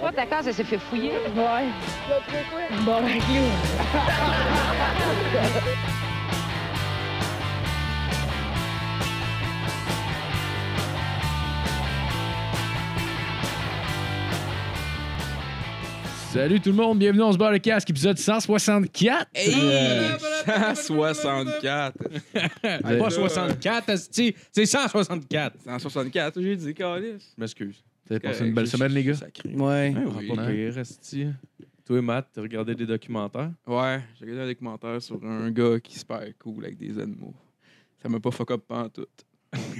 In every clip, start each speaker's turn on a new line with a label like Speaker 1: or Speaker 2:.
Speaker 1: Toi, ta case, elle s'est fait fouiller.
Speaker 2: Ouais. Bon, ben, clou.
Speaker 3: Salut tout le monde, bienvenue on se barre le casque, épisode 164. Euh,
Speaker 4: Ah, 164.
Speaker 3: c'est
Speaker 4: Euh,
Speaker 3: pas 64, asti, c'est 164.
Speaker 4: 164, j'ai dit, Calis. Je m'excuse.
Speaker 3: Vous avez passé une belle semaine, les gars?
Speaker 4: Sacré.
Speaker 5: Ouais.
Speaker 4: Ben
Speaker 3: oui.
Speaker 4: oui.
Speaker 3: Hein?
Speaker 5: Pas pire, esti. Toi et Matt, t'as regardé des documentaires.
Speaker 4: Ouais, j'ai regardé un documentaire sur un gars qui se perd cool avec des animaux. Ça m'a pas fuck up pantoute.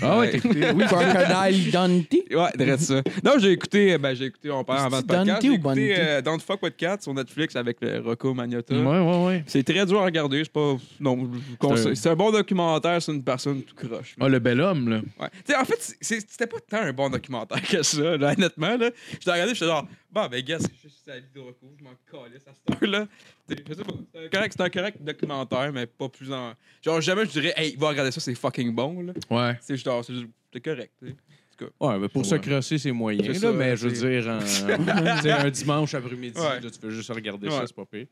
Speaker 3: Ah ouais, t'as écouté. Oui,
Speaker 5: Crocodile Dundee.
Speaker 4: Ouais, direct ça. Non, j'ai écouté, ben j'ai écouté, on parle avant le
Speaker 5: C'est-tu
Speaker 4: podcast.
Speaker 5: Dante
Speaker 4: J'ai
Speaker 5: ou
Speaker 4: écouté
Speaker 5: Bonte?
Speaker 4: euh, Don't Fuck With Cat sur Netflix avec le Rocco Magnotta.
Speaker 3: ouais, ouais, ouais.
Speaker 4: C'est très dur à regarder, c'est pas. Non, je vous conseille.
Speaker 3: un-
Speaker 4: C'est un... bon documentaire sur une personne tout croche.
Speaker 3: Ah, le bel homme, là.
Speaker 4: Ouais. Tu sais, en fait, c'est- c'est- c'était pas tant un bon documentaire que ça, là, honnêtement. Là. J'étais regardé, j'étais genre, bon, ben, gars, c'est juste la vie de recours, je m'en calisse à cette heure-là. Tu sais, Je sais pas, c'est un correct, c'est un correct documentaire, mais pas plus en. Genre, jamais je dirais, hey, va regarder ça, c'est fucking bon, là.
Speaker 3: Ouais.
Speaker 4: C'est genre, c'est juste- c'est correct, tu sais.
Speaker 5: Ouais, mais pour se crosser, c'est moyen.
Speaker 4: C'est
Speaker 5: là,
Speaker 4: ça,
Speaker 5: mais je veux
Speaker 4: c'est-
Speaker 5: dire, en- c'est un dimanche après-midi,
Speaker 4: Ouais.
Speaker 5: là, tu peux juste regarder
Speaker 4: Ouais.
Speaker 5: ça, c'est pas pire.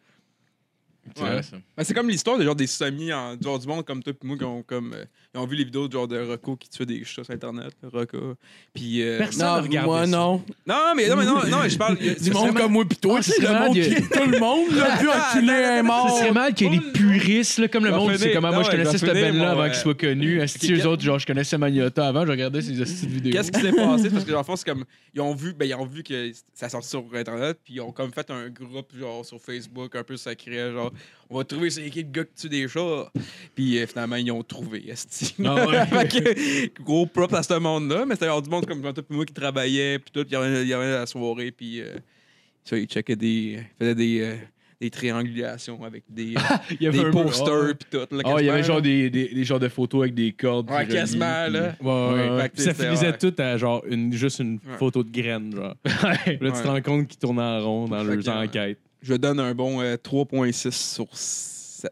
Speaker 3: C'est vrai, ça.
Speaker 4: Ben, c'est comme l'histoire de genre des semis en dehors du monde comme toi puis moi qui ont comme euh, ils ont vu les vidéos de genre de Rocco qui tue des chats sur internet, Rocco. Puis euh,
Speaker 3: Personne a regardé ça.
Speaker 5: moi, non.
Speaker 4: non mais non mais non, non, je parle
Speaker 5: Du monde comme moi pis toi,
Speaker 3: Ah,
Speaker 5: c'est
Speaker 3: c'est
Speaker 5: le
Speaker 3: vraiment
Speaker 5: monde
Speaker 3: du-
Speaker 5: qui... Tout le monde, là, plus enculé un
Speaker 3: C'est
Speaker 5: mort.
Speaker 3: serait mal qu'il y ait des puristes, là, comme le
Speaker 4: Je vais
Speaker 3: monde. C'est
Speaker 4: finir.
Speaker 3: comment
Speaker 4: Non,
Speaker 3: moi, je
Speaker 4: ouais,
Speaker 3: connaissais
Speaker 4: je
Speaker 3: ce
Speaker 4: vais finir,
Speaker 3: belle-là
Speaker 4: mon,
Speaker 3: avant
Speaker 4: euh,
Speaker 3: qu'il soit connu. Asti,
Speaker 4: Qu'est-
Speaker 3: eux autres, genre, je connaissais Magnota avant, je regardais ses astuces de vidéos.
Speaker 4: Qu'est-ce qui s'est passé? Parce que dans le fond, c'est comme. Ils ont vu, ben, ils ont vu que ça sortit sur Internet, puis ils ont comme fait un groupe genre sur Facebook un peu sacré, genre on va trouver c'est qui le gars qui tue des chats. Puis euh, finalement, ils ont trouvé. esti.
Speaker 3: Ah ouais.
Speaker 4: Fait que, gros propre à ce monde-là, mais c'était genre du monde comme toi puis moi qui travaillait, puis tout, puis il y avait il y avait la soirée, puis euh, ça, ils checkaient des. Ils faisaient des. euh, des triangulations avec des,
Speaker 3: Il y avait
Speaker 4: des
Speaker 3: un peu-
Speaker 4: posters puis tout. là,
Speaker 3: Ah, il y avait
Speaker 4: quasiment,
Speaker 3: genre des, des, des genres de photos avec des cordes.
Speaker 4: Ouais,
Speaker 3: puis reliées,
Speaker 4: quasiment,
Speaker 3: puis-
Speaker 4: là.
Speaker 5: Ouais, ouais,
Speaker 4: Ouais,
Speaker 5: ouais.
Speaker 4: fait que
Speaker 5: Puis ça
Speaker 4: c'est-
Speaker 5: finissait
Speaker 4: ouais.
Speaker 5: tout à genre une, juste une
Speaker 4: Ouais.
Speaker 5: photo de graines, genre. Puis
Speaker 3: Ouais.
Speaker 5: là, tu te
Speaker 4: Ouais.
Speaker 5: rends compte qu'ils tournent en rond dans
Speaker 4: Fait
Speaker 5: leurs
Speaker 4: que, ouais.
Speaker 5: enquêtes.
Speaker 4: Je donne un bon euh, 3.6 sur 7.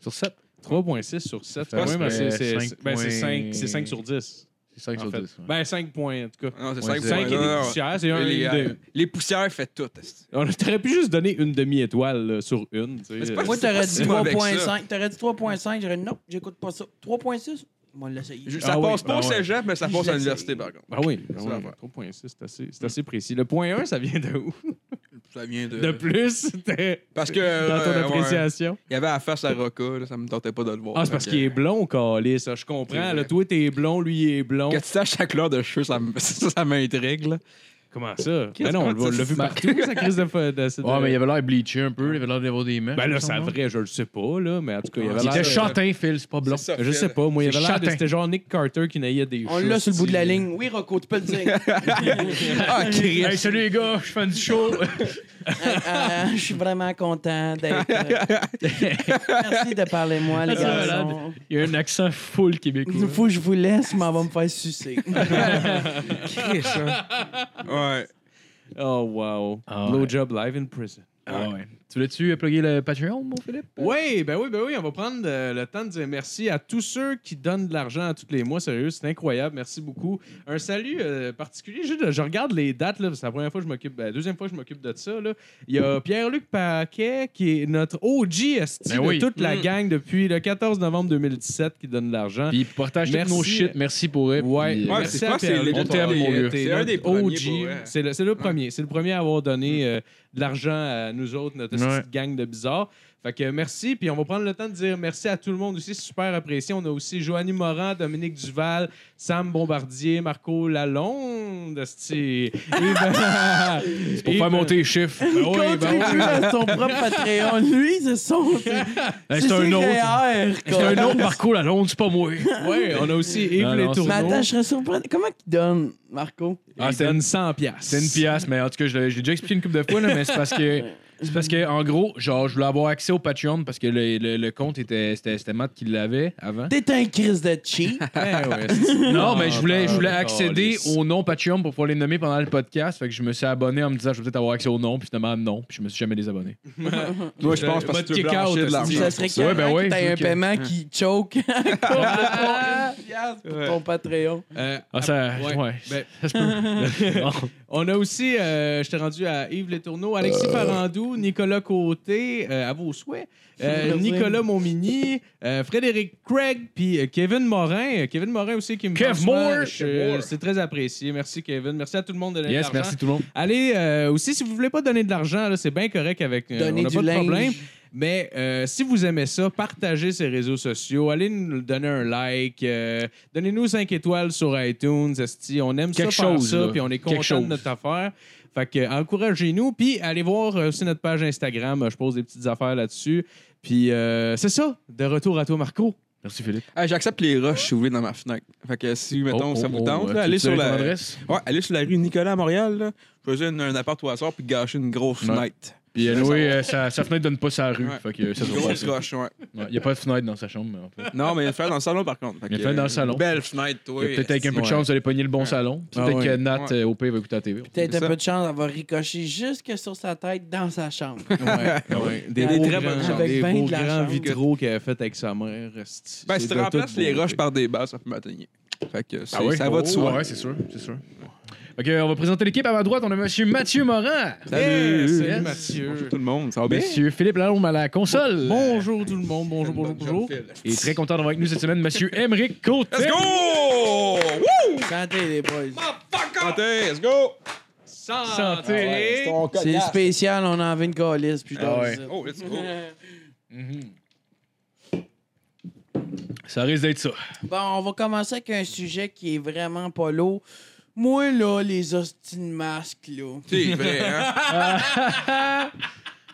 Speaker 3: Sur 7.
Speaker 5: 3.6 sur 7.
Speaker 3: Ça fait
Speaker 5: Ouais, mais c'est
Speaker 3: cinq
Speaker 5: ben, c'est
Speaker 3: points-
Speaker 5: 5, c'est 5 sur 10.
Speaker 3: C'est 5
Speaker 5: en
Speaker 3: sur
Speaker 5: fait.
Speaker 3: 10. ouais.
Speaker 5: Ben, 5 points, en tout cas.
Speaker 4: Non, Ben, c'est
Speaker 3: Ouais,
Speaker 4: 5
Speaker 3: c'est-
Speaker 5: Cinq et
Speaker 3: non,
Speaker 5: des poussières, c'est un
Speaker 4: les,
Speaker 5: et
Speaker 4: euh,
Speaker 5: deux.
Speaker 4: les poussières fait tout. est-ce que-
Speaker 5: On aurait pu juste donner une demi-étoile là, sur une. tu sais. euh,
Speaker 4: Mais c'est pas-
Speaker 2: Moi,
Speaker 4: C'est
Speaker 2: t'aurais
Speaker 4: si
Speaker 2: dit
Speaker 4: mauvais que ça.
Speaker 2: 3.5. T'aurais dit 3.5. J'aurais dit non, j'écoute pas ça. 3.6? Moi, l'essayer.
Speaker 4: Ça
Speaker 5: Ah oui,
Speaker 4: passe pas
Speaker 5: ben
Speaker 4: au
Speaker 5: ouais.
Speaker 4: cégep, mais ça passe à l'université, par contre.
Speaker 5: Ah oui, ah
Speaker 4: C'est
Speaker 5: oui,
Speaker 4: l'affaire.
Speaker 5: 3.6, c'est assez, c'est assez précis. Le point 1, ça vient de où?
Speaker 4: Ça vient de.
Speaker 5: De plus, c'était
Speaker 4: Parce que.
Speaker 5: dans ton
Speaker 4: euh, ouais,
Speaker 5: appréciation.
Speaker 4: il y avait la face à Rocca, là, ça me tentait pas de le voir. euh,
Speaker 5: Ah, c'est parce
Speaker 4: Fait
Speaker 5: qu'il est blond, Calis. Je comprends.
Speaker 4: C'est
Speaker 5: Là,
Speaker 4: vrai.
Speaker 5: toi, t'es blond, lui, il est blond.
Speaker 4: Que tu saches la couleur de cheveux, ça me- ça ça m'intrigue, là.
Speaker 5: Comment ça?
Speaker 4: Qu'est-ce
Speaker 5: Ben non, on
Speaker 4: que
Speaker 5: l'a- on l'a vu
Speaker 4: c'est-
Speaker 5: partout, sa crise de. fa- de, de-
Speaker 3: Ouais, mais il avait l'air bleaché un peu, il avait l'air d'avoir des mèches.
Speaker 5: Ben là,
Speaker 3: il me
Speaker 5: c'est
Speaker 3: semble.
Speaker 5: vrai, je le sais pas, là. Mais en tout cas, il avait
Speaker 3: Hein, Il
Speaker 5: l'air.
Speaker 3: était châtain, Phil, c'est pas blanc.
Speaker 4: C'est ça,
Speaker 5: Je
Speaker 4: Phil.
Speaker 5: sais pas, moi, il avait
Speaker 3: C'est
Speaker 5: l'air de.
Speaker 3: châtain.
Speaker 5: C'était genre Nick Carter qui naillait des
Speaker 2: On
Speaker 5: cheveux,
Speaker 2: l'a sur le bout de la
Speaker 5: style.
Speaker 2: ligne. Oui, Rocco, tu peux le dire.
Speaker 4: Ah, Chris!
Speaker 3: Hey, salut les gars, je suis fan du show.
Speaker 2: Euh, euh, Je suis vraiment content d'être. euh, Merci de parler à moi, les
Speaker 3: C'est
Speaker 2: garçons.
Speaker 3: Il y a un accent full
Speaker 2: Il
Speaker 3: québécois.
Speaker 2: faut que je vous laisse, mais on va me faire sucer.
Speaker 4: Chris, hein. Ouais.
Speaker 5: Oh, wow.
Speaker 3: Ah, ouais.
Speaker 5: Blowjob live in prison.
Speaker 3: Ah ouais. Tu voulais-tu euh, plugger le Patreon, mon Philippe?
Speaker 5: Oui, ben oui, ben oui, on va prendre euh, le temps de dire merci à tous ceux qui donnent de l'argent à tous les mois. Sérieux, c'est incroyable. Merci beaucoup. Un salut euh, particulier. Je, je regarde les dates, là, c'est la première fois que je m'occupe, la deuxième fois que je m'occupe de ça. Là. Il y a Pierre-Luc Paquet, qui est notre OG esti
Speaker 3: Ben
Speaker 5: de
Speaker 3: oui.
Speaker 5: toute la
Speaker 4: Mm.
Speaker 5: gang depuis le 14 novembre 2017 qui donne de l'argent.
Speaker 3: Puis partage tous
Speaker 5: Hein? Merci.
Speaker 3: nos shit, merci pour eux.
Speaker 5: Ouais,
Speaker 3: Puis, euh,
Speaker 4: Ouais,
Speaker 5: merci
Speaker 4: c'est
Speaker 5: à
Speaker 4: quoi, c'est
Speaker 5: Pierre-Luc.
Speaker 3: les- On t'aime, mon gars.
Speaker 5: T'es
Speaker 4: C'est
Speaker 5: notre
Speaker 4: un des premiers,
Speaker 5: OG.
Speaker 4: pour vrai.
Speaker 5: C'est le, c'est le premier. C'est le premier à avoir donné euh, de l'argent à nous autres, notre
Speaker 3: Ouais.
Speaker 5: petite gang de bizarres. Fait que euh, merci, puis on va prendre le temps de dire merci à tout le monde aussi, c'est super apprécié. On a aussi Joanny Morin, Dominique Duval, Sam Bombardier, Marco Lalonde, esti. Yvan-
Speaker 3: pour
Speaker 5: Yvan-
Speaker 3: faire monter les chiffres.
Speaker 5: Ben oui,
Speaker 2: Il
Speaker 5: ben oui.
Speaker 2: contribue à son propre Patreon. Lui, c'est son.
Speaker 5: Ben,
Speaker 3: Hey, C'est un autre. C'est un autre Marco Lalonde, c'est pas moi.
Speaker 5: Ouais, on a aussi Yves
Speaker 3: Non,
Speaker 5: Les
Speaker 3: non, c'est-
Speaker 2: Mais attends,
Speaker 5: Tourneaux.
Speaker 2: je serais surpris. Comment qu'il donne, Marco?
Speaker 3: Ah,
Speaker 5: Il
Speaker 3: c'est
Speaker 5: donne 100 piastres.
Speaker 3: C'est une pièce, mais en tout cas, je l'ai- j'ai déjà expliqué une couple de fois, là, mais c'est parce que. C'est parce que, en gros, genre, je voulais avoir accès accès au Patreon parce que le, le- le compte était, c'était, c'était Matt qui l'avait avant.
Speaker 2: T'es un Chris de cheap.
Speaker 3: Ah,
Speaker 5: Eh
Speaker 3: Non, mais je voulais, je voulais
Speaker 5: Ah,
Speaker 4: ben,
Speaker 3: accéder
Speaker 5: câlisse.
Speaker 3: au nom Patreon pour pouvoir les nommer pendant le podcast. Fait que je me suis abonné en me disant je vais peut-être avoir accès au nom, puis finalement non, puis je me suis jamais désabonné.
Speaker 4: Moi,
Speaker 5: Euh,
Speaker 4: je pense parce que tu veux blanchir de l'argent.
Speaker 2: Ça serait
Speaker 3: ça. Ouais,
Speaker 2: carrément
Speaker 3: ben ouais, je
Speaker 2: que t'aies
Speaker 3: veux
Speaker 2: un
Speaker 3: que-
Speaker 2: paiement qui choke à cause de ton une piastre pour
Speaker 5: Ouais.
Speaker 2: ton Patreon.
Speaker 5: euh,
Speaker 3: Ah, ça, ouais.
Speaker 5: Ben-
Speaker 3: Ça se peut. Bon.
Speaker 5: On a aussi, euh, j'étais rendu à Yves Letourneau, Alexis
Speaker 3: Euh.
Speaker 5: Farandou, Nicolas Côté, euh, à vos souhaits, euh,
Speaker 2: Plaisir.
Speaker 5: Nicolas Montmini, euh, Frédéric Craig, puis euh, Kevin Morin. Euh, Kevin Morin aussi qui me
Speaker 3: Kev
Speaker 5: parle souvent.
Speaker 3: Moore.
Speaker 5: Je-
Speaker 3: Kev Moore.
Speaker 5: C'est très apprécié. Merci, Kevin. Merci à tout le monde de
Speaker 3: Yes,
Speaker 5: l'argent.
Speaker 3: merci tout le monde.
Speaker 5: Allez, euh, aussi, si vous voulez pas donner de l'argent, là, c'est bien correct avec. euh,
Speaker 2: Donner
Speaker 5: on a
Speaker 2: du
Speaker 5: pas de
Speaker 2: linge.
Speaker 5: problème. Mais euh, si vous aimez ça, partagez ces réseaux sociaux. Allez nous donner un like. euh, Donnez-nous 5 étoiles sur iTunes. esti. On aime
Speaker 3: Quelque
Speaker 5: ça, faire
Speaker 3: chose,
Speaker 5: ça,
Speaker 3: là.
Speaker 5: puis on est
Speaker 3: Quelque
Speaker 5: content de
Speaker 3: chose.
Speaker 5: notre affaire. Fait que, euh, encouragez-nous. Puis allez voir euh, aussi notre page Instagram. Je pose des petites affaires là-dessus. Puis euh, c'est ça. De retour à toi, Marco.
Speaker 3: Merci Philippe.
Speaker 4: Ah, J'accepte les rushs si vous voulez dans ma fenêtre. Fait que si, mettons,
Speaker 3: Oh,
Speaker 4: ça
Speaker 3: oh,
Speaker 4: vous
Speaker 3: oh,
Speaker 4: tente,
Speaker 3: euh,
Speaker 4: là, allez
Speaker 3: tu veux
Speaker 4: sur
Speaker 3: ton
Speaker 4: la.
Speaker 3: adresse?
Speaker 4: Ouais, allez sur la rue Nicolas à Montréal. Là. Je faisais une- un appart au hasard puis gâcher une grosse
Speaker 3: Ouais.
Speaker 4: fenêtre.
Speaker 3: Puis euh, Noé, euh, sa, sa fenêtre donne pas sa rue.
Speaker 4: Ouais.
Speaker 3: Fait que euh, ça
Speaker 4: Une
Speaker 3: doit faire
Speaker 4: grosse
Speaker 3: ça.
Speaker 4: rush, ouais.
Speaker 3: Ouais, Il n'y a pas de fenêtre dans sa chambre. mais on peut-
Speaker 4: Non, mais il y a une fenêtre dans le salon, par contre. Fait
Speaker 3: Il y a une
Speaker 4: que,
Speaker 3: fenêtre dans le
Speaker 4: euh,
Speaker 3: salon.
Speaker 4: Belle fenêtre, toi.
Speaker 3: Il y a Peut-être avec un peu de chance d'aller pogner le bon salon. Puis
Speaker 5: Ah
Speaker 3: Peut-être
Speaker 5: ouais.
Speaker 3: que Nat,
Speaker 4: Ouais.
Speaker 3: euh, au pire, va écouter la TV.
Speaker 2: Peut-être
Speaker 4: C'est
Speaker 2: un
Speaker 4: ça.
Speaker 2: peu de chance, elle va ricocher jusque sur sa tête dans sa chambre.
Speaker 5: Des,
Speaker 2: Des
Speaker 5: beaux
Speaker 4: très
Speaker 5: grands-
Speaker 4: bonnes chances.
Speaker 5: des
Speaker 2: Avec ben
Speaker 5: beaux
Speaker 2: de la
Speaker 5: grands
Speaker 2: chance.
Speaker 5: vitraux qu'elle a fait avec sa mère. esti.
Speaker 4: Ben,
Speaker 5: C'est
Speaker 4: si tu
Speaker 5: de
Speaker 4: remplaces
Speaker 5: toute
Speaker 4: les
Speaker 5: beauté.
Speaker 4: rushs par des basses, ça peut m'atteindre. Fait que c'est-
Speaker 3: Ah oui?
Speaker 4: ça va de
Speaker 3: Oh,
Speaker 4: soi.
Speaker 3: ouais, c'est sûr, c'est sûr. Ok, on va présenter l'équipe. À ma droite, on a Monsieur Mathieu Morin.
Speaker 5: Yeah,
Speaker 4: Salut!
Speaker 5: salut,
Speaker 3: Yes.
Speaker 5: Mathieu.
Speaker 4: Bonjour tout le monde, ça va bien?
Speaker 3: Monsieur Philippe Lalonde à la console.
Speaker 5: Bonjour tout le monde, bonjour, bonjour, bonjour.
Speaker 3: Et très content d'avoir avec nous cette semaine Monsieur Émeric Côté.
Speaker 4: Let's go! Woo!
Speaker 2: Santé, les boys.
Speaker 4: Santé, let's go!
Speaker 3: Santé.
Speaker 2: C'est spécial, on en avait une calice, puis je
Speaker 3: Oh, Ah
Speaker 2: dors
Speaker 3: ouais.
Speaker 2: ça.
Speaker 4: Oh, let's go!
Speaker 3: Mhm. Ça risque d'être ça.
Speaker 2: Bon, on va commencer avec un sujet qui est vraiment pas lourd. Moi, là, les hosties de masques, là.
Speaker 4: C'est vrai, hein?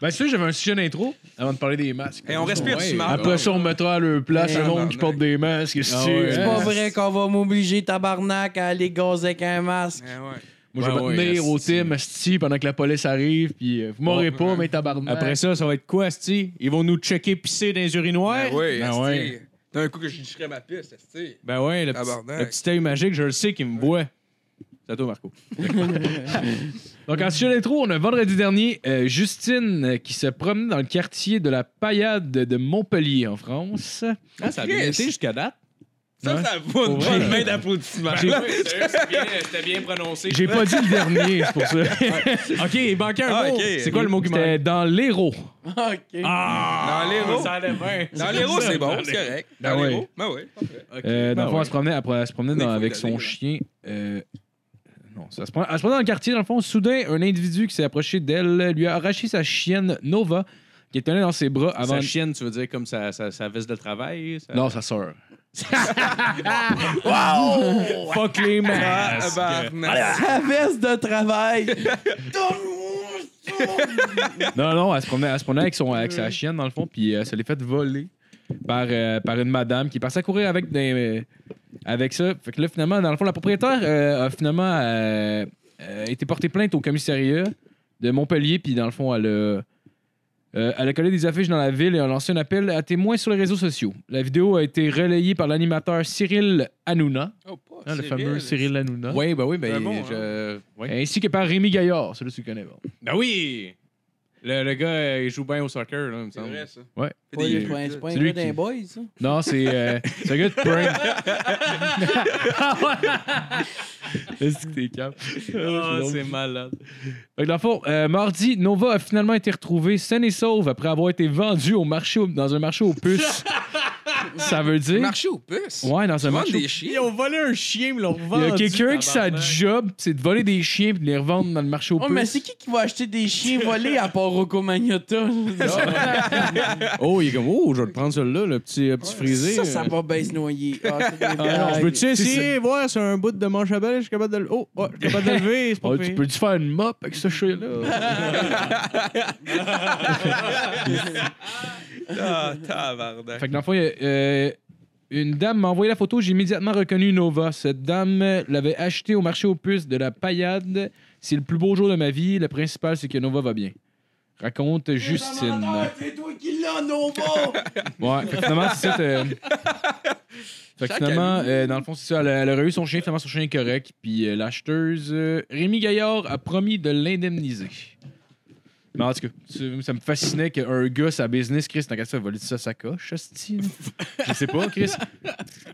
Speaker 3: Ben, c'est sûr, j'avais un sujet d'intro avant de parler des masques.
Speaker 4: Et on respire
Speaker 5: Ouais,
Speaker 4: du mal.
Speaker 3: Après ça, on mettra à leur place
Speaker 2: Ouais.
Speaker 3: le monde qui porte des masques. si
Speaker 5: Ah
Speaker 3: tu-
Speaker 5: ouais.
Speaker 2: C'est
Speaker 3: hein.
Speaker 2: pas vrai qu'on va m'obliger, tabarnak, à aller gazer avec un masque.
Speaker 4: Ouais, Ben ouais.
Speaker 3: Moi, je vais
Speaker 5: Ouais,
Speaker 3: me
Speaker 5: ouais,
Speaker 3: tenir au
Speaker 5: esti.
Speaker 3: team, esti, pendant que la police arrive, puis euh, vous m'aurez
Speaker 4: Ouais,
Speaker 3: pas,
Speaker 4: ouais.
Speaker 3: mais tabarnak.
Speaker 5: Après ça, ça va être quoi, Sti? Ils vont nous checker pisser dans les urinoirs?
Speaker 4: Ben ouais,
Speaker 3: Ben
Speaker 4: esti.
Speaker 3: ouais.
Speaker 4: D'un coup que je licherais ma piste, esti.
Speaker 5: Ben ouais, le petit,
Speaker 4: Tabarnak.
Speaker 5: le petit œil magique, je le sais qu'il me voit. C'est à toi, Marco.
Speaker 3: Donc, en sujet d'intro, on a vendredi dernier euh, Justine euh, qui se promenait dans le quartier de la Paillade de Montpellier, en France.
Speaker 5: Ah, ça a bien
Speaker 4: Yes.
Speaker 5: été jusqu'à date.
Speaker 4: Ça,
Speaker 3: Ouais.
Speaker 4: ça vaut une
Speaker 3: Ouais.
Speaker 4: bonne main d'applaudissement.
Speaker 3: Ah
Speaker 5: C'était bien prononcé.
Speaker 3: J'ai pas dit le dernier, c'est pour ça.
Speaker 5: Ok, il manquait un
Speaker 4: Ah,
Speaker 5: mot.
Speaker 4: ok.
Speaker 5: C'est quoi le mot qui manque?
Speaker 3: C'était dans l'Hérault.
Speaker 2: OK.
Speaker 5: Ah!
Speaker 4: Dans les roues.
Speaker 5: Ça allait bien.
Speaker 4: Dans les roues, c'est bon, c'est correct.
Speaker 3: Ben
Speaker 4: Dans les
Speaker 3: ouais.
Speaker 4: roues, ben ouais, parfait.
Speaker 5: Ok,
Speaker 3: Euh, dans
Speaker 5: ben
Speaker 3: le fond,
Speaker 5: ouais.
Speaker 3: elle se promenait, après, elle se promenait dans-
Speaker 4: Des fois,
Speaker 3: avec
Speaker 4: il y a
Speaker 3: son
Speaker 4: des, là.
Speaker 3: chien. euh, non, ça se promenait- elle se promenait dans le quartier. Dans le fond, soudain, un individu qui s'est approché d'elle lui a arraché sa chienne Nova, qui tenait dans ses bras avant.
Speaker 5: Sa chienne, tu veux dire comme sa, sa, sa veste de travail? sa-
Speaker 3: Non, sa sœur.
Speaker 5: Fuck les
Speaker 4: Ah,
Speaker 5: masques.
Speaker 4: barnasse.
Speaker 2: Ta veste de travail. Donne-moi ça.
Speaker 3: non, non, elle se promenait, elle se promenait avec, son, avec sa chienne, dans le fond, puis euh, elle se l'est faite voler par, euh, par une madame qui passait à courir avec, des, euh, avec ça. Fait que là, finalement, dans le fond, la propriétaire euh, a finalement euh, euh, été portée plainte au commissariat de Montpellier, puis dans le fond, elle a. euh, elle a collé des affiches dans la ville et a lancé un appel à témoins sur les réseaux sociaux. La vidéo a été relayée par l'animateur Cyril Hanouna,
Speaker 4: Oh, pas
Speaker 3: hein, le
Speaker 4: Cyril,
Speaker 3: fameux
Speaker 4: esti.
Speaker 3: Cyril Hanouna,
Speaker 5: Oui, ben oui, ben,
Speaker 4: Ben bon,
Speaker 5: je- ouais.
Speaker 3: ainsi que par Rémi Gaillard, celui que tu connais. bon.
Speaker 5: Ben oui! Le, le gars, euh, il joue bien au soccer, là, il me
Speaker 4: C'est
Speaker 5: semble.
Speaker 4: vrai, ça.
Speaker 3: Ouais.
Speaker 4: Fait
Speaker 2: Pas
Speaker 4: des-
Speaker 2: lui, C'est pas un
Speaker 3: C'est lui
Speaker 2: gars d'un
Speaker 3: qui-
Speaker 2: boys, ça.
Speaker 3: Non, c'est. Euh, c'est un gars de prank. Ah, Est-ce que t'es calme?
Speaker 5: Ah, c'est malade.
Speaker 3: Fait que dans le fond, euh, mardi, Nova a finalement été retrouvée saine et sauve après avoir été vendue au marché au- dans un marché aux puces. Ça veut dire.
Speaker 4: Marché aux puces.
Speaker 3: Ouais, dans un
Speaker 4: Tu vends
Speaker 3: marché. aux-
Speaker 4: des
Speaker 5: Ils
Speaker 4: chiens.
Speaker 5: ont volé un chien, mais l'ont
Speaker 3: Il y
Speaker 5: revendu.
Speaker 3: a quelqu'un qui sa
Speaker 5: tabarnak. Ah!
Speaker 3: job, c'est de voler des chiens puis de les revendre dans le marché aux
Speaker 2: Oh,
Speaker 3: puces.
Speaker 2: mais c'est qui qui va acheter des chiens volés à part Rocco Magnota?
Speaker 5: Oh, il est comme, oh, je vais le prendre celui-là, le petit, le petit frisé. hein. euh,
Speaker 2: ça, ça va bien se noyer. Ah, c'est des
Speaker 5: Ah, non,
Speaker 2: blagues.
Speaker 5: je peux-tu
Speaker 3: C'est
Speaker 5: essayer, voir sur un bout de manche à balai, je suis capable de le. Oh, oh, je suis capable de le lever, c'est pas
Speaker 3: Oh,
Speaker 5: pire.
Speaker 3: tu peux-tu faire une mop avec ce chien-là?
Speaker 4: Ah, tabarnak.
Speaker 3: Fait que dans le fond, il y a, euh, une dame m'a envoyé la photo, j'ai immédiatement reconnu Nova. Cette dame euh, l'avait achetée au marché aux puces de la paillade. C'est le plus beau jour de ma vie. Le principal, c'est que Nova va bien. Raconte Justine.
Speaker 2: C'est toi qui là, Nova!
Speaker 3: Ouais, fait que finalement, c'est ça. t'as- Fait que
Speaker 4: Chaque
Speaker 3: finalement,
Speaker 4: ami.
Speaker 3: euh, dans le fond, c'est ça. Elle, a- elle aurait eu son chien, finalement, son chien est correct. Puis euh, l'acheteuse, euh, Rémi Gaillard, a promis de l'indemniser. Mais en tout cas, tu- ça me fascinait qu'un gars, sa business, Chris, t'as qu'à ça, va lui dire ça sa coche, hostie, là. Je sais pas, Chris.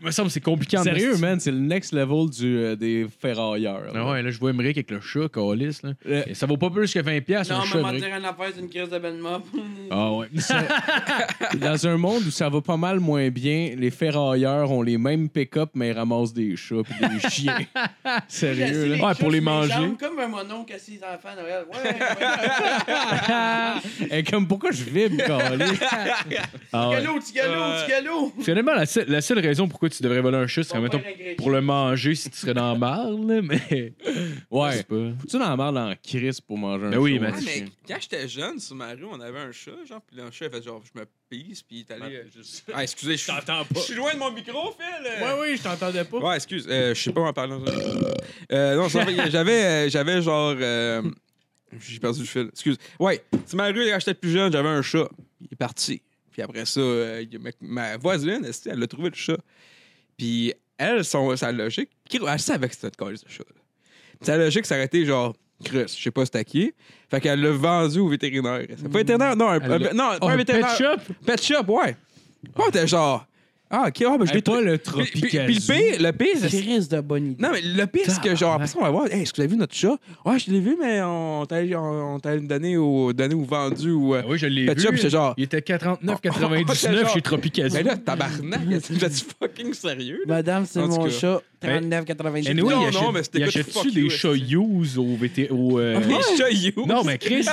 Speaker 3: Il me semble que c'est compliqué en
Speaker 5: Sérieux,
Speaker 3: hostie.
Speaker 5: man, c'est le next level du, euh, des ferrailleurs.
Speaker 3: Ah
Speaker 5: là.
Speaker 3: ouais, là, je vois Emmerich avec le chat, Calis, là.
Speaker 5: Euh,
Speaker 3: Et ça vaut pas plus que 20$,
Speaker 2: non,
Speaker 3: un
Speaker 2: mais
Speaker 3: chat,
Speaker 2: m'en
Speaker 3: Emmerich.
Speaker 2: dire une affaire, c'est une crise de Ben Mop.
Speaker 3: Ah ouais.
Speaker 5: Dans un monde où ça va pas mal moins bien, les ferrailleurs ont les mêmes pick-up, mais ils ramassent des chats et des chiens. Sérieux, là.
Speaker 3: Ouais, pour les manger.
Speaker 2: Comme un monon qui a ses enfants à Noël. Ouais, ouais.
Speaker 5: Et Eh, comme pourquoi je vibre, câlisse?
Speaker 3: Ah ouais.
Speaker 2: Galop, petit galop,
Speaker 4: Euh,
Speaker 2: petit galop.
Speaker 3: Finalement, la seule, la seule raison pourquoi tu devrais voler un chat,
Speaker 2: Mon
Speaker 3: c'est mettons,
Speaker 2: père agrégé.
Speaker 3: pour le manger si tu serais dans la marde, là, mais. Je sais
Speaker 5: Ouais.
Speaker 3: pas.
Speaker 5: Faut-tu dans la merde en crise pour manger un
Speaker 3: Ben oui,
Speaker 5: chat?
Speaker 3: mais-
Speaker 4: Ah,
Speaker 3: du
Speaker 4: mais
Speaker 3: chien.
Speaker 4: quand j'étais jeune, sur ma rue, on avait un chat, genre, puis le chat, il fait genre, je me pisse, puis il est allé. euh, Ah, excusez, je suis.
Speaker 5: T'entends
Speaker 4: Je suis loin de mon micro, Phil! euh.
Speaker 5: Ouais, oui, je t'entendais
Speaker 3: Oh.
Speaker 5: pas.
Speaker 4: Ouais, excuse, euh, je sais pas en parler. Euh, non, ça va, j'avais, euh, j'avais genre. euh, j'ai perdu le fil. Excuse. Ouais, c'est ma rue, quand j'étais plus jeune, j'avais un chat. Il est parti. Puis après ça, euh, il y a ma, ma voisine, elle, elle a trouvé le chat. Puis elle, son, sa logique, qui- elle savait que c'était une cause de chat. là. Sa logique, ça aurait été genre. Chris, je sais pas c'était qui. Fait qu'elle l'a vendu au vétérinaire. C'est pas vétérinaire, non, un,
Speaker 3: Elle l'a- Oh,
Speaker 4: un- non, pas un vétérinaire.
Speaker 3: Pet shop?
Speaker 4: Pet shop, ouais. Pas t'es genre. Ah, ok, ah, ben, je
Speaker 5: Hey,
Speaker 4: l'ai
Speaker 5: pas
Speaker 4: trouvé.
Speaker 5: le
Speaker 4: Puis- Puis puis
Speaker 5: Tropicazou.
Speaker 4: le pire, le pire, c'est
Speaker 2: Crise de bonne idée.
Speaker 4: non, mais le pire, c'est que genre, après ça, on va voir, hey, est-ce que vous avez vu notre chat? Ouais, je l'ai vu, mais on t'a on, on t'a donné au, donné ou vendu ou. euh,
Speaker 3: Ah oui, je l'ai
Speaker 4: Pet
Speaker 3: vu.
Speaker 4: shop, c'est genre-
Speaker 3: Il était
Speaker 4: Oh, oh,
Speaker 3: 49,99
Speaker 4: oh,
Speaker 3: chez Tropicazou.
Speaker 4: Mais là, tabarnak, vous êtes fucking sérieux? là?
Speaker 2: Madame, c'est
Speaker 4: En tout
Speaker 2: mon
Speaker 4: cas.
Speaker 2: chat,
Speaker 3: Ben,
Speaker 2: 39,90.
Speaker 3: Anyway,
Speaker 4: Non,
Speaker 3: il
Speaker 4: non,
Speaker 3: achète,
Speaker 4: mais c'était
Speaker 3: il
Speaker 4: good fuck
Speaker 3: achète-tu
Speaker 4: you,
Speaker 3: des chats
Speaker 4: esti.
Speaker 3: used au VT... au, euh,
Speaker 4: Les chats, you!
Speaker 3: Non, mais Chris!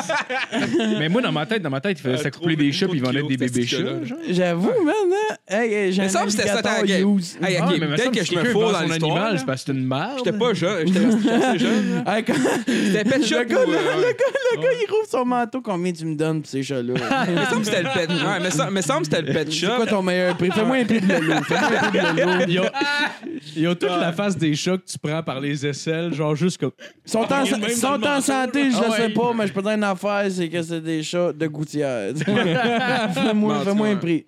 Speaker 3: mais moi, dans ma tête, dans ma tête, il faisait
Speaker 4: Euh,
Speaker 3: ça
Speaker 4: trop-
Speaker 3: couper des chats
Speaker 4: trop
Speaker 3: puis il
Speaker 4: de
Speaker 3: vendait des
Speaker 4: kilos,
Speaker 3: bébés
Speaker 4: ce
Speaker 3: chats.
Speaker 4: gars-là.
Speaker 3: genre.
Speaker 2: J'avoue, man, hein? Hey, hey, j'ai
Speaker 4: Mais
Speaker 2: un
Speaker 4: ça me semble que c'était ça ta
Speaker 2: alligator
Speaker 4: game.
Speaker 2: use.
Speaker 4: Hey,
Speaker 3: Ah,
Speaker 4: ok,
Speaker 3: mais il me
Speaker 4: peut-être
Speaker 3: semble
Speaker 4: que je me
Speaker 3: quelqu'un
Speaker 4: fous
Speaker 3: vend
Speaker 4: dans
Speaker 3: son
Speaker 4: l'histoire.
Speaker 3: animal,
Speaker 4: là.
Speaker 3: c'est parce que c'est une merde.
Speaker 4: J'étais pas jeune, j'étais resté assez jeune. là.
Speaker 2: Hey, quand-
Speaker 4: C'était pet shop.
Speaker 2: le, gars,
Speaker 4: ou,
Speaker 2: là,
Speaker 4: euh,
Speaker 2: le, gars, le gars, il rouvre son manteau. Combien tu me donnes pour ces chats-là?
Speaker 4: me semble que c'était le pet. Ouais, mais ça- me semble que c'était le pet
Speaker 2: C'est quoi
Speaker 4: shop.
Speaker 2: ton meilleur prix? Fais-moi un prix de Lolo. Fais-moi un prix de Lolo.
Speaker 5: Ils ont- Ils ont toute la face des chats que tu prends par les aisselles, genre juste comme.
Speaker 2: Ils sont en,
Speaker 5: Il y a le même
Speaker 2: ils sont
Speaker 5: dans le
Speaker 2: en
Speaker 5: manteau,
Speaker 2: santé, je
Speaker 5: là.
Speaker 2: le
Speaker 5: Ah
Speaker 2: sais
Speaker 5: ouais.
Speaker 2: pas, mais je peux dire une affaire, c'est que c'est des chats de gouttière.
Speaker 4: Bon, en
Speaker 2: Fais-moi
Speaker 4: tout
Speaker 2: fais-moi
Speaker 4: cas,
Speaker 2: un prix.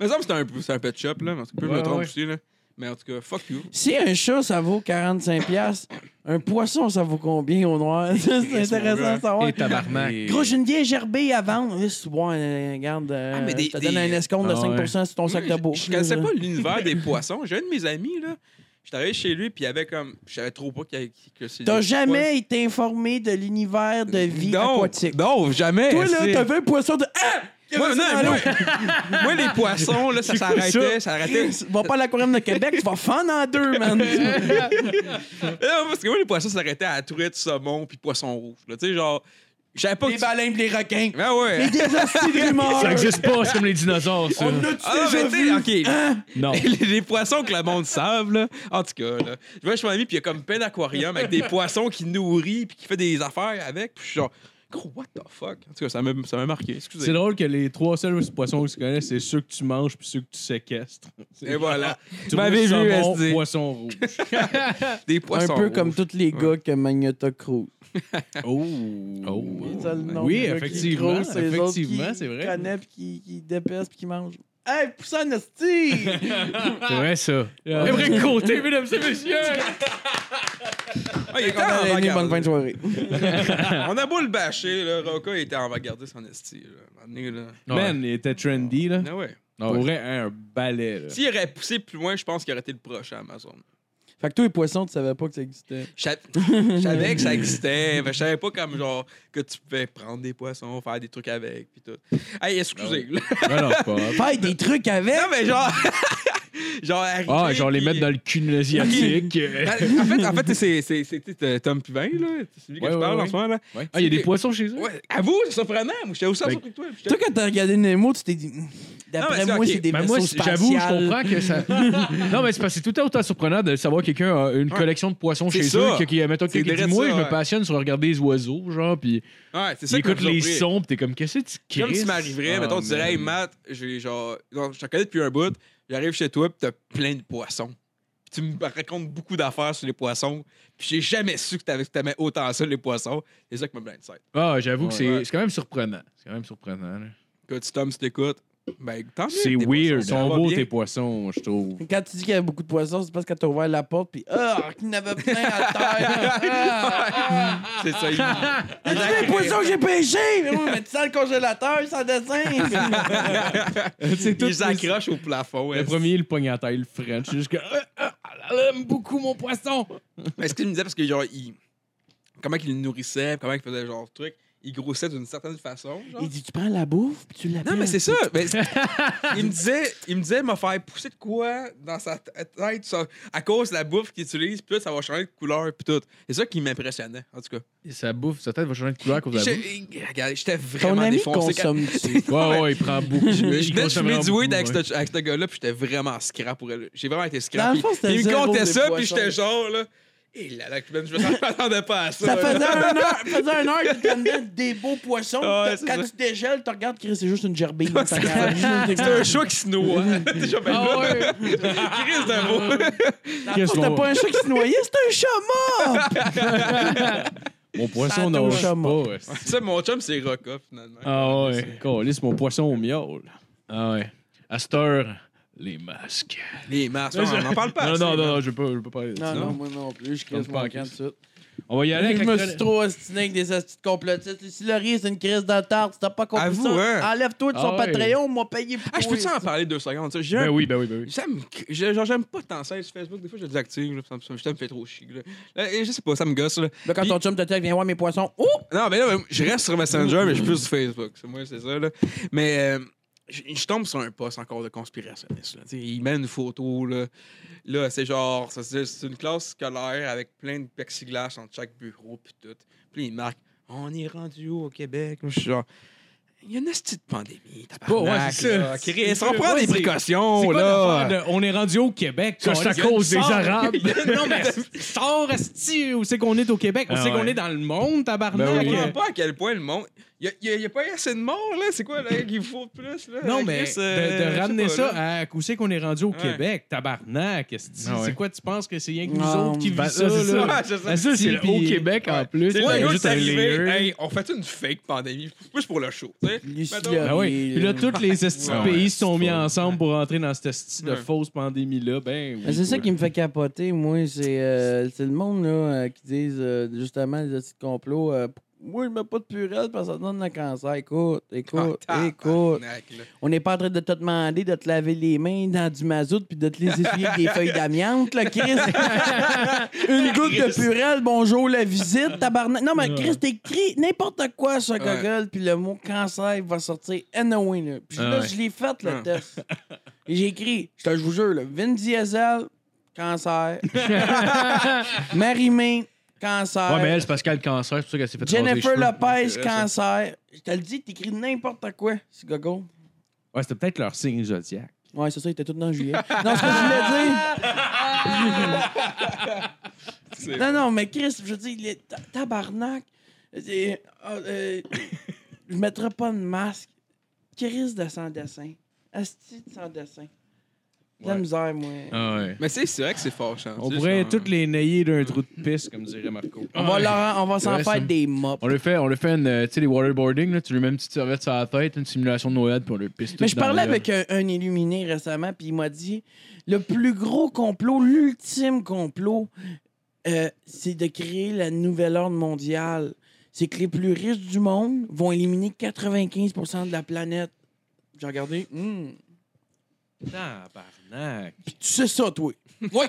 Speaker 4: Me semble que c'était un- c'est un pet shop, là. mais En tout cas, je me
Speaker 3: Ouais,
Speaker 4: trompe
Speaker 3: ouais.
Speaker 4: aussi, là. Mais en tout cas, fuck you.
Speaker 2: Si un chat, ça vaut 45$, piastres, un poisson, ça vaut combien au noir? c'est
Speaker 4: Yes, mon
Speaker 2: intéressant
Speaker 4: gars.
Speaker 2: de savoir.
Speaker 3: Et tabarnak.
Speaker 2: Gros, j'ai une vieille gerbée à vendre. Eh, c'est bon, euh, regarde, euh,
Speaker 4: Ah, mais des-
Speaker 2: je te
Speaker 4: des-
Speaker 2: donne un escompte de
Speaker 5: Ah
Speaker 2: 5% sur ton sac
Speaker 4: Moi,
Speaker 2: de
Speaker 4: je-
Speaker 2: beau.
Speaker 4: Je connaissais pas l'univers des poissons. J'ai un de mes amis, là. J'étais arrivé chez lui, puis il avait comme. Je savais trop pas qu'il y avait- que c'est.
Speaker 2: T'as
Speaker 4: des
Speaker 2: jamais été informé de l'univers de vie
Speaker 4: non,
Speaker 2: aquatique.
Speaker 4: Non, jamais.
Speaker 2: Toi,
Speaker 4: c'est-
Speaker 2: là, t'avais un poisson de. Ah! Il y
Speaker 4: Moi,
Speaker 2: avait ça
Speaker 4: non,
Speaker 2: dans
Speaker 4: moi,
Speaker 2: l'eau.
Speaker 4: moi, les poissons, là, ça
Speaker 5: C'est quoi
Speaker 4: s'arrêtait, ça arrêtait.
Speaker 2: Chris, Va pas à l'aquarium de Québec, tu vas fendre en deux, man.
Speaker 4: Non, parce que moi, les poissons s'arrêtaient à la truite, saumon, puis poisson rouge. là. Tu sais, genre, j'avais pas.
Speaker 2: les baleines pis les requins.
Speaker 4: Ah ouais.
Speaker 2: Les désastiles de rumeurs.
Speaker 3: Ça existe pas, c'est comme les dinosaures, ça.
Speaker 2: On a-tu
Speaker 4: Ah, non,
Speaker 2: déjà
Speaker 4: mais
Speaker 2: vu?
Speaker 4: tu sais, ok.
Speaker 3: Non.
Speaker 4: les, les poissons que le monde savent, là. En tout cas, là. Je vois chez mon ami, puis il y a comme plein d'aquariums avec des poissons qui nourrit, puis qui fait des affaires avec. Puis je suis genre, gros, what the fuck? En tout cas, ça m'a ça m'a marqué.
Speaker 5: C'est
Speaker 4: Excusez.
Speaker 5: drôle que les trois seuls poissons que tu connais, c'est ceux que tu manges puis ceux que tu séquestres.
Speaker 4: Et voilà.
Speaker 5: Tu
Speaker 4: m'avais vu,
Speaker 5: saumon,
Speaker 4: SD.
Speaker 5: poisson rouge.
Speaker 4: Des
Speaker 2: Un
Speaker 4: poissons.
Speaker 2: peu comme tous les gars que Magnota Cruz.
Speaker 5: Oh.
Speaker 2: C'est ça, le nombre
Speaker 5: Oui,
Speaker 2: de gars qui
Speaker 5: effectivement,
Speaker 2: creusent, c'est eux autres qui
Speaker 5: effectivement, c'est vrai.
Speaker 2: connaissent puis qui, qui dépaissent puis qui mangent. Hey, poussant Nasty!
Speaker 5: Ah.
Speaker 3: C'est vrai, ça.
Speaker 5: Euh,
Speaker 3: C'est vrai côté, mesdames et messieurs!
Speaker 4: Ah, il était en
Speaker 2: Bonne fin
Speaker 4: avant-garde.
Speaker 2: de soirée.
Speaker 4: On a beau le bâcher, là. Roca était en avant-garde son esti, là. À un moment donné, là.
Speaker 5: Man, il était trendy, là.
Speaker 4: Ah ouais.
Speaker 5: Pour vrai, hein, un balai, là.
Speaker 4: S'il aurait poussé plus loin, je pense qu'il aurait été le prochain à Amazon.
Speaker 2: Fait que toi, les poissons, tu savais pas que ça existait.
Speaker 4: Je sav- je savais que ça existait, mais je savais pas comme genre que tu pouvais prendre des poissons, faire des trucs avec, puis tout. Hey, excusez.
Speaker 2: Ben
Speaker 4: là.
Speaker 5: Non, non, c'est pas grave.
Speaker 2: Faire des trucs avec!
Speaker 4: Non, mais genre. genre, arriver,
Speaker 3: Ah, genre les
Speaker 4: puis-
Speaker 3: mettre dans le cul asiatique.
Speaker 4: Ben, en fait, en fait c'est- c'est c'est- tu sais, t'as Tom Pivin, là. C'est lui que
Speaker 5: Ouais,
Speaker 4: je
Speaker 5: ouais,
Speaker 4: parle en
Speaker 5: ouais.
Speaker 4: ce moment, là.
Speaker 5: Ouais.
Speaker 3: Ah, il y a des poissons chez eux?
Speaker 4: Ouais, à vous, c'est surprenant. Moi, j'étais aussi
Speaker 3: Ben,
Speaker 4: surpris que toi. puis j'étais-
Speaker 2: Toi, quand t'as regardé Nemo, tu t'es dit. Hum, D'après
Speaker 4: Non, mais
Speaker 2: moi,
Speaker 4: c'est
Speaker 2: c'est
Speaker 4: ok.
Speaker 2: des
Speaker 3: Ben,
Speaker 2: vaisseaux
Speaker 3: moi, c'est- j'avoue, je
Speaker 2: spatials.
Speaker 3: comprends que ça. non, mais c'est parce que c'est tout autant surprenant de savoir que quelqu'un a une
Speaker 4: Ouais.
Speaker 3: collection de poissons
Speaker 4: C'est
Speaker 3: chez
Speaker 4: ça.
Speaker 3: eux. Que, que, mettons,
Speaker 4: C'est
Speaker 3: quelqu'un dit,
Speaker 4: vrai,
Speaker 3: moi,
Speaker 4: ça,
Speaker 3: je
Speaker 4: ouais.
Speaker 3: me passionne sur regarder les oiseaux, genre, puis
Speaker 4: Ouais, c'est
Speaker 3: il
Speaker 4: ça que
Speaker 3: écoute
Speaker 4: je me
Speaker 3: les
Speaker 4: surpris.
Speaker 3: sons, puis t'es comme, qu'est-ce que tu cries?
Speaker 4: Comme si m'arriverait,
Speaker 5: Ah,
Speaker 4: mettons, tu dirais,
Speaker 5: man.
Speaker 4: hey Matt, j'ai genre. non, je te connais depuis un bout, j'arrive chez toi, pis t'as plein de poissons. Puis tu me racontes beaucoup d'affaires sur les poissons, puis j'ai jamais su que t'avais- que t'aimais autant ça, les poissons. C'est ça qui me blindsight.
Speaker 3: Ah, j'avoue que
Speaker 5: Ouais.
Speaker 3: c'est
Speaker 4: Ouais.
Speaker 3: c'est quand même surprenant. C'est quand même surprenant. là.
Speaker 4: Écoute, si Tom, si t'écoutes, ben, tant mieux.
Speaker 5: C'est
Speaker 4: des poissons,
Speaker 5: weird. Ils
Speaker 4: ça
Speaker 5: sont
Speaker 4: va
Speaker 5: beaux,
Speaker 4: bien.
Speaker 5: tes poissons, je trouve.
Speaker 2: Quand tu dis qu'il y avait beaucoup de poissons, c'est parce que t'as ouvert la porte, puis ah, qu'il y en avait plein à terre. Ah, ah.
Speaker 4: C'est ça, il-
Speaker 2: Ah, c'est les poissons que j'ai pêchés! Mais oui, mais tu sens le congélateur, sans dessin!
Speaker 5: C'est tout.
Speaker 4: ils s'accrochent au plafond.
Speaker 5: Le
Speaker 4: est-ce-
Speaker 5: premier, il pogne à taille, le French. Jusque. Ah, ah, ah, elle aime beaucoup mon poisson.
Speaker 4: Mais ce qu'il me disait, parce que genre, il... comment il le nourrissait, comment il faisait genre truc, il grossait d'une certaine façon. genre.
Speaker 2: Il dit, tu prends la bouffe, puis tu l'appelles.
Speaker 4: Non, mais c'est ça. mais c'est- il me disait, il me disait, m'a faire pousser de quoi dans sa t- tête ça- à cause de la bouffe qu'il utilise, puis là, ça va changer de couleur, puis tout. C'est ça qui m'impressionnait, en tout cas.
Speaker 3: Sa bouffe, sa tête va changer de couleur à cause de la bouffe.
Speaker 4: Je- Regarde, j'étais
Speaker 2: Ton
Speaker 4: vraiment
Speaker 2: ami
Speaker 4: défoncé. quand-
Speaker 2: consomme-tu?
Speaker 3: Ouais, ouais, il prend beaucoup.
Speaker 4: Je
Speaker 3: Il
Speaker 4: venais de
Speaker 3: consomme
Speaker 4: fumer
Speaker 3: vraiment
Speaker 4: du weed
Speaker 3: beaucoup,
Speaker 4: avec
Speaker 3: ouais.
Speaker 4: ce avec ce gars-là, puis j'étais vraiment scrap pour elle. J'ai vraiment été
Speaker 2: Dans
Speaker 4: scrap.
Speaker 2: le
Speaker 4: puis-
Speaker 2: fond, c'était
Speaker 4: Il me
Speaker 2: zéro
Speaker 4: comptait
Speaker 2: des
Speaker 4: ça, puis
Speaker 2: poissons.
Speaker 4: j'étais genre, là. Et là, là, je me je m'attendais pas à ça.
Speaker 2: Ça
Speaker 4: là.
Speaker 2: faisait un heure, ça faisait un heure qu'il t'amenait des beaux poissons.
Speaker 4: Ouais, c'est
Speaker 2: quand
Speaker 4: ça.
Speaker 2: tu dégèles, tu regardes, Chris, c'est juste une gerbille.
Speaker 4: Ouais,
Speaker 2: Ça
Speaker 4: c'est
Speaker 2: regarde juste
Speaker 4: C'est
Speaker 2: une-
Speaker 4: un chat qui se noie. Déjà, ben
Speaker 5: Ah
Speaker 4: là,
Speaker 5: ouais.
Speaker 4: Chris de
Speaker 2: Dans le
Speaker 5: Qu'est-ce
Speaker 2: fond, C'était
Speaker 5: qu'on-
Speaker 2: pas un chat qui se noyait, c'était un chat mort!
Speaker 5: Mon
Speaker 2: Ça
Speaker 5: poisson
Speaker 2: touche
Speaker 5: nage
Speaker 2: à moi.
Speaker 5: pas. esti.
Speaker 4: Ça, mon chum, c'est Rocca, finalement.
Speaker 3: Ah ouais.
Speaker 5: Calisse, mon poisson au miaule.
Speaker 3: Ah ouais. À cette heure, les masques.
Speaker 4: Les masques, on n'en parle pas.
Speaker 3: Non,
Speaker 4: assez,
Speaker 3: non, non,
Speaker 4: man.
Speaker 3: non, je veux pas, je veux pas parler de ça.
Speaker 2: Non, non, moi non plus, je
Speaker 3: Comme
Speaker 2: crise mon
Speaker 3: pas,
Speaker 2: camp de
Speaker 3: Chris.
Speaker 2: suite.
Speaker 3: On va y aller avec
Speaker 2: Je
Speaker 3: la
Speaker 2: me
Speaker 3: chronique.
Speaker 2: suis trop ostiné avec des astuces complotistes. Si Laurie, c'est une crise d'entente, si t'as pas compris
Speaker 4: Avoue,
Speaker 2: ça,
Speaker 4: hein.
Speaker 2: enlève-toi de son
Speaker 3: Ah ouais.
Speaker 2: Patreon, moi payé pour
Speaker 4: Ah, je peux-tu
Speaker 2: toi,
Speaker 4: en parler deux secondes? ça? J'ai
Speaker 3: Ben
Speaker 4: un-
Speaker 3: oui, ben oui, ben oui.
Speaker 4: J'aime, je- genre, j'aime pas tant ça sur Facebook. Des fois, je le désactive. Là, ça, me, ça me fait trop chier. Là. Là, et je sais pas, ça me gosse. Là.
Speaker 2: Là, quand ton chum te dit, viens voir mes poissons. Oh! Ouh!
Speaker 4: Non, mais là, je reste sur Messenger, mais je suis plus sur Facebook. C'est moi, c'est ça. Là. Mais euh, je je tombe sur un post encore de conspirationniste. là. Tu sais, Il met une photo. Là, là c'est genre, ça, c'est c'est une classe scolaire avec plein de plexiglas entre chaque bureau. Puis tout. Puis il marque On est rendu où au Québec Je suis genre. Il y a une petite pandémie.
Speaker 5: pas-
Speaker 4: tabarnak,
Speaker 5: ouais, c'est ça.
Speaker 4: là. Chris,
Speaker 5: C'est-
Speaker 4: on prend
Speaker 5: ouais,
Speaker 4: des
Speaker 5: c'est-
Speaker 4: précautions.
Speaker 5: C'est quoi
Speaker 4: là.
Speaker 5: l'affaire de- On est rendu au Québec.
Speaker 3: Ça, c'est à
Speaker 5: Calisse.
Speaker 3: cause des
Speaker 5: Sors.
Speaker 3: Arabes.
Speaker 5: non, mais sors, esti, où c'est qu'on est au Québec? On
Speaker 3: Ah
Speaker 5: sait qu'on
Speaker 3: ouais.
Speaker 5: est dans le monde, tabarnak.
Speaker 3: Ben
Speaker 4: Je
Speaker 3: oui.
Speaker 4: comprends pas à quel point le monde. Il n'y a, y a pas assez de morts, là. C'est quoi, là, qu'il faut de plus, là?
Speaker 5: Non,
Speaker 4: Chris,
Speaker 5: mais de,
Speaker 4: euh,
Speaker 5: de
Speaker 4: je sais
Speaker 5: ramener
Speaker 4: pas,
Speaker 5: ça
Speaker 4: là.
Speaker 5: à où c'est qu'on est rendu au
Speaker 4: Ouais.
Speaker 5: Québec, tabarnak. esti.
Speaker 3: Ah ouais.
Speaker 5: C'est quoi, tu penses que c'est rien que nous
Speaker 2: Non,
Speaker 5: autres qui
Speaker 3: ben,
Speaker 5: vivent
Speaker 3: ça,
Speaker 5: ça?
Speaker 3: c'est
Speaker 5: là?
Speaker 4: Ouais, c'est ça.
Speaker 3: Ah, ça, c'est le
Speaker 5: Puis-
Speaker 3: Haut-Québec en plus.
Speaker 4: C'est
Speaker 3: Ouais,
Speaker 4: le gars
Speaker 3: juste
Speaker 4: qui
Speaker 3: un
Speaker 4: est arrivé.
Speaker 3: layer.
Speaker 4: Hey, on fait une fake pandémie. Plus pour le show, tu sais.
Speaker 2: Lucie
Speaker 4: Mettons-
Speaker 2: Laurie,
Speaker 5: Ben oui. Puis là,
Speaker 2: là. euh,
Speaker 5: tous les estis de
Speaker 3: Ouais, ouais,
Speaker 5: pays se sont
Speaker 3: c'est
Speaker 5: mis
Speaker 3: faux.
Speaker 5: ensemble pour entrer dans cette esti de
Speaker 4: Ouais.
Speaker 5: fausse pandémie-là. Ben, oui,
Speaker 2: Mais c'est ça
Speaker 5: ouais.
Speaker 2: qui me fait capoter, moi. C'est euh, c'est le monde là, euh, qui disent euh, justement les petits complots. euh, moi, je mets pas de purée parce que ça donne le cancer. Écoute, écoute,
Speaker 4: Ah,
Speaker 2: écoute.
Speaker 4: tabarnak, là.
Speaker 2: On n'est pas en train de te demander de te laver les mains dans du mazout puis de te les essuyer avec des feuilles d'amiante, là, Chris. Une goutte de purée, bonjour, la visite, tabarnak. Non, mais Chris, t'écris n'importe quoi sur Google puis le mot cancer va sortir anyway, là. Puis là,
Speaker 3: Ouais.
Speaker 2: je l'ai fait, le
Speaker 4: Ouais.
Speaker 2: test. Et J'ai écrit, je te je vous jure, là, Vin Diesel, cancer. Marie-Mé, cancer.
Speaker 3: Ouais, mais elle, c'est parce qu'elle a le cancer, c'est pour ça qu'elle s'est fait
Speaker 2: Jennifer
Speaker 3: raser les cheveux.
Speaker 2: Lopez,
Speaker 4: C'est vrai, ça.
Speaker 2: cancer. Je te le dis, t'écris n'importe quoi sur Google.
Speaker 5: Ouais, c'était peut-être leur signe zodiac.
Speaker 2: Ouais, c'est ça, il était tout dans juillet. Non, ce que je voulais
Speaker 4: C'est-
Speaker 2: dire. non, non, mais Chris, je veux dire, il est ta- tabarnak. C'est- ah, euh, je mettrai pas de masque. Chris de sans dessin. Asti de sans dessin. De la
Speaker 5: Ouais.
Speaker 2: misère, moi.
Speaker 3: Ah ouais.
Speaker 4: Mais tu sais, c'est vrai que c'est hein. fâchant.
Speaker 5: On
Speaker 4: tu sais,
Speaker 5: pourrait
Speaker 4: genre.
Speaker 5: toutes les nailler d'un trou de piste, comme dirait Marco.
Speaker 2: On va,
Speaker 3: ouais.
Speaker 2: leur- on va s'en
Speaker 3: Ouais, ça
Speaker 2: faire
Speaker 3: me-
Speaker 2: des mops.
Speaker 3: On lui fait, on lui fait une, euh, tu sais, les waterboarding, là, tu lui mets une petite serviette sur la tête, une simulation de noyade, puis on lui pisse tout
Speaker 2: Mais je
Speaker 3: dans
Speaker 2: parlais
Speaker 3: le-
Speaker 2: avec un, un illuminé récemment, puis il m'a dit le plus gros complot, l'ultime complot, euh, c'est de créer la nouvelle ordre mondiale. C'est que les plus riches du monde vont éliminer 95 de la planète. J'ai regardé. hmm.
Speaker 5: Tabarnak.
Speaker 2: Puis tu sais ça, toi. Oui.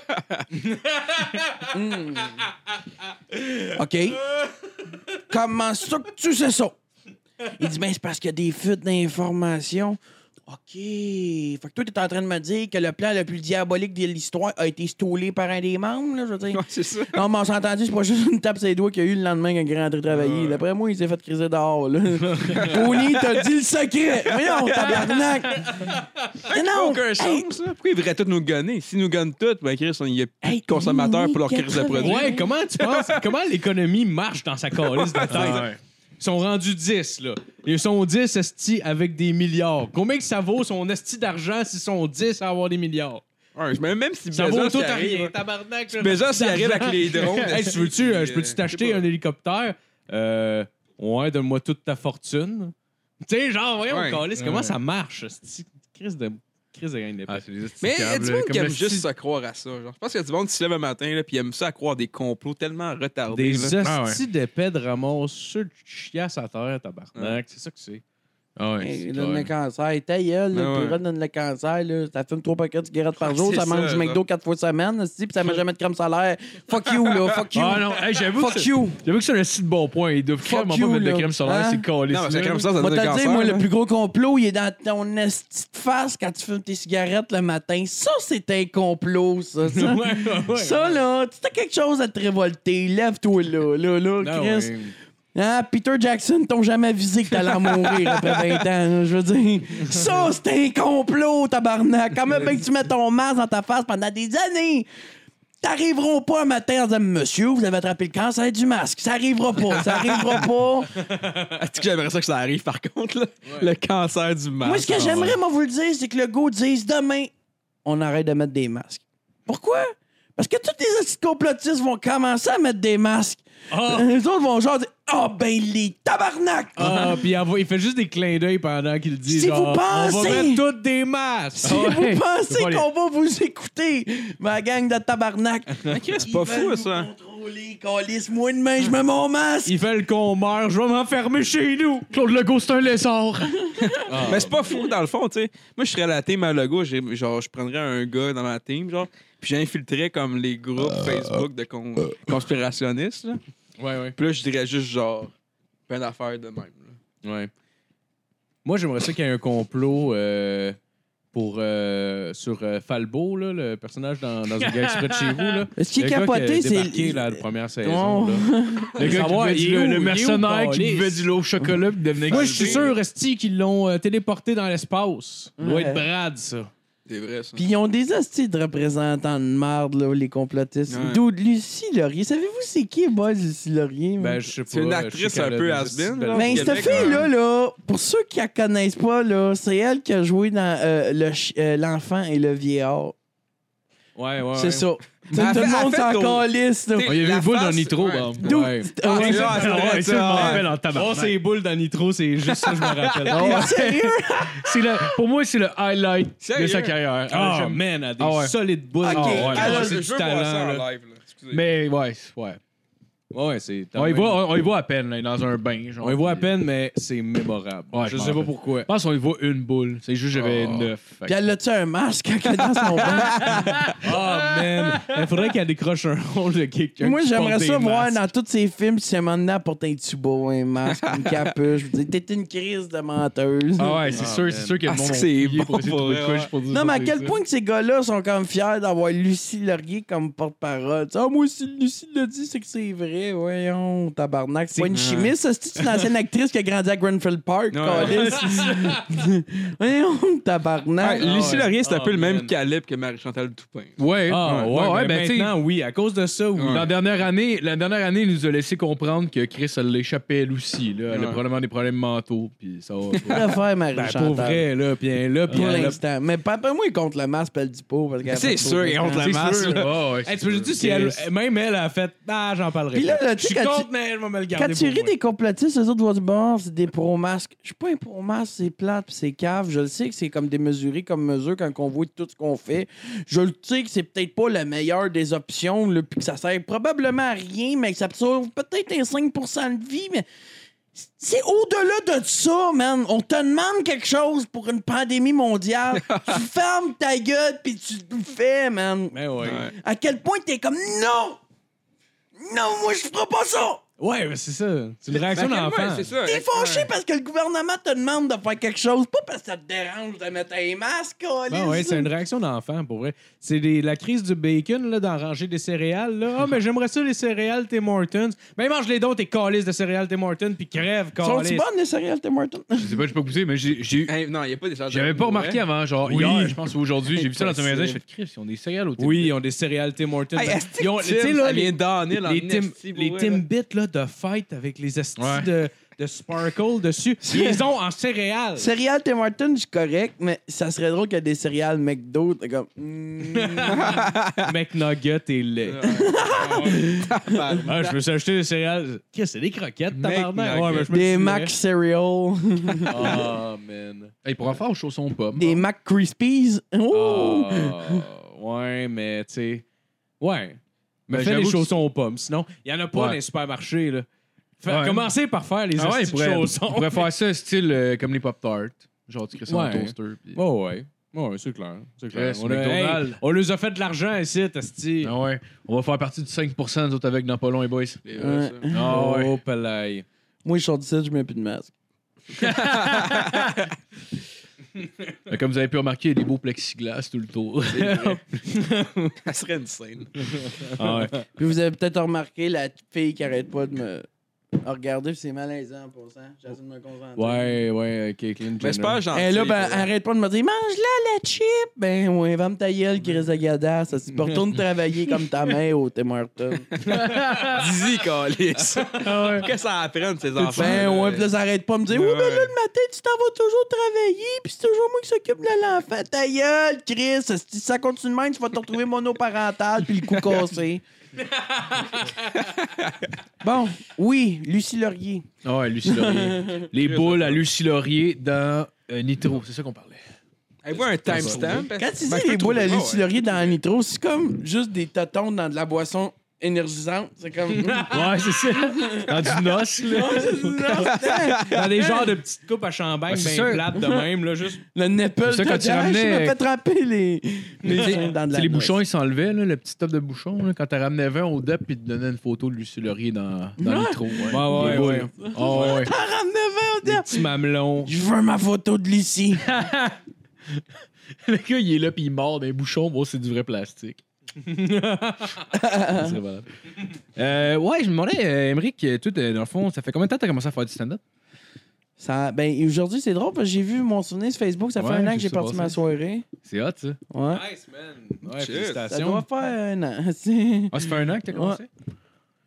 Speaker 2: Hmm. OK. Comment ça que tu sais ça? Il dit, ben, c'est parce qu'il y a des fuites d'informations. OK. Fait que toi, t'es en train de me dire que le plan le plus diabolique de l'histoire a été stoulé par un des membres, là, je veux dire.
Speaker 4: Ouais, c'est ça.
Speaker 2: Non, mais on s'est entendu, c'est pas juste une tape sur les doigts qu'il y a eu le lendemain quand Grand a travaillé. D'après moi, il s'est fait criser dehors, là. Tony, t'as dit le secret. Voyons, tabarnak. Mais non,
Speaker 4: Aucun
Speaker 2: hey,
Speaker 4: sens, là. Pourquoi ils voudraient tous nous gunner? S'ils nous gunnent tous, ben, Chris, il y a plus
Speaker 2: Hey,
Speaker 4: de consommateurs pour leur
Speaker 2: mini
Speaker 4: crise de
Speaker 2: 80.
Speaker 4: produits.
Speaker 5: Ouais, comment tu penses, comment l'économie marche dans sa calice de
Speaker 3: Ah
Speaker 5: tête?
Speaker 3: ouais.
Speaker 5: Ils sont rendus 10, là. Ils sont 10 esti avec des milliards. Combien que ça vaut son esti d'argent s'ils sont 10 à avoir des milliards?
Speaker 4: Ouais, je- même si
Speaker 5: Ça
Speaker 4: Bezos,
Speaker 5: vaut tout
Speaker 4: il
Speaker 5: à
Speaker 4: arrive-
Speaker 5: rien. Tabarnak, là.
Speaker 4: Bezos, il arrive avec les drones.
Speaker 5: Hey, tu veux-tu, euh, je peux-tu
Speaker 4: Euh,
Speaker 5: t'acheter
Speaker 4: je sais
Speaker 5: un hélicoptère? Euh, ouais, donne-moi toute ta fortune. Tu sais, genre, voyons,
Speaker 4: Ouais.
Speaker 5: câlisse, comment
Speaker 3: Ouais.
Speaker 5: ça marche? C'est crise de crise de gang d'épée.
Speaker 3: Ah, c'est des
Speaker 4: Mais il y a du monde
Speaker 3: comme
Speaker 4: qui aime
Speaker 3: le
Speaker 4: juste
Speaker 3: style-
Speaker 4: se croire à ça. Genre. Je pense qu'il y a du monde qui se lève un matin là, puis aime ça à croire des complots tellement retardés.
Speaker 5: Des
Speaker 4: là.
Speaker 3: Ah ouais.
Speaker 5: hosties d'épée de Ramos, ceux de chiasse à terre, tabarnak. C'est ça que c'est.
Speaker 3: Ah ouais,
Speaker 2: Hey,
Speaker 3: c'est
Speaker 2: Il donne le
Speaker 3: clair. Ben
Speaker 2: cancer. Ta gueule,
Speaker 4: Ah
Speaker 2: là,
Speaker 4: ouais.
Speaker 2: Pira donne le cancer. Là. Ça fume trois paquets de cigarettes par jour,
Speaker 4: C'est
Speaker 2: ça
Speaker 4: ça,
Speaker 2: mange du
Speaker 4: là.
Speaker 2: McDo quatre fois semaine, aussi, puis ça met jamais de crème solaire. Fuck you, là. Fuck you.
Speaker 3: Ah non, hey, j'avoue que
Speaker 2: Fuck
Speaker 3: c'est-
Speaker 2: you.
Speaker 3: j'avoue que c'est un site bon point. Il doivent
Speaker 2: Fuck
Speaker 3: clairement
Speaker 2: you,
Speaker 3: pas mettre de
Speaker 2: là.
Speaker 3: crème solaire,
Speaker 2: Hein?
Speaker 3: c'est collé.
Speaker 4: Non, mais c'est
Speaker 3: là.
Speaker 4: comme ça, ça
Speaker 2: Moi,
Speaker 4: donne des
Speaker 2: t'as dit,
Speaker 4: cancers.
Speaker 2: moi,
Speaker 4: là.
Speaker 2: le plus gros complot, il est dans ton esti de face quand tu fumes tes cigarettes le matin. Ça, c'est un complot, ça. ça. Ça, là, tu as quelque chose à te révolter. Lève-toi là, là, là,
Speaker 5: Non,
Speaker 2: Chris.
Speaker 5: ouais.
Speaker 2: Hein, Peter Jackson, t'ont jamais avisé que t'allais en mourir après 20 ans. là, Je veux dire, ça, c'était un complot, tabarnak. Quand même, bien que tu mets ton masque dans ta face pendant des années, t'arriveront pas un matin en disant Monsieur, vous avez attrapé le cancer du masque. Ça arrivera pas, ça arrivera pas.
Speaker 4: Est-ce que j'aimerais ça que ça arrive par contre? là? Le cancer du masque.
Speaker 2: Moi, ce que j'aimerais, moi, vous le dire, c'est que le go dise demain, on arrête de mettre des masques. Pourquoi? Parce que tous les petits complotistes vont commencer à mettre des masques. Les autres vont genre dire Ah, ben les tabarnak!
Speaker 5: Ah, puis il va- il fait juste des clins d'œil pendant qu'il le dit.
Speaker 2: Si
Speaker 5: genre,
Speaker 2: vous
Speaker 5: On va
Speaker 2: pensez-
Speaker 5: mettre toutes des masques.
Speaker 2: Si
Speaker 5: Ouais.
Speaker 2: vous pensez
Speaker 5: C'est pas
Speaker 2: qu'on va vous écouter, ma gang de tabarnak, c'est
Speaker 4: pas fou, ça.
Speaker 2: Contrôler, calisse, moi demain, je mets mon masque.
Speaker 5: Ils veulent qu'on meure, je vais m'enfermer chez nous. Claude Legault, c'est un lézard. Ah.
Speaker 4: Mais c'est pas fou dans le fond, tu sais. Moi, je serais la team à logo, j'ai- genre, je prendrais un gars dans ma team, genre, puis j'infiltrerais comme les groupes Facebook de con- conspirationnistes, là.
Speaker 5: Ouais, ouais.
Speaker 4: Puis là, je dirais juste, genre, plein d'affaires de même, là.
Speaker 5: Ouais. Moi, j'aimerais ça qu'il y ait un complot euh, pour, euh, sur euh, Falbo, là, le personnage dans, dans une gars exprès de chez vous. Là.
Speaker 2: Ce qui
Speaker 5: Le
Speaker 2: est
Speaker 5: gars a
Speaker 2: capoté,
Speaker 5: débarqué,
Speaker 2: c'est.
Speaker 5: là, la première saison.
Speaker 2: Non.
Speaker 5: là.
Speaker 3: Le gars qui
Speaker 5: Savoir,
Speaker 3: buvait
Speaker 5: il est
Speaker 3: du-
Speaker 5: où,
Speaker 3: le
Speaker 5: il est
Speaker 3: mercenaire
Speaker 5: où,
Speaker 3: qui buvait
Speaker 5: calice?
Speaker 3: du lait au chocolat puis devenait
Speaker 5: Moi, je suis
Speaker 3: exilé.
Speaker 5: sûr, Esti, qu'ils l'ont euh, téléporté dans l'espace. Ça doit
Speaker 2: Ouais.
Speaker 5: être Brad, ça.
Speaker 4: C'est vrai, ça.
Speaker 2: Puis ils ont des hosties de représentants de merde, là, les complotistes.
Speaker 4: Ouais.
Speaker 2: D'où Lucie Laurier. Savez-vous c'est qui, boys, Lucie Laurier? moi?
Speaker 5: Ben, je sais pas.
Speaker 4: C'est une actrice un peu has-been, là.
Speaker 2: Ben,
Speaker 4: au
Speaker 2: cette
Speaker 4: Québec, hein.
Speaker 2: fille-là, là, pour ceux qui la connaissent pas, là, c'est elle qui a joué dans euh, le chi- euh, L'Enfant et le Vieillard.
Speaker 5: Ouais, ouais.
Speaker 2: C'est ça. Tout
Speaker 4: elle fait-
Speaker 2: le monde
Speaker 4: elle fait
Speaker 2: s'en
Speaker 4: d'autres-
Speaker 2: calisse, là.
Speaker 4: T'sais,
Speaker 3: Ah, Il y avait
Speaker 4: la
Speaker 3: une boule
Speaker 4: face-
Speaker 3: dans Nitro,
Speaker 4: ouais.
Speaker 3: bon.
Speaker 2: D'où-
Speaker 5: Ouais.
Speaker 2: Ah,
Speaker 4: Ah,
Speaker 2: ouais.
Speaker 4: c'est là,
Speaker 3: Ah,
Speaker 4: c'est vrai,
Speaker 3: ouais, ça, je
Speaker 4: ça,
Speaker 3: m'en
Speaker 4: ouais.
Speaker 3: rappelle en
Speaker 5: Oh,
Speaker 3: tabarnak.
Speaker 5: ces boules dans Nitro, c'est juste ça, je me rappelle.
Speaker 3: Ah, ouais.
Speaker 2: Sérieux?
Speaker 3: C'est le- Pour moi, c'est le highlight de sa
Speaker 4: Sérieux?
Speaker 3: carrière. Ah,
Speaker 5: Oh,
Speaker 3: j'aime-
Speaker 5: man, elle a des
Speaker 3: Ah ouais.
Speaker 5: solides boules.
Speaker 2: Ok.
Speaker 5: Ah, ouais,
Speaker 2: Ah,
Speaker 5: ouais,
Speaker 2: là,
Speaker 5: c'est
Speaker 4: je
Speaker 5: du
Speaker 4: veux voir ça
Speaker 5: talent.
Speaker 4: en
Speaker 5: là.
Speaker 4: live, là. Excusez.
Speaker 3: Mais ouais, ouais.
Speaker 5: Ouais, Ah, ouais, c'est.
Speaker 3: On y, voit, on, on y voit à peine, là, dans un bain. Genre.
Speaker 5: On y voit à peine, mais c'est mémorable.
Speaker 3: Ouais,
Speaker 5: je
Speaker 3: je
Speaker 5: Ah, sais
Speaker 3: m'en
Speaker 5: pas
Speaker 3: rappelle.
Speaker 5: pourquoi.
Speaker 3: Je pense qu'on y voit une boule. C'est juste j'avais
Speaker 5: Oh.
Speaker 3: neuf. Fait que-
Speaker 2: Puis elle a-tu un masque quand elle est dans son bain?
Speaker 5: Oh, man. Il faudrait qu'elle décroche un rôle de quelqu'un.
Speaker 2: Moi,
Speaker 5: qui
Speaker 2: j'aimerais
Speaker 5: porte
Speaker 2: ça
Speaker 5: des
Speaker 2: voir
Speaker 5: masques.
Speaker 2: dans tous ces films si elle m'en a pour un tubo, un masque, une capuche. Je veux dire, t'es une crise de menteuse.
Speaker 3: Ah ouais, c'est
Speaker 5: Ah,
Speaker 3: sûr,
Speaker 5: man.
Speaker 3: c'est sûr qu'il y a
Speaker 4: Ah,
Speaker 3: le monde ont
Speaker 4: c'est
Speaker 3: fouillé
Speaker 4: bon
Speaker 3: pour essayer de
Speaker 4: pour
Speaker 3: trouver
Speaker 4: vrai,
Speaker 3: de quoi,
Speaker 4: ouais.
Speaker 3: je pour dire
Speaker 2: Non,
Speaker 3: ça,
Speaker 2: mais à
Speaker 3: c'est
Speaker 2: quel
Speaker 3: ça.
Speaker 2: point que ces gars-là sont comme fiers d'avoir Lucie Laurier comme porte-parole. Tu sais, Ah, moi, si Lucie l'a dit, c'est que c'est vrai. Voyons, tabarnak. C'est pas une chimiste, ça, c'est une ancienne actrice qui a grandi à Grenfell Park.
Speaker 4: Ouais.
Speaker 2: câlisse. Voyons, tabarnak.
Speaker 4: Ouais, Lucie
Speaker 5: ouais.
Speaker 4: Laurier, c'est un peu
Speaker 5: Ah,
Speaker 4: le même
Speaker 5: man.
Speaker 4: calibre que Marie-Chantal Toupin.
Speaker 3: Ouais,
Speaker 5: Ah, ouais, ouais,
Speaker 3: ben, tu sais,
Speaker 5: maintenant, oui. À cause de ça, oui.
Speaker 4: Ouais.
Speaker 3: Dans la dernière année, la dernière année, il nous a laissé comprendre que Chris, elle l'échappait elle aussi. Là. Elle a
Speaker 4: Ouais.
Speaker 3: probablement des problèmes mentaux, puis ça va.
Speaker 2: Je préfère Marie
Speaker 5: Ben,
Speaker 2: Chantal.
Speaker 5: pour vrai, là. Puis elle est là, puis
Speaker 2: Pour
Speaker 5: elle a-
Speaker 2: l'instant. Mais papa, moi, il compte le masque, puis elle dit pas. parce qu'elle
Speaker 4: C'est
Speaker 2: fait
Speaker 4: sûr,
Speaker 2: pas
Speaker 4: il compte
Speaker 2: autant.
Speaker 4: la
Speaker 3: C'est
Speaker 4: masse,
Speaker 3: sûr.
Speaker 4: là.
Speaker 3: Ah, ouais,
Speaker 5: Hey,
Speaker 3: c'est
Speaker 5: tu peux
Speaker 3: sûr.
Speaker 5: juste si elle, même elle a fait ah j'en parlerai
Speaker 2: Puis là,
Speaker 5: pas.
Speaker 2: là, tu
Speaker 5: je
Speaker 2: sais,
Speaker 5: suis
Speaker 2: quand
Speaker 5: contre
Speaker 2: tu-
Speaker 5: mais elle va me le garder
Speaker 2: Quand tu
Speaker 5: pour
Speaker 2: ris
Speaker 5: moi.
Speaker 2: des complotistes, les autres vont dire Bon, c'est des pro-masques. Je suis pas un pro-masque, c'est plate, puis c'est cave. Je le sais que c'est comme démesuré comme mesure quand on voit tout ce qu'on fait. Je le sais que c'est peut-être pas la meilleure des options, là, puis que ça sert probablement à rien, mais que ça te sauve peut-être un 5 de vie, mais. C'est au-delà de ça, man. On te demande quelque chose pour une pandémie mondiale. tu fermes ta gueule puis tu le fais, man.
Speaker 5: Mais ouais.
Speaker 4: Ouais.
Speaker 2: À quel point t'es comme non! Non, moi je ferai pas ça!
Speaker 5: Ouais, mais c'est ça. C'est une réaction
Speaker 4: Ben, à quel point,
Speaker 5: d'enfant.
Speaker 4: C'est ça.
Speaker 2: T'es fâché parce que le gouvernement te demande de faire quelque chose, pas parce que ça te dérange de mettre un masque,
Speaker 5: Ben
Speaker 2: câlisse.
Speaker 5: ouais, c'est une réaction d'enfant pour vrai. C'est des- la crise du bacon là dans ranger des céréales là. Ah mais j'aimerais ça les céréales Tim Hortons. Ben mange les dons tes calices de céréales Tim Hortons puis crève
Speaker 2: Sont-ils
Speaker 5: calice.
Speaker 2: bonnes, les céréales, Tim Hortons?
Speaker 5: Euh.
Speaker 3: Je sais pas, j'ai pas goûté, mais j'ai j'ai eu.
Speaker 4: Hey, non, il n'y a pas des gens
Speaker 3: J'avais pas remarqué avant, genre
Speaker 5: Oui.
Speaker 3: hier, je pense, ou aujourd'hui, j'ai vu ça dans un magasin,
Speaker 2: Impossible.
Speaker 3: j'ai fait Chris, ils ont des céréales au
Speaker 5: Oui, ils ont des céréales Tim Hortons.
Speaker 4: Hey,
Speaker 5: Ben,
Speaker 4: est-ce que
Speaker 5: ils ont-
Speaker 4: Tim, ça vient downhill en
Speaker 5: les Tim
Speaker 4: esti, pour
Speaker 5: les
Speaker 4: vrai,
Speaker 5: Timbits là de fête avec les estis
Speaker 4: Ouais.
Speaker 5: de, de sparkle dessus. Ils ont en céréales.
Speaker 2: Céréales Tim Hortons, je suis correct, mais ça serait drôle qu'il y ait des céréales McDo. T'es comme. hmm.
Speaker 5: McNugget et lait. Ah, je me suis acheté des céréales. Qu'est-ce que c'est des croquettes, tabarnak?
Speaker 4: McNugget.
Speaker 5: Ouais, mais je me
Speaker 2: des
Speaker 5: suis-
Speaker 2: Mac Cereal.
Speaker 5: Ah, man.
Speaker 3: Il pourra faire aux chaussons pommes.
Speaker 2: des Mac Crispies. Oh!
Speaker 5: Ah, ouais, mais tu sais. Ouais. Mais
Speaker 3: Ben,
Speaker 5: fais les
Speaker 3: j'avoue
Speaker 5: chaussons aux pommes, sinon, il n'y en a pas
Speaker 3: Ouais.
Speaker 5: dans les supermarchés. Là. Fait-
Speaker 3: Ouais.
Speaker 5: Commencez par faire les
Speaker 3: Ah ouais, il
Speaker 5: hosties de
Speaker 3: pourrait,
Speaker 5: chaussons.
Speaker 3: il pourrait faire ça style euh, comme les Pop Tarts. Genre, tu crées ça dans
Speaker 5: Ouais.
Speaker 3: le toaster. puis-
Speaker 5: Ouais, ouais. Ouais, c'est clair. C'est clair.
Speaker 3: Chris,
Speaker 5: On, a,
Speaker 3: McDonald's.
Speaker 5: hey, on les a fait de l'argent ici, Tasti.
Speaker 3: Ah ouais. On va faire partie du 5% nous autres avec Napoléon et Boys.
Speaker 2: Ouais.
Speaker 3: Ah ouais.
Speaker 5: Oh, pelaille.
Speaker 2: Moi, je sors du site, je mets plus de masque.
Speaker 3: Mais Euh, Comme vous avez pu remarquer, il y a des beaux plexiglas tout le tour.
Speaker 4: Ça serait une scène.
Speaker 3: Ah ouais.
Speaker 2: Puis vous avez peut-être remarqué la fille qui arrête pas de me regarder, puis c'est malaisant pour ça. J'essaie de me concentrer.
Speaker 5: Ouais, ouais, ok, Caitlyn
Speaker 4: Mais c'est pas
Speaker 5: Jenner.
Speaker 4: gentil.
Speaker 2: Et là, ben,
Speaker 4: pour-
Speaker 2: arrête pas de me dire, mange-la, la chip! Ben, ouais, va me ta gueule, Chris Agada. Ça, c'est pas retourne travailler comme ta mère au Tim Hortons.
Speaker 4: Dis-y, câlisse.
Speaker 3: Ah
Speaker 4: Qu'est-ce que ça apprend de ces enfants?
Speaker 2: Ben, ouais, pis là, ça arrête pas de me dire, oui,
Speaker 4: Ouais.
Speaker 2: ben là, le matin, tu t'en vas toujours travailler, pis c'est toujours moi qui s'occupe de l'enfant. Ta gueule, Chris! Si ça continue de même, tu vas te retrouver monoparental, puis le cou cassé. bon, oui, Lucie Laurier.
Speaker 3: Ah ouais. Ouais, Lucie Laurier. Les boules à Lucie Laurier dans euh, Nitro. C'est ça qu'on parlait.
Speaker 4: Avez-vous un timestamp?
Speaker 2: Quand tu dis
Speaker 4: Ben, je peux
Speaker 2: les boules à
Speaker 4: trouver,
Speaker 2: Lucie
Speaker 4: ouais.
Speaker 2: Laurier dans la nitro, c'est comme juste des totons dans de la boisson énergisante. C'est comme.
Speaker 3: Ouais, c'est ça. Dans du noce, là.
Speaker 5: Dans des genres de petites coupes à champagne,
Speaker 3: Ben, c'est
Speaker 5: ben
Speaker 3: sûr.
Speaker 5: plates de même, là, juste.
Speaker 2: Le nipple
Speaker 3: C'est ça,
Speaker 2: de
Speaker 3: quand tu
Speaker 2: Ah,
Speaker 3: ramenais-
Speaker 2: Je me fais tremper les.
Speaker 3: Tu sais,
Speaker 2: seins dans de la
Speaker 3: c'est les
Speaker 2: noix.
Speaker 3: bouchons, ils s'enlevaient, là, le petit top de bouchons. Là, quand t'as ramené 20 au DEP, puis tu donnais une photo de Lucie Laurier dans, dans
Speaker 2: Ouais.
Speaker 3: Nitro.
Speaker 5: Ah! Ouais, ouais,
Speaker 3: Les boules.
Speaker 5: ouais.
Speaker 3: Ah ouais.
Speaker 2: Ah, ramenez-moi, on dit,
Speaker 5: Petit mamelon.
Speaker 2: Je veux ma photo de Lucie.
Speaker 3: Le gars, il est là, puis il mord des bouchons. Bon, c'est du vrai plastique. C'est malade. Euh, ouais, je me demandais, euh, Émeric, euh, toi, t'es- dans le fond, ça fait combien de temps que t'as commencé à faire du stand-up?
Speaker 2: Ça, ben, aujourd'hui, c'est drôle parce que j'ai vu mon souvenir sur Facebook. Ça fait
Speaker 3: Ouais,
Speaker 2: un an
Speaker 3: j'ai
Speaker 2: que j'ai
Speaker 3: vu ça
Speaker 2: parti ma
Speaker 3: passer.
Speaker 2: soirée.
Speaker 3: C'est hot, ça.
Speaker 2: Ouais.
Speaker 5: Nice, man. Ouais,
Speaker 4: Shit.
Speaker 2: Ça doit
Speaker 5: félicitations.
Speaker 2: faire un an. c'est-
Speaker 3: Ah, ça fait un an que t'as commencé?
Speaker 2: Ouais.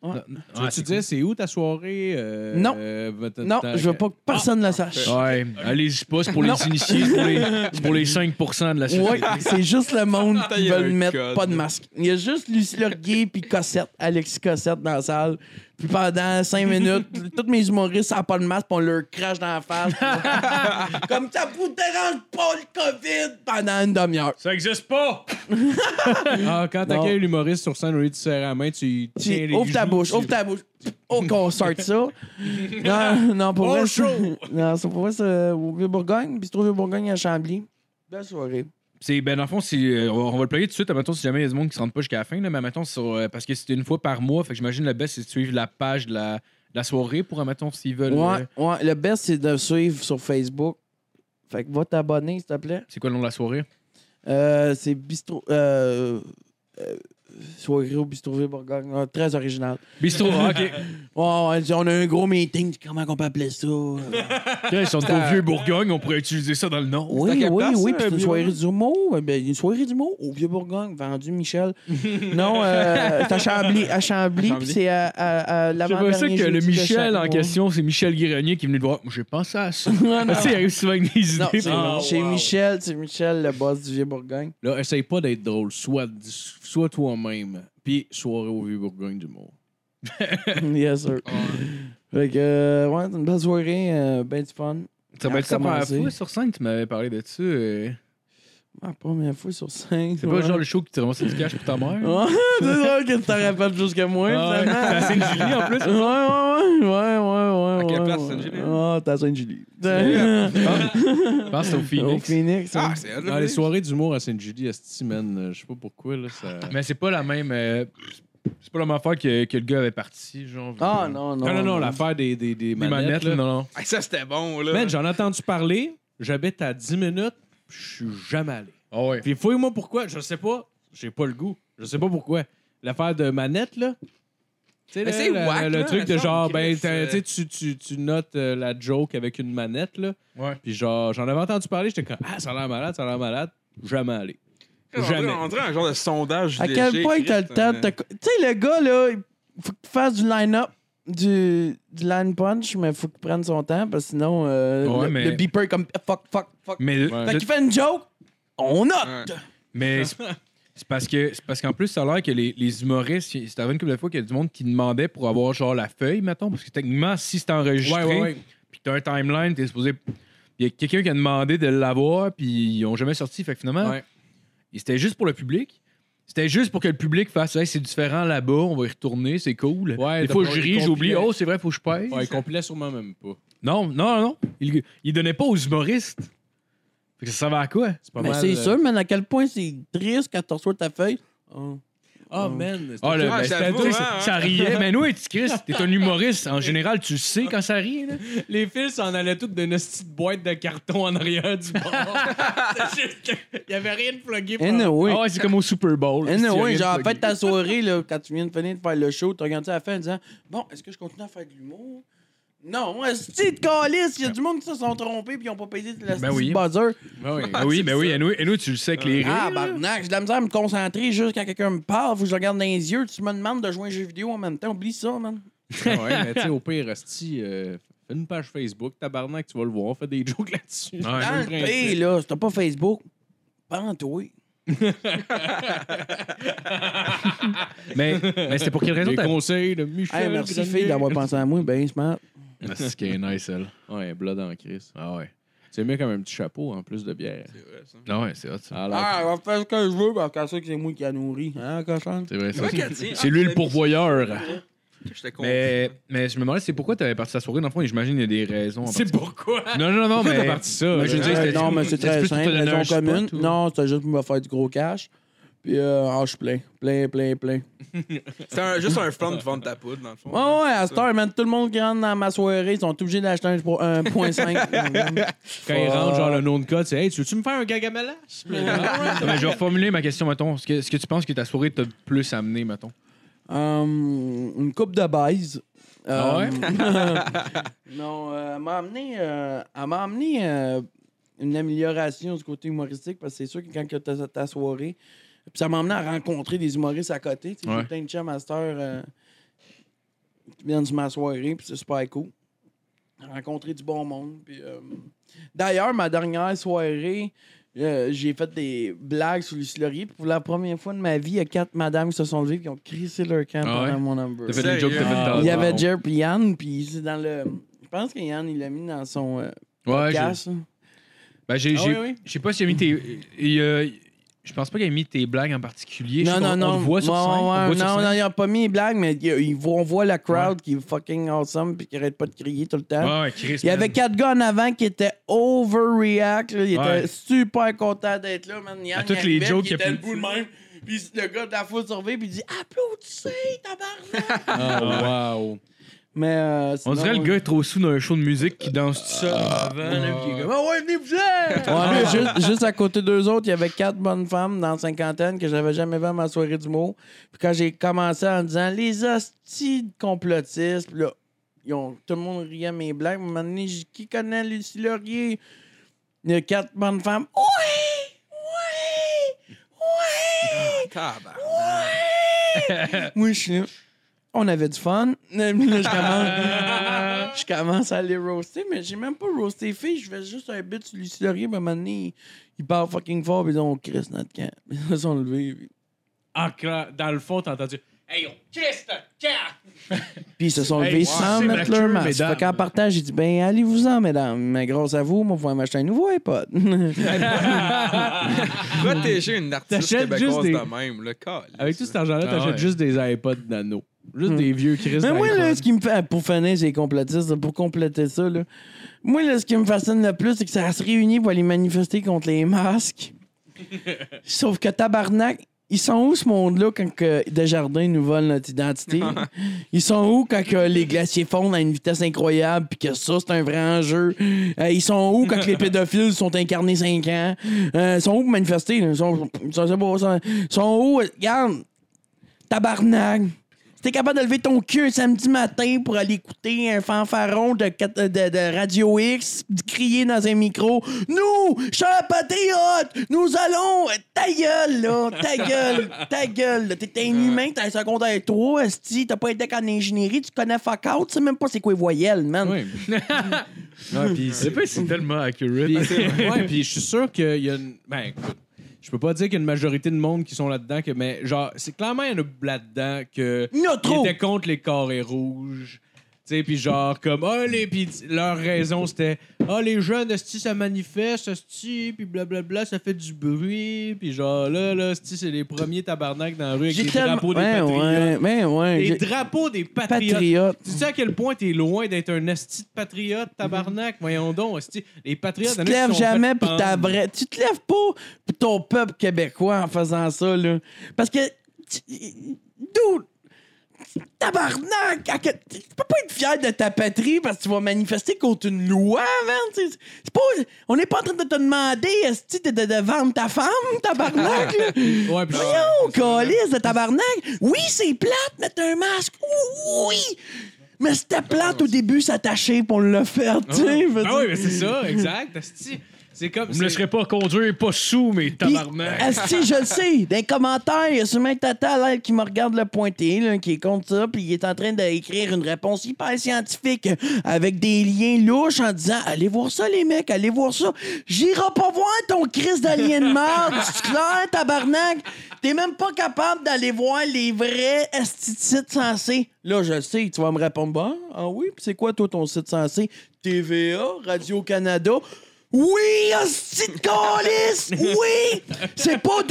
Speaker 2: Ouais.
Speaker 3: Non,
Speaker 5: Tu
Speaker 3: ah,
Speaker 5: veux-tu
Speaker 3: c'est
Speaker 5: dire, c'est où ta soirée? euh,
Speaker 2: Non.
Speaker 5: euh, votre-
Speaker 2: Non,
Speaker 5: ta-
Speaker 2: je veux pas que personne le sache.
Speaker 3: cool. Ouais, allez-y pas, c'est pour les initiés, c'est pour les, c'est pour les 5% de la société.
Speaker 2: Ouais, c'est juste le monde qui
Speaker 4: Il y a
Speaker 2: veut
Speaker 4: un
Speaker 2: mettre
Speaker 4: code.
Speaker 2: pas de masque. Il y a juste Lucie Lurguet puis Cossette, Alexis Cossette dans la salle. Puis pendant cinq minutes, tous mes humoristes n'ont pas de masque, puis on leur crache dans la face. Comme ça vous dérange pas le COVID pendant une demi-heure.
Speaker 3: Ça existe pas!
Speaker 5: Ah, quand
Speaker 2: Non.
Speaker 5: t'accueilles l'humoriste sur scène, au lieu de serrer la main, tu
Speaker 2: Tu-
Speaker 5: tiens les
Speaker 2: ouvre ta
Speaker 5: joues,
Speaker 2: bouche,
Speaker 5: tu-
Speaker 2: ouvre ta bouche. Oh, qu'on sorte ça. Non, non, pour
Speaker 5: Bon
Speaker 2: vrai.
Speaker 5: show.
Speaker 2: c'est- Non, c'est pour vrai, c'est au Vieux-Bourgogne, puis trouve Vieux-Bourgogne à Chambly. Belle soirée.
Speaker 3: C'est, ben, dans le fond, c'est, euh, on va- on va le player tout de suite. Admettons, si jamais il y a du monde qui se rentre pas jusqu'à la fin, là, mais admettons, sur, euh, parce que c'était une fois par mois, fait que j'imagine le best, c'est de suivre la page de la, de la soirée pour, admettons, s'ils veulent. euh,
Speaker 2: Ouais, ouais, le best, c'est de suivre sur Facebook. Fait que va t'abonner, s'il te plaît.
Speaker 3: c'est quoi le nom de la soirée?
Speaker 2: Euh, c'est bistrot. Euh, euh, soirée au bistrot Bourgogne. Ah, très original.
Speaker 3: Bistro, ah, ok.
Speaker 2: Oh, on a un gros meeting. Comment on peut appeler ça?
Speaker 3: Ok, si on est au vieux Bourgogne, on pourrait utiliser ça dans le nom.
Speaker 2: oui, oui,
Speaker 4: quelle place,
Speaker 2: oui. Puis
Speaker 4: ça,
Speaker 2: c'est
Speaker 4: un
Speaker 2: une
Speaker 4: vieux
Speaker 2: soirée du mot. Ben, une soirée du mot au Vieux-Bourgogne, vendu Michel. non, euh, c'est à Chambly. À Chambly, puis c'est à, à, à
Speaker 3: C'est pas ça
Speaker 2: l'avant-dernier
Speaker 3: que le
Speaker 2: jeudi de chaque
Speaker 3: Michel en
Speaker 2: mois.
Speaker 3: question, c'est Michel Guéronier qui est venu le voir. J'ai pensé à ça.
Speaker 2: non, non.
Speaker 3: Tu sais, il arrive souvent avec des
Speaker 2: Non,
Speaker 3: idées.
Speaker 2: c'est
Speaker 5: Ah,
Speaker 2: chez
Speaker 5: wow.
Speaker 2: Michel, c'est Michel, le boss du Vieux-Bourgogne.
Speaker 5: Là, essaye pas d'être drôle. Sois, sois toi-même. Puis, soirée au Vieux-Bourgogne d'humour.
Speaker 2: yes,
Speaker 4: Ah,
Speaker 2: sir. Fait que, euh, ouais, c'est une belle soirée, euh, ben du fun.
Speaker 3: Ça va être ça la première
Speaker 2: Recommencer.
Speaker 3: fois sur scène que tu m'avais parlé de ça. euh.
Speaker 2: Ma première fois sur scène.
Speaker 3: C'est pas le genre le show qui te ramasse du cash pour ta mère?
Speaker 2: Ouais, c'est drôle que tu t'en rappelles plus que moi,
Speaker 3: Ah ouais.
Speaker 2: finalement.
Speaker 3: À Sainte-Julie, en plus.
Speaker 2: Ouais, ouais, ouais, ouais, ouais, ouais.
Speaker 4: À quelle
Speaker 2: ouais,
Speaker 4: place,
Speaker 2: ouais.
Speaker 4: Sainte-Julie?
Speaker 2: Ah, t'as Sainte-Julie.
Speaker 4: C'est-
Speaker 3: Je pense que c'est au
Speaker 2: Au
Speaker 3: Phoenix.
Speaker 2: Phoenix.
Speaker 4: Ah,
Speaker 2: hein.
Speaker 4: c'est
Speaker 5: Ah, les soirées d'humour à Sainte-Julie, esti, man, euh, je sais pas pourquoi, là, ça...
Speaker 2: Ah,
Speaker 3: Mais c'est pas la même. euh, c'est pas la même affaire que, que le gars avait parti, genre.
Speaker 2: Ah,
Speaker 3: euh,
Speaker 2: non, non.
Speaker 5: Non, non, non, l'affaire des, des, des
Speaker 3: Les
Speaker 5: manettes,
Speaker 3: manettes,
Speaker 5: là.
Speaker 3: là, non, non.
Speaker 4: Ah, Ça, c'était bon, là.
Speaker 5: Man, j'en ai entendu parler, j'habite à 10 minutes, puis je suis jamais allé.
Speaker 3: Ah ouais.
Speaker 5: Puis fouille-moi pourquoi, je sais pas, j'ai pas le goût, je sais pas pourquoi. L'affaire de manette, là, tu sais,
Speaker 4: Mais
Speaker 5: là,
Speaker 4: c'est
Speaker 5: la-
Speaker 4: whack,
Speaker 5: le
Speaker 4: là,
Speaker 5: truc
Speaker 4: me
Speaker 5: de
Speaker 4: semble,
Speaker 5: genre, ben,
Speaker 4: Chris,
Speaker 5: t'as-
Speaker 4: euh,
Speaker 5: tu sais, tu, tu, tu notes euh, la joke avec une manette, là,
Speaker 3: Ouais.
Speaker 5: puis genre, j'en avais entendu parler, j'étais comme, ah, ça a l'air malade, ça a l'air malade, jamais allé.
Speaker 4: On dirait-
Speaker 5: jamais.
Speaker 4: On dirait un genre de sondage.
Speaker 2: À quel
Speaker 4: léger,
Speaker 2: point t'as le
Speaker 4: Christ,
Speaker 2: temps
Speaker 4: hein.
Speaker 2: de te. Tu sais, le gars, là, il faut que tu fasses du line-up. du, du line punch, mais faut qu'il prenne son temps parce que sinon euh,
Speaker 3: Ouais,
Speaker 2: le,
Speaker 3: mais-
Speaker 2: le beeper est comme fuck, fuck, fuck.
Speaker 3: Mais,
Speaker 5: Ouais.
Speaker 2: Fait qu'il fait une joke, on note.
Speaker 4: Ouais.
Speaker 3: mais c'est c'est parce que c'est parce qu'en plus, ça a l'air que les, les humoristes, c'est arrivé une couple de fois qu'il y a du monde qui demandait pour avoir genre la feuille, mettons, parce que techniquement, si c'est enregistré, puis que t'as un timeline, t'es supposé. Il y a quelqu'un qui a demandé de l'avoir, puis ils ont jamais sorti. Fait que finalement,
Speaker 5: Ouais.
Speaker 3: et c'était juste pour le public. C'était juste pour que le public fasse Hey, c'est différent là-bas, on va y retourner, c'est cool.
Speaker 5: Ouais,
Speaker 3: Des fois,
Speaker 5: d'abord,
Speaker 3: je
Speaker 5: il
Speaker 3: ris, j'oublie,
Speaker 5: compilait.
Speaker 3: oh, c'est vrai, faut que je paye.
Speaker 5: Ouais, il compilait sûrement même pas.
Speaker 3: Non, non, non. Il, il donnait pas aux humoristes. Fait que ça servait à quoi?
Speaker 5: C'est pas
Speaker 2: Mais
Speaker 5: mal,
Speaker 2: Ben, c'est
Speaker 5: euh,
Speaker 2: sûr, mais à quel point c'est triste quand tu reçois ta feuille. Oh.
Speaker 5: Ah, man.
Speaker 3: Ah, le,
Speaker 4: Ouais,
Speaker 3: ben,
Speaker 4: ça
Speaker 3: c'était-
Speaker 4: vaut,
Speaker 3: tu sais,
Speaker 4: hein,
Speaker 3: ça, ça
Speaker 4: hein.
Speaker 3: riait. Mais nous, tu Chris, t'es un humoriste. En général, tu sais quand ça rit. Là.
Speaker 5: Les fils s'en allaient toutes d'une petite boîte de carton en arrière du bord. C'est juste qu'il n'y avait rien de plugué. pour-
Speaker 2: Anyway.
Speaker 3: Ah ouais, c'est comme au Super Bowl. là, si tu
Speaker 2: Anyway,
Speaker 3: rien
Speaker 2: genre,
Speaker 3: de
Speaker 2: fait ta soirée, là, quand tu viens de finir de faire le show, tu regardes ça à la fin en disant Bon, est-ce que je continue à faire de l'humour Non, est-ce de calice Il y a du monde qui se sont trompés puis ils n'ont pas payé de la
Speaker 3: Ben oui.
Speaker 2: buzzer.
Speaker 5: Ben oui.
Speaker 3: Ah oui, ben oui, et nous, tu le sais que les rires.
Speaker 2: Ah, barnac, j'ai de la misère à me concentrer juste quand quelqu'un me parle, faut que je le regarde dans les yeux, tu me demandes de jouer à un jeu vidéo en même temps, oublie ça, man.
Speaker 5: Ah ouais, mais tu sais, au pire, Rusty, euh, fais une page Facebook, tabarnak, tu vas le voir, fais des jokes là-dessus.
Speaker 3: Ouais.
Speaker 5: C'est
Speaker 2: Dans
Speaker 5: Ben, le
Speaker 2: le
Speaker 5: principe.
Speaker 2: pays, là, si t'as pas Facebook, pends-toi.
Speaker 4: ah.
Speaker 3: Mais, mais c'était pour quelle raison
Speaker 5: Les
Speaker 3: t'as.
Speaker 5: conseils de Michel.
Speaker 2: Hey, merci,
Speaker 5: Grenier.
Speaker 2: fille, d'avoir pensé à moi, ben smart.
Speaker 3: Ah, c'est ce qui est nice, elle.
Speaker 5: Ouais, blood en crise.
Speaker 3: Ah ouais.
Speaker 5: C'est mieux comme un petit chapeau en plus de bière.
Speaker 4: C'est vrai, ça.
Speaker 3: Ah ouais, c'est hot, ça.
Speaker 5: Alors,
Speaker 2: Ah, elle va faire ce que je veux, parce qu'elle sait que c'est moi qui la nourris, hein, cochon?
Speaker 3: C'est vrai, ça.
Speaker 4: Ouais, qu'elle tient.
Speaker 3: C'est lui
Speaker 4: Ah,
Speaker 3: le pourvoyeur.
Speaker 4: J'étais content.
Speaker 3: Mais, mais je me demandais, c'est pourquoi t'avais parti ta soirée, dans le fond, et j'imagine qu'il y a des raisons. en
Speaker 5: c'est pourquoi?
Speaker 3: partie. Non, non, non,
Speaker 5: Pourquoi
Speaker 3: mais.
Speaker 5: t'as parti ça?
Speaker 3: mais
Speaker 5: là?
Speaker 3: je veux dire,
Speaker 2: Euh,
Speaker 3: c'était-
Speaker 2: non, mais c'est
Speaker 3: c'était
Speaker 2: très
Speaker 3: plus pour te
Speaker 2: simple,
Speaker 3: donner un
Speaker 2: raison
Speaker 3: spot,
Speaker 2: commune.
Speaker 3: ou-
Speaker 2: Non, c'était juste pour me faire du gros cash. Puis, euh, ah, je suis plein. Plein, plein, plein.
Speaker 4: C'était un- juste un flan de vendre ta poudre, dans le fond.
Speaker 2: Ouais, ouais, à cette heure, man, tout le monde qui rentre dans ma soirée, ils sont obligés d'acheter un pro- un 1.5.
Speaker 5: Quand il rentre, genre, le nom de code, c'est Hey, tu veux-tu me faire un gagamelage?
Speaker 3: Non, mais je vais reformuler ma question, mettons. Est-ce que, est-ce que tu penses que ta soirée t'a plus amené, mettons?
Speaker 2: Euh, une coupe de baise.
Speaker 3: Ah ouais?
Speaker 2: non, euh, elle m'a amené, euh, elle m'a amené euh, une amélioration du côté humoristique parce que c'est sûr que quand tu as ta soirée, puis ça m'a amené à rencontrer des humoristes à côté. tu sais,
Speaker 3: Ouais.
Speaker 2: J'ai plein de chums à cette heure euh, qui viennent sur ma soirée, puis c'est super cool. Rencontrer du bon monde. puis, euh, D'ailleurs, ma dernière soirée, euh, j'ai fait des blagues sur Lucie Laurier. puis Pour la première fois de ma vie, il y a quatre madames qui se sont levées et qui ont crissé leur camp
Speaker 3: Ah ouais?
Speaker 2: pendant mon number.
Speaker 3: T'as fait des jokes, t'as fait
Speaker 5: Sérieux?
Speaker 3: dans-
Speaker 2: Il y avait
Speaker 3: dans-
Speaker 2: Jer puis Yann, puis c'est dans le. Je pense que Yann, il l'a mis dans son euh,
Speaker 3: Ouais, je-
Speaker 2: podcast. hein.
Speaker 3: ben, j'ai.
Speaker 5: Ah
Speaker 3: j'ai-
Speaker 5: oui, oui.
Speaker 3: Je sais pas s'il a mis tes. il, euh, Je pense pas qu'il a mis tes blagues en particulier. Je
Speaker 2: Non,
Speaker 3: sais
Speaker 2: non,
Speaker 3: qu'on-
Speaker 2: non.
Speaker 3: On te voit sur
Speaker 2: Ouais,
Speaker 3: scène. on te
Speaker 2: ouais,
Speaker 3: voit sur
Speaker 2: non,
Speaker 3: scène.
Speaker 2: non, ils n'ont pas mis les blagues, mais il- il- on voit la crowd qui est fucking awesome puis qui arrête pas de crier tout le temps.
Speaker 3: Ouais, ouais, Chris.
Speaker 2: Il y
Speaker 3: man.
Speaker 2: avait quatre gars en avant qui étaient overreact. là. Ils
Speaker 3: Ouais.
Speaker 2: étaient super contents d'être là, man. Yann,
Speaker 3: À toutes
Speaker 2: il
Speaker 3: les
Speaker 2: arrivait,
Speaker 3: jokes
Speaker 2: puis
Speaker 3: qu'il a
Speaker 2: il était
Speaker 3: pu-
Speaker 2: debout de même. Puis le gars de la foule surveille, puis il dit Applaudissez, tabarnak!
Speaker 5: Ah, wow.
Speaker 2: Mais. euh,
Speaker 3: On
Speaker 2: sinon,
Speaker 3: dirait le gars est trop sous d'un show de musique qui danse tout seul avant, là, puis il est comme, Ah ouais, venez vous
Speaker 2: Ouais, mais juste, juste à côté d'eux autres, il y avait quatre bonnes femmes dans la cinquantaine que j'avais jamais vues à ma soirée d'humour. Puis quand j'ai commencé en disant les hosties de complotistes, puis là, ils ont, tout le monde riait à mes blagues. À un moment donné, j'ai dit, qui connaît Lucie Laurier? Il y a quatre bonnes femmes. Oui! Oui! Oui!
Speaker 4: Tabarnak.
Speaker 2: Moi, je suis là. On avait du fun. Là, je commence, je commence à les roaster, mais j'ai même pas roasté les filles. Je fais juste un bit sur Lucie Laurier. puis À un moment donné, il- il part fucking fort. Puis ils ont Chris notre camp. Puis Ils se sont levés. Puis,
Speaker 5: Ah, clair. dans le fond, t'as entendu Hey, on kiss the cat!
Speaker 2: puis ils se sont levés
Speaker 5: wow,
Speaker 2: sans
Speaker 5: c'est
Speaker 2: mettre
Speaker 5: ma
Speaker 2: leur
Speaker 5: queue,
Speaker 2: masque.
Speaker 5: mesdames.
Speaker 2: Fait qu'en partant, j'ai dit ben allez-vous-en, mesdames. Mais grâce à vous, moi, vous m'acheter un nouveau iPod.
Speaker 4: Protéger une artiste
Speaker 5: T'achètes
Speaker 4: québécoise
Speaker 5: juste des-
Speaker 4: de même, le cas.
Speaker 5: Avec tout cet argent-là,
Speaker 3: Ah
Speaker 5: t'achètes
Speaker 3: ouais.
Speaker 5: juste des iPods nano. Juste
Speaker 3: Hmm.
Speaker 5: des vieux Chris.
Speaker 2: Mais moi, là,
Speaker 5: d'iPod.
Speaker 2: ce qui me fait. ah, Pour finir, c'est complotiste, là, pour compléter ça, là. Moi, là, ce qui me fascine le plus, c'est que ça se réunit pour aller manifester contre les masques. Sauf que tabarnak, ils sont où, ce monde-là, quand que Desjardins nous vole notre identité? ils sont où quand que les glaciers fondent à une vitesse incroyable puis que ça, c'est un vrai enjeu? Euh, ils sont où quand que les pédophiles sont incarnés 5 ans? Euh, ils sont où pour manifester? là? Ils sont, ils sont, ils sont- ils sont où? Regarde, tabarnak! t'es capable de lever ton cul un samedi matin pour aller écouter un fanfaron de, quat- de, de Radio X, de crier dans un micro Nous, chers patriotes, nous allons. Ta gueule, là. Ta gueule. Ta gueule. là. T'es un humain, t'as un secondaire 3, esti. T'as pas été en ingénierie, tu connais fuck out, tu sais même pas c'est quoi les voyelles, man.
Speaker 5: Oui. Ouais, Ah, puis
Speaker 3: C'est
Speaker 5: c'est-
Speaker 3: pas c'est tellement accurate.
Speaker 5: puis c'est- ouais, puis je suis sûr qu'il y a une. Ben, écoute, je peux pas dire qu'il y a une majorité de monde qui sont là-dedans, que- mais genre, c'est clairement, il y en a là-dedans que.
Speaker 2: Il y en a
Speaker 5: Ils
Speaker 2: trop.
Speaker 5: étaient contre les carrés rouges. Tu sais, puis genre, comme, ah, les. Puis leur raison, c'était, ah, les jeunes, esti, ça manifeste, esti, puis blablabla, ça fait du bruit. Puis genre, là, là, esti, c'est les premiers tabarnak dans la rue avec
Speaker 2: J'ai
Speaker 5: les
Speaker 2: tellement.
Speaker 5: drapeaux des
Speaker 2: Ouais,
Speaker 5: patriotes.
Speaker 2: Ben ouais, mais ouais.
Speaker 5: Les
Speaker 2: j'ai-
Speaker 5: drapeaux des patriotes.
Speaker 2: Patriote.
Speaker 5: Tu sais à quel point t'es loin d'être un esti de patriote, tabarnak, voyons donc, esti. Les patriotes...
Speaker 2: Mm-hmm. Tu te lèves jamais pour ta
Speaker 5: vraie...
Speaker 2: vraie. Tu te lèves pas pour ton peuple québécois en faisant ça, là. Parce que. tu- D'où. Tabarnak! à que- Tu peux pas être fier de ta patrie parce que tu vas manifester contre une loi, man. tu sais. C'est pas... On n'est pas en train de te demander est-ce de, de, de vendre ta femme, tabarnak. là.
Speaker 5: Ouais, puis genre,
Speaker 2: Voyons, calice de tabarnak. Oui, c'est plate, mettre un masque. Oui! Mais c'était plate au début, s'attacher pour le faire, tu sais. je veux
Speaker 5: Ah oui,
Speaker 2: dire.
Speaker 5: mais c'est ça, exact, esti. C'est comme...
Speaker 3: Vous
Speaker 5: c'est-
Speaker 3: me laisserez pas conduire, pas sous, mais
Speaker 2: Puis,
Speaker 3: tabarnak.
Speaker 2: Asti, je le sais. Dans les commentaires, il y a sûrement un tata là, qui me regarde le pointé, là, qui est contre ça, puis il est en train d'écrire une réponse hyper scientifique euh, avec des liens louches en disant Allez voir ça, les mecs, allez voir ça. J'irai pas voir ton crise d'alien de mort, tu clair, tabarnak. T'es même pas capable d'aller voir les vrais esti de sites censés. Là, je le sais, tu vas me répondre Bah, ah oui, puis c'est quoi, toi, ton site censé TVA, Radio-Canada. Oui, hostie de calice! Oui! C'est pas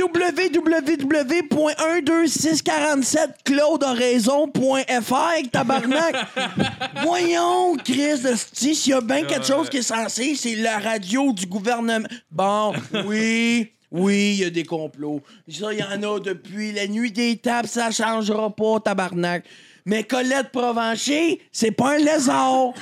Speaker 2: www.12647claudeoraison.fr, tabarnak! Voyons, Chris de Sti, s'il y a bien quelque chose qui est censé, c'est la radio du gouvernement. Bon, oui, oui, il y a des complots. Ça, il y en a depuis la nuit des tables, ça changera pas, tabarnak. Mais Colette Provencher, c'est pas un lézard!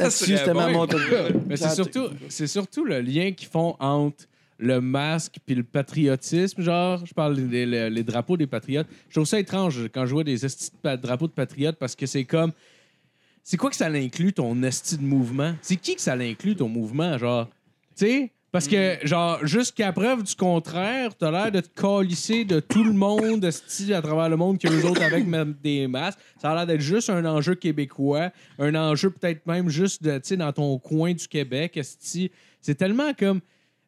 Speaker 2: Asti, c'était ma montre.
Speaker 5: Mais c'est surtout, c'est surtout le lien qu'ils font entre le masque puis le patriotisme. Genre, je parle des les, les drapeaux des patriotes. Je trouve ça étrange quand je vois des estis de pa- drapeaux de patriotes parce que c'est comme. C'est quoi que ça l'inclut ton esti de mouvement? C'est qui que ça l'inclut ton mouvement? Genre, tu sais? Parce que, genre, jusqu'à preuve du contraire, t'as l'air de te colisser de tout le monde, esti, à travers le monde, que les autres avec même des masques. Ça a l'air d'être juste un enjeu québécois, un enjeu peut-être même juste, de, tu sais, dans ton coin du Québec, esti. C'est tellement comme...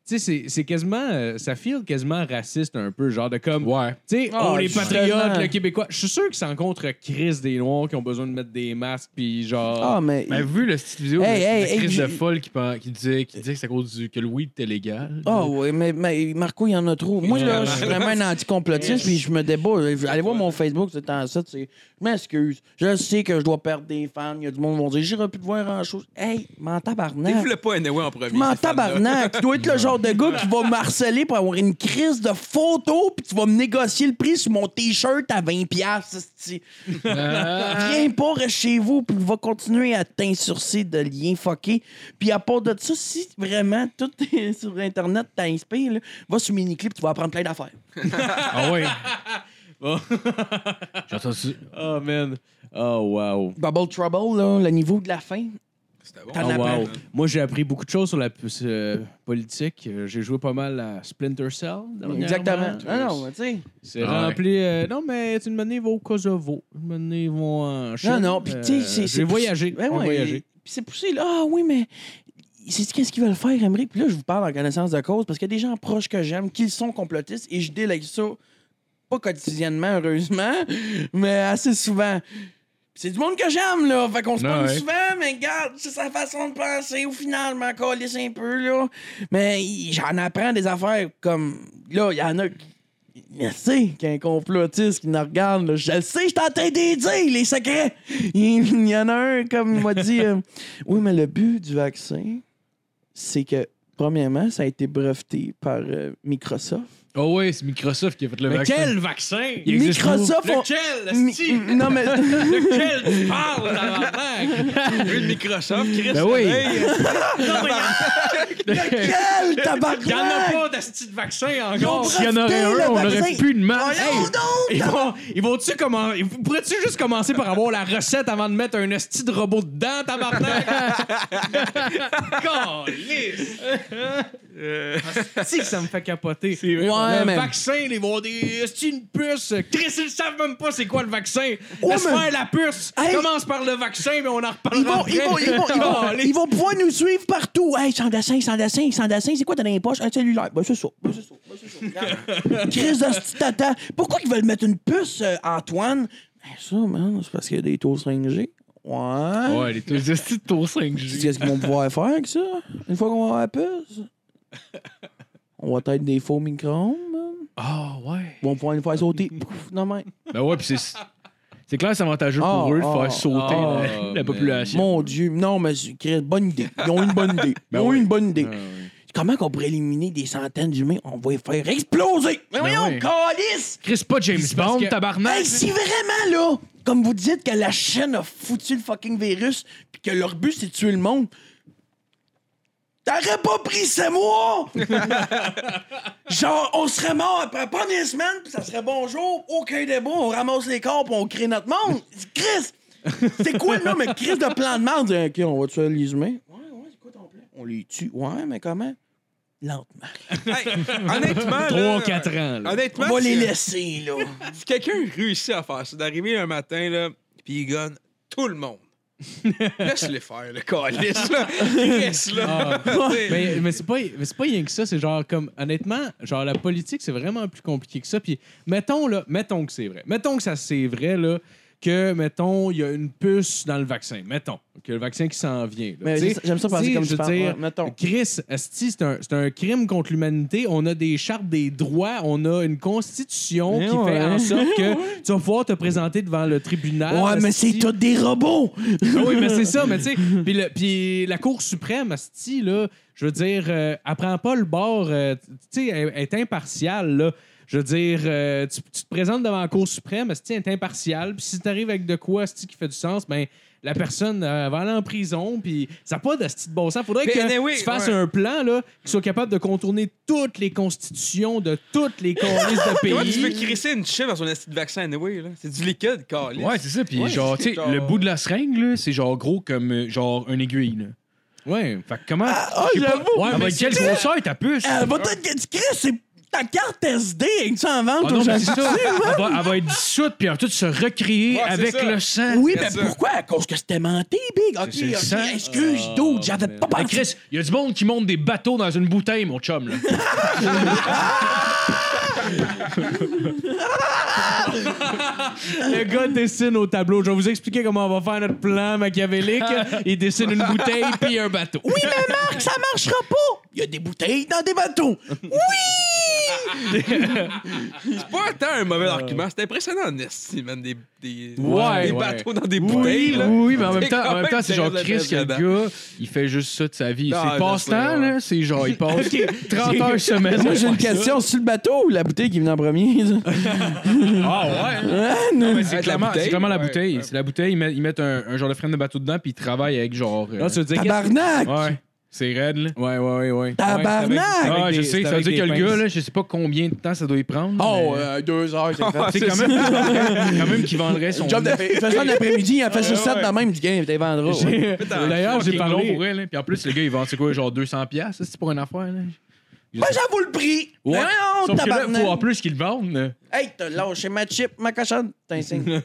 Speaker 5: Tu sais, c'est- c'est quasiment... euh, ça file quasiment raciste un peu, genre de comme...
Speaker 3: Ouais.
Speaker 5: Tu sais,
Speaker 2: Ah,
Speaker 5: on les
Speaker 2: justement.
Speaker 5: patriotes, le Québécois. Je suis sûr que c'est en contre crise des Noirs qui ont besoin de mettre des masques, puis genre.
Speaker 2: Ah, mais.
Speaker 3: Mais vu le style vidéo,
Speaker 2: Hey,
Speaker 3: de-
Speaker 2: hey,
Speaker 3: la
Speaker 2: hey,
Speaker 3: crise de
Speaker 2: j'ai-
Speaker 3: folle qui, pen- qui disait, qui disait que c'est à cause du, que le weed était légal.
Speaker 2: Ah oui, mais, mais Marco, il y en a trop. Moi, là, je suis vraiment un anticomplotiste, puis je me débat. Allez voir mon Facebook, c'est en ça. tu sais. Je m'excuse. Je sais que je dois perdre des fans. Il y a du monde qui vont dire J'irai plus te voir en chose. Hey, m'en tabarnak.
Speaker 4: Développe pas Anyway en premier.
Speaker 2: M'en
Speaker 4: ces fans-là.
Speaker 2: tabarnak. Tu dois être le genre de gars qui va me harceler pour avoir une crise de photo, puis tu vas me négocier le prix sur mon T-shirt à 20$. piastres, esti. Viens pas, reste chez vous, puis va continuer à t'insurcer de liens fuckés. Puis à part de ça, si vraiment tout est sur Internet t'inspire, là, va sur Miniclip, tu vas apprendre plein d'affaires.
Speaker 3: Ah ouais.
Speaker 5: Oh,
Speaker 3: J'ai entendu.
Speaker 2: Ah.
Speaker 5: oh, man. Oh, wow.
Speaker 2: Bubble Trouble, là, le niveau de la fin.
Speaker 4: C'était bon.
Speaker 2: T'en
Speaker 5: Oh,
Speaker 3: Ah,
Speaker 2: as
Speaker 5: wow.
Speaker 2: plein.
Speaker 5: Moi, j'ai appris beaucoup de choses sur la pu- euh, politique. Euh, J'ai joué pas mal à Splinter Cell. dernièrement.
Speaker 2: Exactement. Non, non, mais tu sais.
Speaker 5: C'est
Speaker 3: Ah ouais.
Speaker 5: rempli. euh, non, mais tu me ils vont au Kosovo. Une manière, ils vont en Chine.
Speaker 2: Non, non, puis tu sais,
Speaker 5: Euh,
Speaker 2: c'est.
Speaker 5: J'ai
Speaker 2: c'est
Speaker 5: voyagé.
Speaker 2: poussé- Ben
Speaker 5: On a
Speaker 2: ouais,
Speaker 5: voyagé.
Speaker 2: Puis c'est poussé, là. Ah oui, mais. C'est qu'est-ce qu'ils veulent faire, Emmerich? Puis là, je vous parle en connaissance de cause parce qu'il y a des gens proches que j'aime qui sont complotistes et je deal avec ça, pas quotidiennement, heureusement, mais assez souvent. Puis C'est du monde que j'aime, là. Fait qu'on se
Speaker 3: Ouais,
Speaker 2: parle
Speaker 3: ouais.
Speaker 2: souvent, mais regarde, c'est sa façon de penser. Au final, je m'en calisse un peu, là. Mais il- j'en apprends des affaires comme. Là, il y en a qui je sais qu'il y a un complotiste qui nous regarde. là. Je le sais, je suis en train de les dire, les secrets. Il, il y en a un, comme il m'a dit, euh, oui, mais le but du vaccin, c'est que, premièrement, ça a été breveté par euh, Microsoft.
Speaker 3: Oh ouais, c'est Microsoft qui a fait le
Speaker 5: Mais
Speaker 3: vaccin.
Speaker 5: quel vaccin?
Speaker 3: Il existe
Speaker 2: Microsoft, on-
Speaker 5: Lequel, esti?
Speaker 2: Mi- Non, mais.
Speaker 5: Lequel tu parles, Oh, tabarnak?
Speaker 4: Lui de Microsoft, Chris.
Speaker 3: Ben oui.
Speaker 4: hey,
Speaker 5: Non, mais
Speaker 2: Quel
Speaker 5: il n'y en a
Speaker 2: tabarnak!
Speaker 5: pas d'asti de vaccin
Speaker 2: Ils ont
Speaker 5: encore.
Speaker 2: pris-
Speaker 3: S'il y en aurait un,
Speaker 2: Restez le
Speaker 3: on aurait
Speaker 2: vaccin.
Speaker 3: plus de
Speaker 5: Oh,
Speaker 3: masque.
Speaker 2: Voyons donc!
Speaker 5: Ils vont, ils vont-tu comment, ils- pourrais-tu juste commencer par avoir la recette avant de mettre un esti de robot dedans, tabarnak? Calisse!
Speaker 4: euh,
Speaker 5: Si que ça me fait capoter.
Speaker 3: C'est vrai,
Speaker 5: Le
Speaker 2: Ouais, mais-
Speaker 5: vaccin, ils vont des esti une puce. Chris, ils savent même pas c'est quoi le vaccin.
Speaker 2: Ouais,
Speaker 5: Laisse
Speaker 2: mais-
Speaker 5: faire la puce.
Speaker 2: Hey!
Speaker 5: Commence par le vaccin, mais on en reparlera
Speaker 2: Ils vont,
Speaker 5: après.
Speaker 2: ils, vont, ils, vont, ils, vont,
Speaker 5: Calisse.
Speaker 2: ils vont pouvoir nous suivre partout. Hey, sans dessin, sans dessin, sans dessin. C'est quoi t'as dans les poches? Un cellulaire. Ben, c'est ça. Ben, c'est ça. Ben, c'est ça. Regarde. Crise de petit tata. Pourquoi ils veulent mettre une puce, euh, Antoine? Ben, ça, man, c'est parce qu'il y a des taux 5G. Ouais.
Speaker 3: Ouais, les taux les estis de taux 5G.
Speaker 2: Qu'est-ce qu'ils vont pouvoir faire avec ça? Une fois qu'on va avoir la puce? On va être des faux micro-ondes, man.
Speaker 3: Ah ouais.
Speaker 2: Ils vont pouvoir nous faire sauter. Pouf, non, mais.
Speaker 3: Ben ouais, puis c'est. C'est clair, c'est avantageux pour
Speaker 2: Oh,
Speaker 3: eux de
Speaker 2: oh,
Speaker 3: faire sauter
Speaker 5: oh,
Speaker 3: la, la
Speaker 5: man.
Speaker 3: population.
Speaker 2: Mon Dieu. Non, mais c'est Chris, bonne idée. Ils ont une bonne idée. Ils
Speaker 3: Ben
Speaker 2: ont
Speaker 3: oui.
Speaker 2: une bonne idée.
Speaker 5: Ah oui.
Speaker 2: Comment qu'on pourrait éliminer des centaines d'humains? On va les faire exploser!
Speaker 3: Ben
Speaker 2: Mais voyons,
Speaker 3: oui.
Speaker 2: calice!
Speaker 3: Chris, pas James
Speaker 5: C'est parce
Speaker 3: Bond,
Speaker 5: que-
Speaker 3: tabarnak!
Speaker 2: Hey, si vraiment, là, comme vous dites que la Chine a foutu le fucking virus puis que leur but, c'est de tuer le monde, t'aurais pas pris c'est moi! Genre, on serait mort après pas des semaines puis ça serait bonjour, aucun débat, on ramasse les corps puis on crée notre monde! Chris! C'est quoi, non, mais Chris de plan de merde? Dire, OK, on va tuer les humains. Ouais, ouais, c'est quoi ton plan? On les tue. Ouais, mais comment? Lentement.
Speaker 4: hey, honnêtement,
Speaker 5: 3
Speaker 4: là,
Speaker 5: 4 ans. là.
Speaker 4: Honnêtement,
Speaker 2: On va les
Speaker 4: si-
Speaker 2: laisser, là.
Speaker 4: si quelqu'un réussit à faire ça, d'arriver un matin, là, puis il gagne tout le monde. Laisse-les faire, le calice, là. Reste là.
Speaker 3: Ah. Ben,
Speaker 4: T'sais,
Speaker 5: mais mais c'est pas mais c'est pas rien que ça, c'est genre comme honnêtement, genre la politique c'est vraiment plus compliqué que ça puis mettons là, mettons que c'est vrai. Mettons que ça c'est vrai là que mettons il y a une puce dans le vaccin, mettons que le vaccin qui s'en vient. là.
Speaker 2: Mais
Speaker 5: Tu sais,
Speaker 2: j'aime ça penser
Speaker 5: tu sais,
Speaker 2: comme
Speaker 5: je
Speaker 2: tu
Speaker 5: veux
Speaker 2: parles,
Speaker 5: dire,
Speaker 2: ouais, mettons.
Speaker 5: Chris, esti, c'est un, c'est un crime contre l'humanité. On a des chartes des droits, on a une constitution
Speaker 3: Eh
Speaker 5: qui
Speaker 3: ouais.
Speaker 5: fait en sorte que tu vas pouvoir te présenter devant le tribunal.
Speaker 3: Ah,
Speaker 2: Ouais, mais c'est
Speaker 5: esti.
Speaker 2: tous des robots!
Speaker 5: Ah oui, mais c'est ça, mais tu sais. Puis, le- puis la Cour suprême, asti, là, je veux dire, euh, elle prend pas le bord, euh, tu sais, elle, elle est impartiale, là. Je veux dire, euh, tu, tu te présentes devant la Cour suprême, asti, elle est impartiale, puis si t'arrives avec de quoi, asti, qui fait du sens, ben la personne euh, va aller en prison, puis ça n'a pas d'asti de bon sens. Faudrait
Speaker 4: Mais
Speaker 5: que
Speaker 4: anyway,
Speaker 5: tu fasses
Speaker 4: ouais.
Speaker 5: un plan, là, qui soit capable de contourner toutes les constitutions de toutes les colonies de
Speaker 4: Comment tu peux
Speaker 5: pays.
Speaker 4: crisser une chip dans son esti de vaccin anyway, là? C'est du liquide, calice.
Speaker 3: Ouais, c'est ça. Puis
Speaker 4: Ouais,
Speaker 3: genre, tu sais,
Speaker 4: genre-
Speaker 3: le bout de la seringue, là, c'est genre gros comme euh, genre une aiguille. Là.
Speaker 5: Ouais.
Speaker 3: Fait que comment.
Speaker 2: Ah,
Speaker 3: je sais pas-
Speaker 2: j'avoue!
Speaker 3: Ouais, mais,
Speaker 5: c'est-
Speaker 3: quelle grosseur ta puce?
Speaker 2: Elle Euh, va peut-être que tu crées, c'est ta carte SD et que tu en ventes
Speaker 3: Ah non, mais
Speaker 2: aujourd'hui.
Speaker 3: c'est ça. Elle va, elle va être dissoute, puis elle va tout se recréer
Speaker 4: Ouais, c'est
Speaker 3: avec
Speaker 4: ça.
Speaker 3: le sang.
Speaker 2: Oui,
Speaker 4: C'est
Speaker 2: mais
Speaker 4: ça.
Speaker 2: pourquoi? À cause que c'était menté, Big. Ok,
Speaker 3: c'est le
Speaker 2: ok,
Speaker 3: sang.
Speaker 2: excuse,
Speaker 5: Oh,
Speaker 2: dude, j'avais
Speaker 5: man.
Speaker 2: pas
Speaker 3: Hey,
Speaker 2: pensé.
Speaker 3: Chris, il y a du monde qui monte des bateaux dans une bouteille, mon chum. Là.
Speaker 5: Le gars dessine au tableau. Je vais vous expliquer comment on va faire notre plan machiavélique. Il dessine une bouteille puis un bateau.
Speaker 2: Oui, mais Marc, ça marchera pas! Il y a des bouteilles dans des bateaux! Oui!
Speaker 4: C'est pas tant un mauvais argument. C'est impressionnant, en esti, man. Des, des,
Speaker 3: Euh. Ouais,
Speaker 4: des
Speaker 5: ouais.
Speaker 4: bateaux dans des bouteilles,
Speaker 3: Oui,
Speaker 4: là.
Speaker 3: oui, mais en même
Speaker 4: C'est
Speaker 3: temps,
Speaker 4: quand
Speaker 3: en même
Speaker 4: même
Speaker 3: temps c'est genre
Speaker 4: très
Speaker 3: Chris, que le
Speaker 4: impressionnant.
Speaker 3: gars, il fait juste ça de sa vie.
Speaker 4: Ah,
Speaker 3: C'est
Speaker 4: je
Speaker 3: passe-temps,
Speaker 4: sais, ouais.
Speaker 3: là. C'est genre, il passe
Speaker 5: Ok.
Speaker 3: 30 heures semaine.
Speaker 2: Moi, j'ai une question sur le bateau ou la bouteille qui vient en premier? ça?
Speaker 3: Ah ouais?
Speaker 2: Ah, non.
Speaker 3: C'est
Speaker 4: Avec la
Speaker 3: clairement,
Speaker 4: bouteille?
Speaker 3: c'est clairement la
Speaker 4: Ouais.
Speaker 3: bouteille. C'est la bouteille, ils mettent, ils mettent un, un genre de frein de bateau dedans, puis ils travaillent avec genre. euh,
Speaker 5: Là, tu veux dire qu'est-ce-
Speaker 2: Tabarnak!
Speaker 3: ouais, c'est raide, là.
Speaker 5: Ouais, ouais, ouais, ouais.
Speaker 2: Tabarnak!
Speaker 5: Ouais, c'est avec-
Speaker 3: Ah,
Speaker 5: avec
Speaker 3: je
Speaker 5: des-
Speaker 3: sais,
Speaker 5: c'est
Speaker 3: ça veut
Speaker 5: avec
Speaker 3: dire que
Speaker 5: des
Speaker 3: le gars,
Speaker 5: pinces.
Speaker 3: là, je sais pas combien de temps ça doit y prendre.
Speaker 2: Oh,
Speaker 3: mais
Speaker 2: euh, deux heures, c'est fait.
Speaker 3: c'est quand même, quand même qu'il vendrait son.
Speaker 2: Job de... Il fait ça en après-midi, il en fait sur 7 dans même, il dit, Gain, t'es vendra. ouais.
Speaker 5: J'ai- D'ailleurs, j'ai
Speaker 3: Fucking long pour
Speaker 5: parlé.
Speaker 3: elle, là. Puis en plus, le gars, il vend, c'est quoi, genre 200$, piastres, ça, c'est pour une affaire, là.
Speaker 2: Moi, Ben, j'avoue le prix!
Speaker 3: Ouais.
Speaker 2: Voyons,
Speaker 3: Sauf que là,
Speaker 2: tabarnak!
Speaker 3: faut en plus qu'il le vende. là.
Speaker 2: Hey, t'as lâché ma chip, ma cochonne. T'as un signe.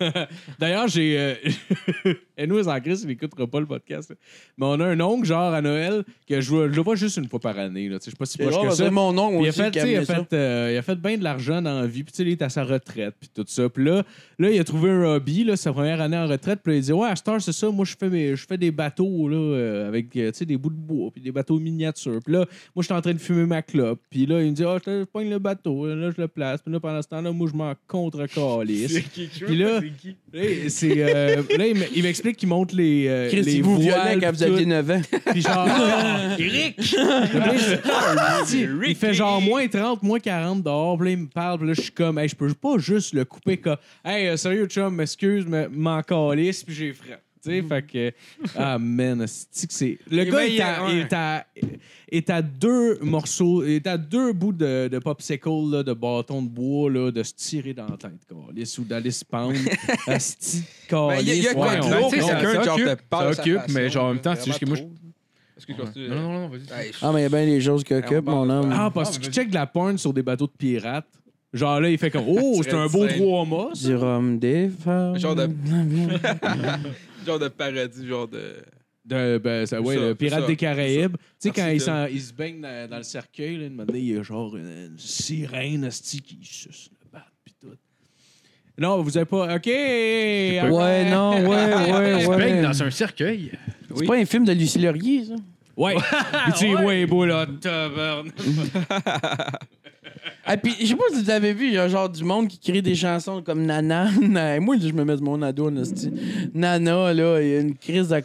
Speaker 5: D'ailleurs, j'ai. Euh... Anyways, en crise, il n'écoutera pas le podcast. là. Mais on a un oncle, genre à Noël, que je vois- je le vois juste une fois par année. là. Tu sais, Je sais pas si proche que ça.
Speaker 2: C'est mon nom
Speaker 5: Puis il
Speaker 2: aussi
Speaker 5: a fait,
Speaker 2: qui
Speaker 5: tu
Speaker 2: a
Speaker 5: sais, il a
Speaker 2: amené ça.
Speaker 5: fait, euh, il a fait bien de l'argent dans la vie, puis tu sais, il est à sa retraite, puis tout ça. Puis là, là, il a trouvé un hobby, là, sa première année en retraite, puis là, il dit Ouais, à cette heure, c'est ça, moi, je fais, mes- je fais des bateaux, là, euh, avec, euh, tu sais, des bouts de bois, puis des bateaux miniatures. Puis là, moi, je suis en train de fumer ma clope. Puis là, il me dit Ah, je te- je pogne le bateau, là, je le place. Puis là, pendant ce temps-là, moi, je m'en contre-calisse.
Speaker 4: C'est qui,
Speaker 5: Puis là-
Speaker 4: c'est qui?
Speaker 5: Là, c'est, euh, là, il me- il m'explique qu'il monte les, euh,
Speaker 2: Chris,
Speaker 5: les
Speaker 2: il vous
Speaker 5: voiles,
Speaker 2: violait quand vous
Speaker 5: puis tout.
Speaker 2: aviez 9 ans.
Speaker 5: Puis genre, Rick! Ah, il fait genre moins 30, moins 40 dehors. Puis là, il me parle. Puis là, je suis comme, hey, je peux pas juste le couper comme, hey, euh, sérieux, chum, m'excuse, mais m'en calisse. Puis j'ai frappe. Tu sais, fait que. Ah, man, c'est que c'est. Le
Speaker 4: Il
Speaker 5: gars
Speaker 4: va y-
Speaker 5: est à,
Speaker 4: ouais.
Speaker 5: est, à, est à deux morceaux, est à deux bouts de, de popsicle, là, de bâton de bois, là, de se tirer dans la tête, calisse, ou d'aller se pendre. Asti,
Speaker 4: Ben,
Speaker 5: calisse.
Speaker 4: Il y a- il y a quoi
Speaker 5: ouais,
Speaker 4: de
Speaker 5: on-
Speaker 3: Ben,
Speaker 4: gros
Speaker 3: tu sais,
Speaker 4: quand
Speaker 3: ça-
Speaker 4: quelqu'un
Speaker 3: ça
Speaker 4: genre te
Speaker 3: occupe,
Speaker 4: parle
Speaker 3: ça
Speaker 4: sa
Speaker 3: occupe,
Speaker 4: façon,
Speaker 3: mais genre, en même temps, c'est juste que moi,
Speaker 4: vraiment trop. Excuse-moi,
Speaker 3: Ouais.
Speaker 4: tu-
Speaker 3: Non, non, non, vas-y.
Speaker 4: Hey, je-
Speaker 2: Ah, mais il y a bien des choses que
Speaker 4: occupe,
Speaker 2: mon
Speaker 4: mon
Speaker 2: homme.
Speaker 4: homme.
Speaker 5: Ah, parce
Speaker 3: Ah,
Speaker 5: qu'il
Speaker 3: mais-
Speaker 5: check de la porn sur des bateaux de pirates. Genre là, il fait comme Oh, c'est un beau
Speaker 4: Serait
Speaker 5: trois mâts. ça.
Speaker 2: Du rhum des femmes.
Speaker 4: Genre de- Genre de paradis, genre de.
Speaker 3: Ah,
Speaker 5: De, ben, ça, ouais,
Speaker 4: C'est ça,
Speaker 5: le pirate
Speaker 4: c'est ça, Ah,
Speaker 5: des Caraïbes. Tu sais, quand
Speaker 4: Merci
Speaker 5: il,
Speaker 4: de-
Speaker 5: s'en- il se baigne dans, dans le cercueil, là, une matinée, il y a genre une, une sirène hostie qui suce le bat, pis tout. Non, vous avez pas. OK! Ah
Speaker 2: Ouais, non, ouais, ouais,
Speaker 3: Il se baigne
Speaker 2: ouais.
Speaker 3: dans un cercueil.
Speaker 2: C'est pas un film de Lucie Laurier, ça.
Speaker 5: Ouais!
Speaker 4: Ah,
Speaker 5: Pis tu es ouais, beau, là, taverne.
Speaker 2: Ah, puis, je sais pas si vous avez vu, il y a genre du monde qui crée des chansons comme Nana. Hey, Moi, je me mets de mon ado, en hostie. Nana, là, il y a une crise de-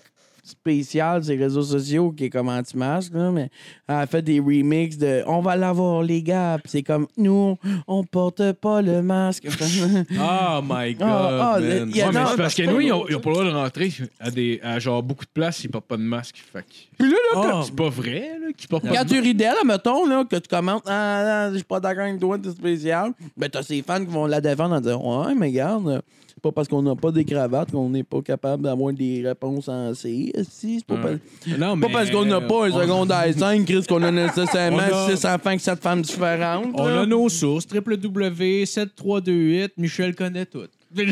Speaker 2: spéciale sur les réseaux sociaux qui est comme anti-masque, là, mais elle fait des remixes de On va l'avoir, les gars. Puis c'est comme Nous, on porte pas le masque.
Speaker 5: Oh my god!
Speaker 2: Ah, ah,
Speaker 5: man.
Speaker 2: il y a-
Speaker 3: Ouais, mais
Speaker 2: non,
Speaker 3: c'est parce
Speaker 2: c'est
Speaker 3: que
Speaker 2: pas
Speaker 3: nous, ils
Speaker 2: drôle,
Speaker 3: ont ils ont pas le droit de rentrer à, des, à genre beaucoup de places, ils portent pas de masque. Fait que-
Speaker 2: puis là, là,
Speaker 5: Ah.
Speaker 3: C'est pas vrai, là, qu'ils portent pas
Speaker 2: Quand
Speaker 3: de masque.
Speaker 2: tu ris d'elle, mettons, là, que tu commentes, ah, non, je suis pas d'accord avec toi, t'es spécial, ben, t'as ces fans qui vont la défendre en disant, ouais, mais regarde, euh, c'est pas parce qu'on n'a pas des cravates qu'on n'est pas capable d'avoir des réponses sensées. Si, c'est pas, parce-
Speaker 5: Hmm. Non,
Speaker 2: pas
Speaker 5: mais- euh,
Speaker 2: parce qu'on n'a pas un
Speaker 5: on-
Speaker 2: secondaire 5, Chris, qu'on a
Speaker 5: On
Speaker 2: nécessairement
Speaker 5: a-
Speaker 2: 6 enfants que 7 femmes différentes.
Speaker 5: On
Speaker 2: là.
Speaker 5: a nos sources. www.7328, Michel connaît tout. Ils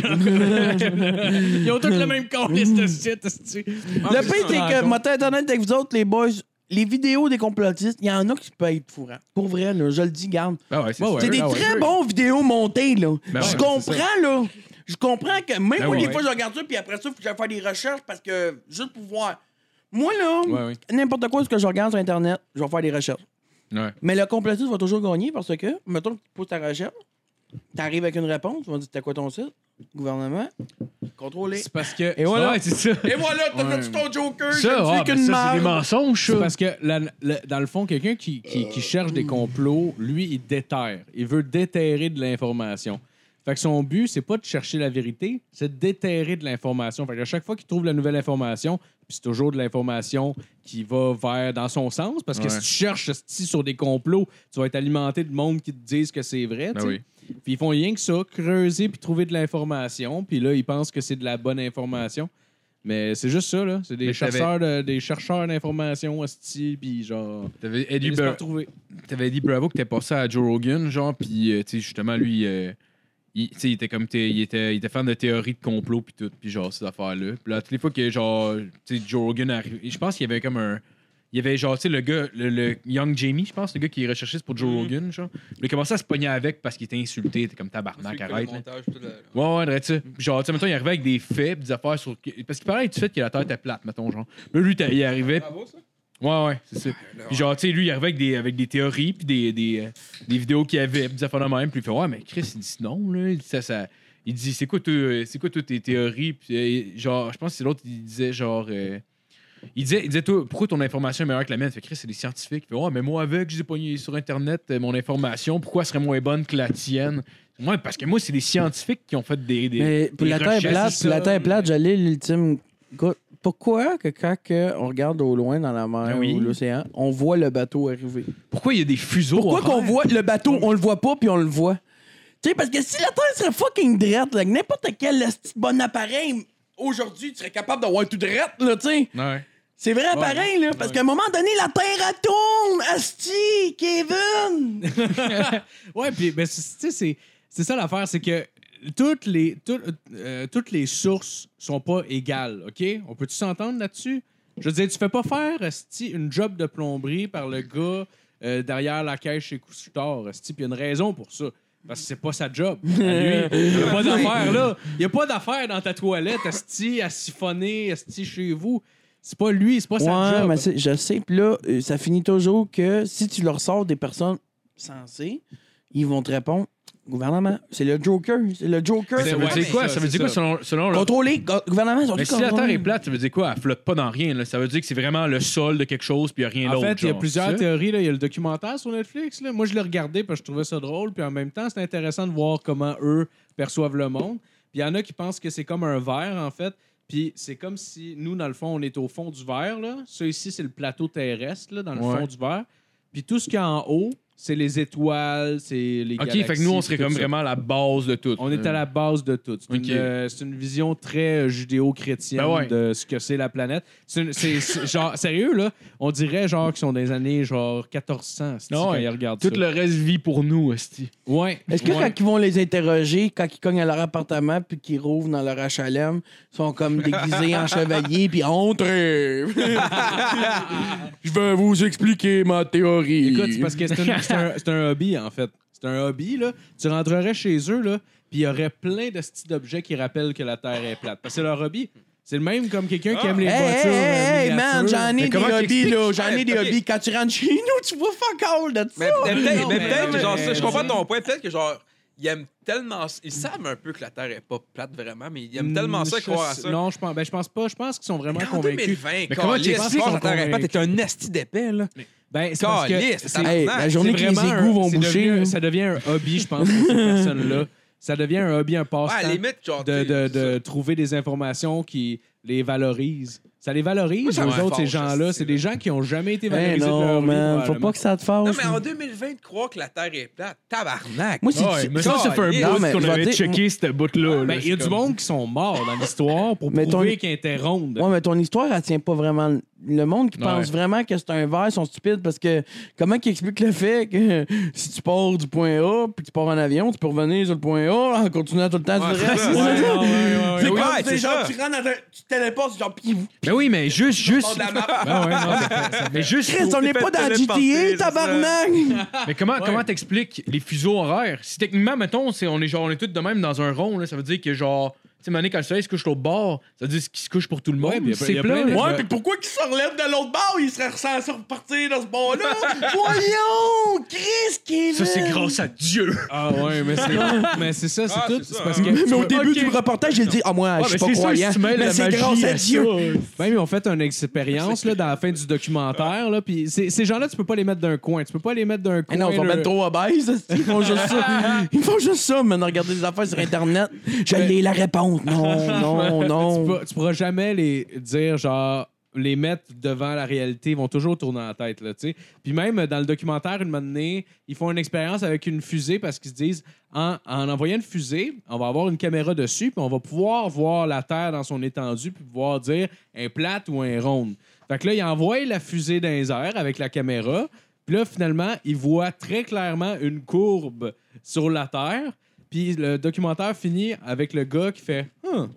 Speaker 5: ont tous le même liste de sites.
Speaker 2: Le pire, c'est que, moi, t'es honnête avec vous autres, les boys, les vidéos des complotistes, il y en a qui peuvent être fourrants. Pour vrai, là, je le dis, garde.
Speaker 3: Ah ouais, c'est
Speaker 5: Ouais,
Speaker 3: ça.
Speaker 2: C'est des
Speaker 5: ah ouais.
Speaker 2: très bons vidéos montées, là.
Speaker 3: Ben
Speaker 2: je
Speaker 3: ouais,
Speaker 2: comprends,
Speaker 3: c'est
Speaker 2: là. Je comprends que même
Speaker 5: Ben
Speaker 2: moi,
Speaker 3: oui,
Speaker 2: des
Speaker 3: ouais.
Speaker 2: fois, je regarde ça, puis après ça, il faut que j'aille faire des recherches parce que juste pour voir. Moi, là,
Speaker 5: Ouais, ouais.
Speaker 2: n'importe quoi ce que je regarde sur Internet, je vais faire des recherches.
Speaker 3: Ouais.
Speaker 2: Mais le complotiste va toujours gagner parce que, mettons que tu poses ta recherche, t'arrives avec une réponse, ils vont dire T'as quoi ton site Gouvernement Contrôlé.
Speaker 5: C'est parce que.
Speaker 2: Et voilà.
Speaker 5: Ouais, c'est ça.
Speaker 2: Et voilà, t'as
Speaker 5: Ouais.
Speaker 2: fait ton Joker,
Speaker 3: Ça,
Speaker 2: je ne
Speaker 3: ah,
Speaker 2: suis
Speaker 3: ben
Speaker 2: qu'une
Speaker 3: ça, c'est des
Speaker 2: merde.
Speaker 3: mensonges,
Speaker 5: C'est
Speaker 3: ça.
Speaker 5: parce que, la- la- dans le fond, quelqu'un qui, qui-
Speaker 3: Euh.
Speaker 5: qui cherche des complots, lui, il déterre. Il veut déterrer de l'information. Fait que son but, c'est pas de chercher la vérité, c'est de déterrer de l'information. Fait que à chaque fois qu'il trouve la nouvelle information, puis c'est toujours de l'information qui va vers dans son sens, parce que
Speaker 3: Ouais.
Speaker 5: si tu cherches esti, sur des complots, tu vas être alimenté de monde qui te disent que c'est vrai.
Speaker 3: Ben
Speaker 5: tu sais.
Speaker 3: oui.
Speaker 5: Puis ils font rien que ça, creuser puis trouver de l'information. Puis là, ils pensent que c'est de la bonne information. Mais c'est juste ça, là. C'est des
Speaker 3: Mais t'avais-
Speaker 5: chercheurs, de- des chercheurs d'information hostie, puis genre.
Speaker 3: T'avais
Speaker 5: ils
Speaker 3: Eddie,
Speaker 5: laissent pas
Speaker 3: Bra-
Speaker 5: retrouver.
Speaker 3: t'avais Eddie Bravo qui était passé à Joe Rogan, genre, puis euh, tu sais, justement, lui, euh, il, tu sais, il était comme t'es- il était, il était fan de théories de complot, puis tout, puis genre, ces affaires-là. Puis là, toutes les fois que, genre, tu sais, Joe Rogan arrive, je pense qu'il y avait comme un. Il y avait genre, tu sais, le gars, le, le Young Jamie, je pense, le gars qui est recherchiste pour Joe
Speaker 4: Mhm.
Speaker 3: Rogan, genre. Il a commencé à se pogner avec parce qu'il était insulté, il était comme
Speaker 4: Celui
Speaker 3: tabarnak,
Speaker 4: qui fait le
Speaker 3: arrête. hein. là.
Speaker 4: montage, tout le-
Speaker 3: Ouais, ouais, dirait ça. Puis Genre, tu sais, mettons, il arrivait avec des faits, pis des affaires sur. Parce qu'il parlait du fait que la terre était plate, mettons, genre. Là, lui, t'as- il arrivait.
Speaker 4: Bravo, ça.
Speaker 3: Ouais, ouais, c'est ça. Puis genre, tu sais, lui, il arrivait avec des, avec des théories, puis des, des, euh, des vidéos qu'il avait, puis des affaires de même. Puis il fait, ouais, mais Chris, il dit non, là. Il dit, ça, ça- il dit c'est quoi, toi, euh, c'est quoi toutes tes théories? Puis euh, genre, je pense que c'est l'autre, il disait genre. euh, il disait, il disait toi, pourquoi ton information est meilleure que la mienne? Fait Chris, c'est des scientifiques. Il fait, ouais, mais moi, avec, j'ai pogné sur Internet euh, mon information, pourquoi elle serait moins bonne que la tienne? Ouais, parce que moi, c'est des scientifiques qui ont fait des. des-
Speaker 2: Mais pour
Speaker 3: des
Speaker 2: la terre
Speaker 3: recherches,
Speaker 2: plate,
Speaker 3: c'est
Speaker 2: pour la
Speaker 3: ça.
Speaker 2: terre plate, j'allais l'ultime. Écoute, Pourquoi que quand que on regarde au loin dans la mer
Speaker 3: Ah oui.
Speaker 2: ou l'océan, on voit le bateau arriver?
Speaker 3: Pourquoi il y a des fuseaux?
Speaker 2: Pourquoi
Speaker 3: horaires?
Speaker 2: qu'on voit le bateau, on le voit pas puis on le voit? Tu sais, parce que si la terre serait fucking drette, là, que n'importe quel petit bon appareil, aujourd'hui, tu serais capable d'avoir tout drette, là, tu sais.
Speaker 3: Ouais.
Speaker 2: C'est vrai, pareil, là, parce qu'à un moment donné, la terre, elle tourne! Asti, Kevin!
Speaker 5: Ouais, puis ben, c'est- tu sais, c'est c'est ça l'affaire, c'est que toutes les, tout- euh, toutes les sources sont pas égales, OK? On peut-tu s'entendre là-dessus? Je veux dire, tu fais pas faire esti, une job de plomberie par le gars euh, derrière la caisse chez Couchetard, esti, puis il y a une raison pour ça. Parce que c'est pas sa job. À lui, il n'y a pas d'affaire là. Il n'y a pas d'affaire dans ta toilette, esti, à siphonner, esti, chez vous. C'est pas lui, c'est pas sa
Speaker 2: Ouais,
Speaker 5: job.
Speaker 2: mais c'est- je sais. Puis là, euh, ça finit toujours que si tu leur sors des personnes sensées, Ils vont te répondre gouvernement. C'est le Joker. C'est le Joker.
Speaker 3: Ça veut
Speaker 4: ouais,
Speaker 3: dire
Speaker 4: mais
Speaker 3: quoi?
Speaker 5: ça,
Speaker 3: Ça veut
Speaker 5: c'est
Speaker 3: dire quoi
Speaker 5: ça.
Speaker 3: selon, selon le-
Speaker 2: Contrôler, go- gouvernement, ils sont
Speaker 3: Mais
Speaker 2: tous
Speaker 3: si la Terre
Speaker 2: contrôlés.
Speaker 3: est plate, ça veut dire quoi? Elle flotte pas dans rien. Là. Ça veut dire que c'est vraiment le sol de quelque chose, puis il n'y a rien
Speaker 5: En
Speaker 3: d'autre.
Speaker 5: fait, il y a
Speaker 3: genre.
Speaker 5: plusieurs
Speaker 3: C'est ça?
Speaker 5: théories. là. Il y a le documentaire sur Netflix. là. Moi, je l'ai regardé parce que je trouvais ça drôle. Puis en même temps, c'est intéressant de voir comment eux perçoivent le monde. Puis il y en a qui pensent que c'est comme un verre, en fait. Puis c'est comme si nous, dans le fond, on est au fond du verre. Là. Ça ici, c'est le plateau terrestre, là, dans le
Speaker 3: Ouais.
Speaker 5: fond du verre. Puis tout ce qu'il y a en haut, c'est les étoiles, c'est les
Speaker 3: OK,
Speaker 5: galaxies.
Speaker 3: fait que nous, on serait
Speaker 5: puis tout
Speaker 3: comme
Speaker 5: ça.
Speaker 3: vraiment à la base de tout.
Speaker 5: On est à la base de tout. C'est
Speaker 3: Ok.
Speaker 5: une, euh, c'est une vision très euh, judéo-chrétienne
Speaker 3: Ben ouais.
Speaker 5: de ce que c'est la planète. C'est une- c'est- c'est- genre, sérieux, là, on dirait genre qu'ils sont des années genre 1400 c'est-tu,
Speaker 3: Non,
Speaker 4: Ah
Speaker 5: quand
Speaker 3: ouais.
Speaker 5: ils regardent
Speaker 3: Tout
Speaker 5: ça.
Speaker 3: le reste vit pour nous, Esti.
Speaker 5: Ouais.
Speaker 2: Est-ce que
Speaker 5: Ouais.
Speaker 2: quand ils vont les interroger, quand ils cognent à leur appartement puis qu'ils rouvrent dans leur HLM, ils sont comme déguisés en chevalier puis entrez! Je vais vous expliquer ma théorie.
Speaker 5: Écoute, c'est parce que c'est une- c'est un, c'est un hobby, en fait. C'est un hobby, là. Tu rentrerais chez eux, là, puis il y aurait plein de styles d'objets qui rappellent que la Terre est plate. Parce que c'est leur hobby. C'est le même comme quelqu'un
Speaker 4: Ah.
Speaker 5: qui aime les
Speaker 2: Hey,
Speaker 5: voitures. euh,
Speaker 2: hey, hey, man,
Speaker 5: miniatures.
Speaker 2: j'en ai
Speaker 3: Mais
Speaker 2: des
Speaker 3: comment
Speaker 2: hobbies,
Speaker 3: t'expliques?
Speaker 2: là. J'en ai
Speaker 4: Ouais,
Speaker 2: des
Speaker 4: ok.
Speaker 2: hobbies. Quand tu rentres chez nous, tu vois fuck all de
Speaker 4: Mais
Speaker 2: ça.
Speaker 3: Ah,
Speaker 4: mais peut-être
Speaker 5: Non,
Speaker 4: mais
Speaker 5: mais
Speaker 4: peut-être
Speaker 5: non,
Speaker 4: que genre
Speaker 5: mais-
Speaker 4: ça, je comprends ton point. Peut-être que genre, ils aiment tellement. ça- Ils savent un peu que la Terre est pas plate vraiment, mais ils
Speaker 3: Mm,
Speaker 4: aiment tellement ça
Speaker 5: Je
Speaker 4: croire à
Speaker 5: sais-
Speaker 4: ça.
Speaker 5: Non, je pense, ben, je pense pas. Je pense qu'ils sont vraiment
Speaker 4: Mais en
Speaker 5: convaincus.
Speaker 4: 2020, mais
Speaker 3: comment tu
Speaker 5: expliques
Speaker 4: la
Speaker 5: qu'on
Speaker 4: Terre est plate?
Speaker 5: convainc-
Speaker 4: T'es un esti d'épais, là.
Speaker 5: Ben, c'est parce que
Speaker 4: Caliste,
Speaker 5: c'est-
Speaker 4: tabarnak.
Speaker 2: Hey, la journée que
Speaker 5: C'est
Speaker 2: les
Speaker 5: vraiment
Speaker 2: égouts
Speaker 5: un-
Speaker 2: vont
Speaker 5: c'est
Speaker 2: boucher.
Speaker 5: devenu-
Speaker 2: là.
Speaker 5: ça devient un hobby, je pense, pour ces personnes-là. Ça devient un hobby, un
Speaker 4: Ouais, à
Speaker 5: passe-temps
Speaker 4: la limite, genre.
Speaker 5: de,
Speaker 4: t'sais,
Speaker 5: de,
Speaker 4: c'est
Speaker 5: de trouver des informations qui les valorisent. Ça les valorise,
Speaker 4: Moi, ça
Speaker 5: eux
Speaker 4: me
Speaker 5: autres, ces
Speaker 4: fâche,
Speaker 5: gens-là.
Speaker 4: ce
Speaker 5: C'est des gens qui n'ont jamais été
Speaker 2: Hey,
Speaker 5: valorisés. de leur
Speaker 2: Eh non,
Speaker 5: vie,
Speaker 2: man, faut
Speaker 5: probablement.
Speaker 2: pas que ça te
Speaker 4: ça.
Speaker 2: fasse.
Speaker 4: Non, mais en 2020, de croire que la Terre est plate, tabarnak.
Speaker 2: Moi, c'est.
Speaker 3: Ouais, mais ça, ça fait un
Speaker 4: Non,
Speaker 3: bout
Speaker 2: mais
Speaker 3: qu'on
Speaker 2: je vais
Speaker 3: avait
Speaker 2: dire-
Speaker 3: checké ce bout-là.
Speaker 5: Ben, Il y a du monde qui sont morts dans l'histoire pour
Speaker 2: Mais ton-
Speaker 5: prouver qu'ils interrompent.
Speaker 2: Ouais, mais ton histoire, elle tient pas vraiment. le- Le monde qui
Speaker 3: Ouais.
Speaker 2: pense vraiment que c'est un verre, ils sont stupides parce que comment qu'ils expliquent le fait que si tu pars du point A puis que tu pars en avion, tu peux revenir sur le point A en continuant tout le temps
Speaker 4: Ouais,
Speaker 2: du
Speaker 4: c'est
Speaker 2: reste?
Speaker 4: ça.
Speaker 5: Ouais, ouais, ouais, ouais,
Speaker 2: C'est
Speaker 4: ouais,
Speaker 2: comme,
Speaker 4: ouais,
Speaker 2: tu sais,
Speaker 4: c'est
Speaker 2: genre,
Speaker 4: ça.
Speaker 2: tu rentres dans un- Tu téléportes, genre, pis
Speaker 3: Mais oui, mais juste. juste...
Speaker 4: Bord de la map.
Speaker 5: Ben ouais, non, c'est-
Speaker 3: Mais juste.
Speaker 2: Chris, on n'est
Speaker 4: fait
Speaker 2: pas dans
Speaker 4: téléporter,
Speaker 2: GTA,
Speaker 4: c'est ça.
Speaker 2: tabarnak!
Speaker 3: Mais comment comment t'expliques les fuseaux horaires? Si techniquement, mettons, c'est- on est genre on est tous de même dans un rond, là, ça veut dire que genre. Tu sais, Mané, quand le soleil se couche au bord, ça veut dire qu'il se couche pour tout le monde.
Speaker 5: Ouais, puis il y a- il y
Speaker 3: c'est
Speaker 5: a
Speaker 3: plat.
Speaker 5: plein de-
Speaker 3: là.
Speaker 5: Ouais.
Speaker 2: pis pourquoi qu'il se relève de l'autre bord? Il serait censé repartir dans ce bord-là! Voyons! Chris, Kevin!
Speaker 3: Ça, c'est grâce à Dieu.
Speaker 5: Ah ouais, mais c'est, mais c'est ça, c'est
Speaker 4: Ah,
Speaker 5: tout.
Speaker 4: c'est
Speaker 5: C'est,
Speaker 4: ça,
Speaker 5: parce
Speaker 4: hein.
Speaker 5: que
Speaker 2: Mais
Speaker 5: tu
Speaker 2: au
Speaker 5: veux-
Speaker 2: début
Speaker 5: Ok.
Speaker 2: du reportage, j'ai dit, ah, moi, je suis pas
Speaker 3: c'est sûr,
Speaker 2: croyant.
Speaker 3: si tu mêles
Speaker 2: Mais
Speaker 3: la
Speaker 2: c'est grâce
Speaker 3: magie
Speaker 2: à
Speaker 3: à
Speaker 2: Dieu!
Speaker 5: Même ils ont fait une expérience là, dans la fin du documentaire. Là, puis ces ces gens-là, tu peux pas les mettre d'un coin. Tu peux pas les mettre d'un coin.
Speaker 2: Eh non, ils sont
Speaker 5: là.
Speaker 2: ben trop obèses. Ils font juste ça. Ils font juste ça, maintenant, regarder des affaires sur Internet. Je l'ai la réponse. Non, non,
Speaker 5: tu,
Speaker 2: non.
Speaker 5: pourras, tu pourras jamais les dire, genre, les mettre devant la réalité. Ils vont toujours tourner en tête, là, tu sais. Puis même euh, dans le documentaire, une moment donné, ils font une expérience avec une fusée parce qu'ils se disent, en, en envoyant une fusée, on va avoir une caméra dessus, puis on va pouvoir voir la Terre dans son étendue, puis pouvoir dire un plate ou un ronde. Fait que là, ils envoient la fusée dans les airs avec la caméra. Puis là, finalement, ils voient très clairement une courbe sur la Terre. Puis le documentaire finit avec le gars qui fait Hum,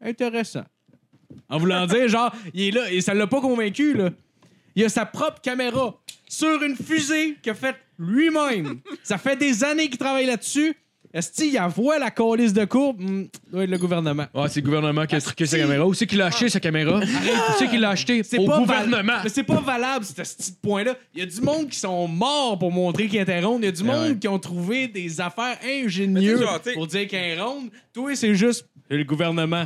Speaker 5: intéressant. En voulant dire, genre, il est là, et ça l'a pas convaincu, là. Il a sa propre caméra sur une fusée qu'il a faite lui-même. ça fait des années qu'il travaille là-dessus. Est-ce qu'il envoie la colisse de courbe? Hum, doit être le gouvernement.
Speaker 3: Ah, c'est le gouvernement qui a truqué sa caméra. Où c'est Ah, qu'il a acheté sa caméra? Où c'est qu'il l'a acheté?
Speaker 5: C'est
Speaker 3: Au
Speaker 5: pas
Speaker 3: gouvernement.
Speaker 5: val- Mais c'est pas valable, ce petit point-là. Il y a du monde qui sont morts pour montrer qu'ils étaient rondes. Il y a du
Speaker 3: Eh Ouais,
Speaker 5: monde
Speaker 3: ouais.
Speaker 5: qui ont trouvé des affaires
Speaker 4: Mais
Speaker 5: ingénieuses
Speaker 4: t'sais, genre, t'sais-
Speaker 5: pour dire qu'ils est ronde. Toi, c'est juste le gouvernement.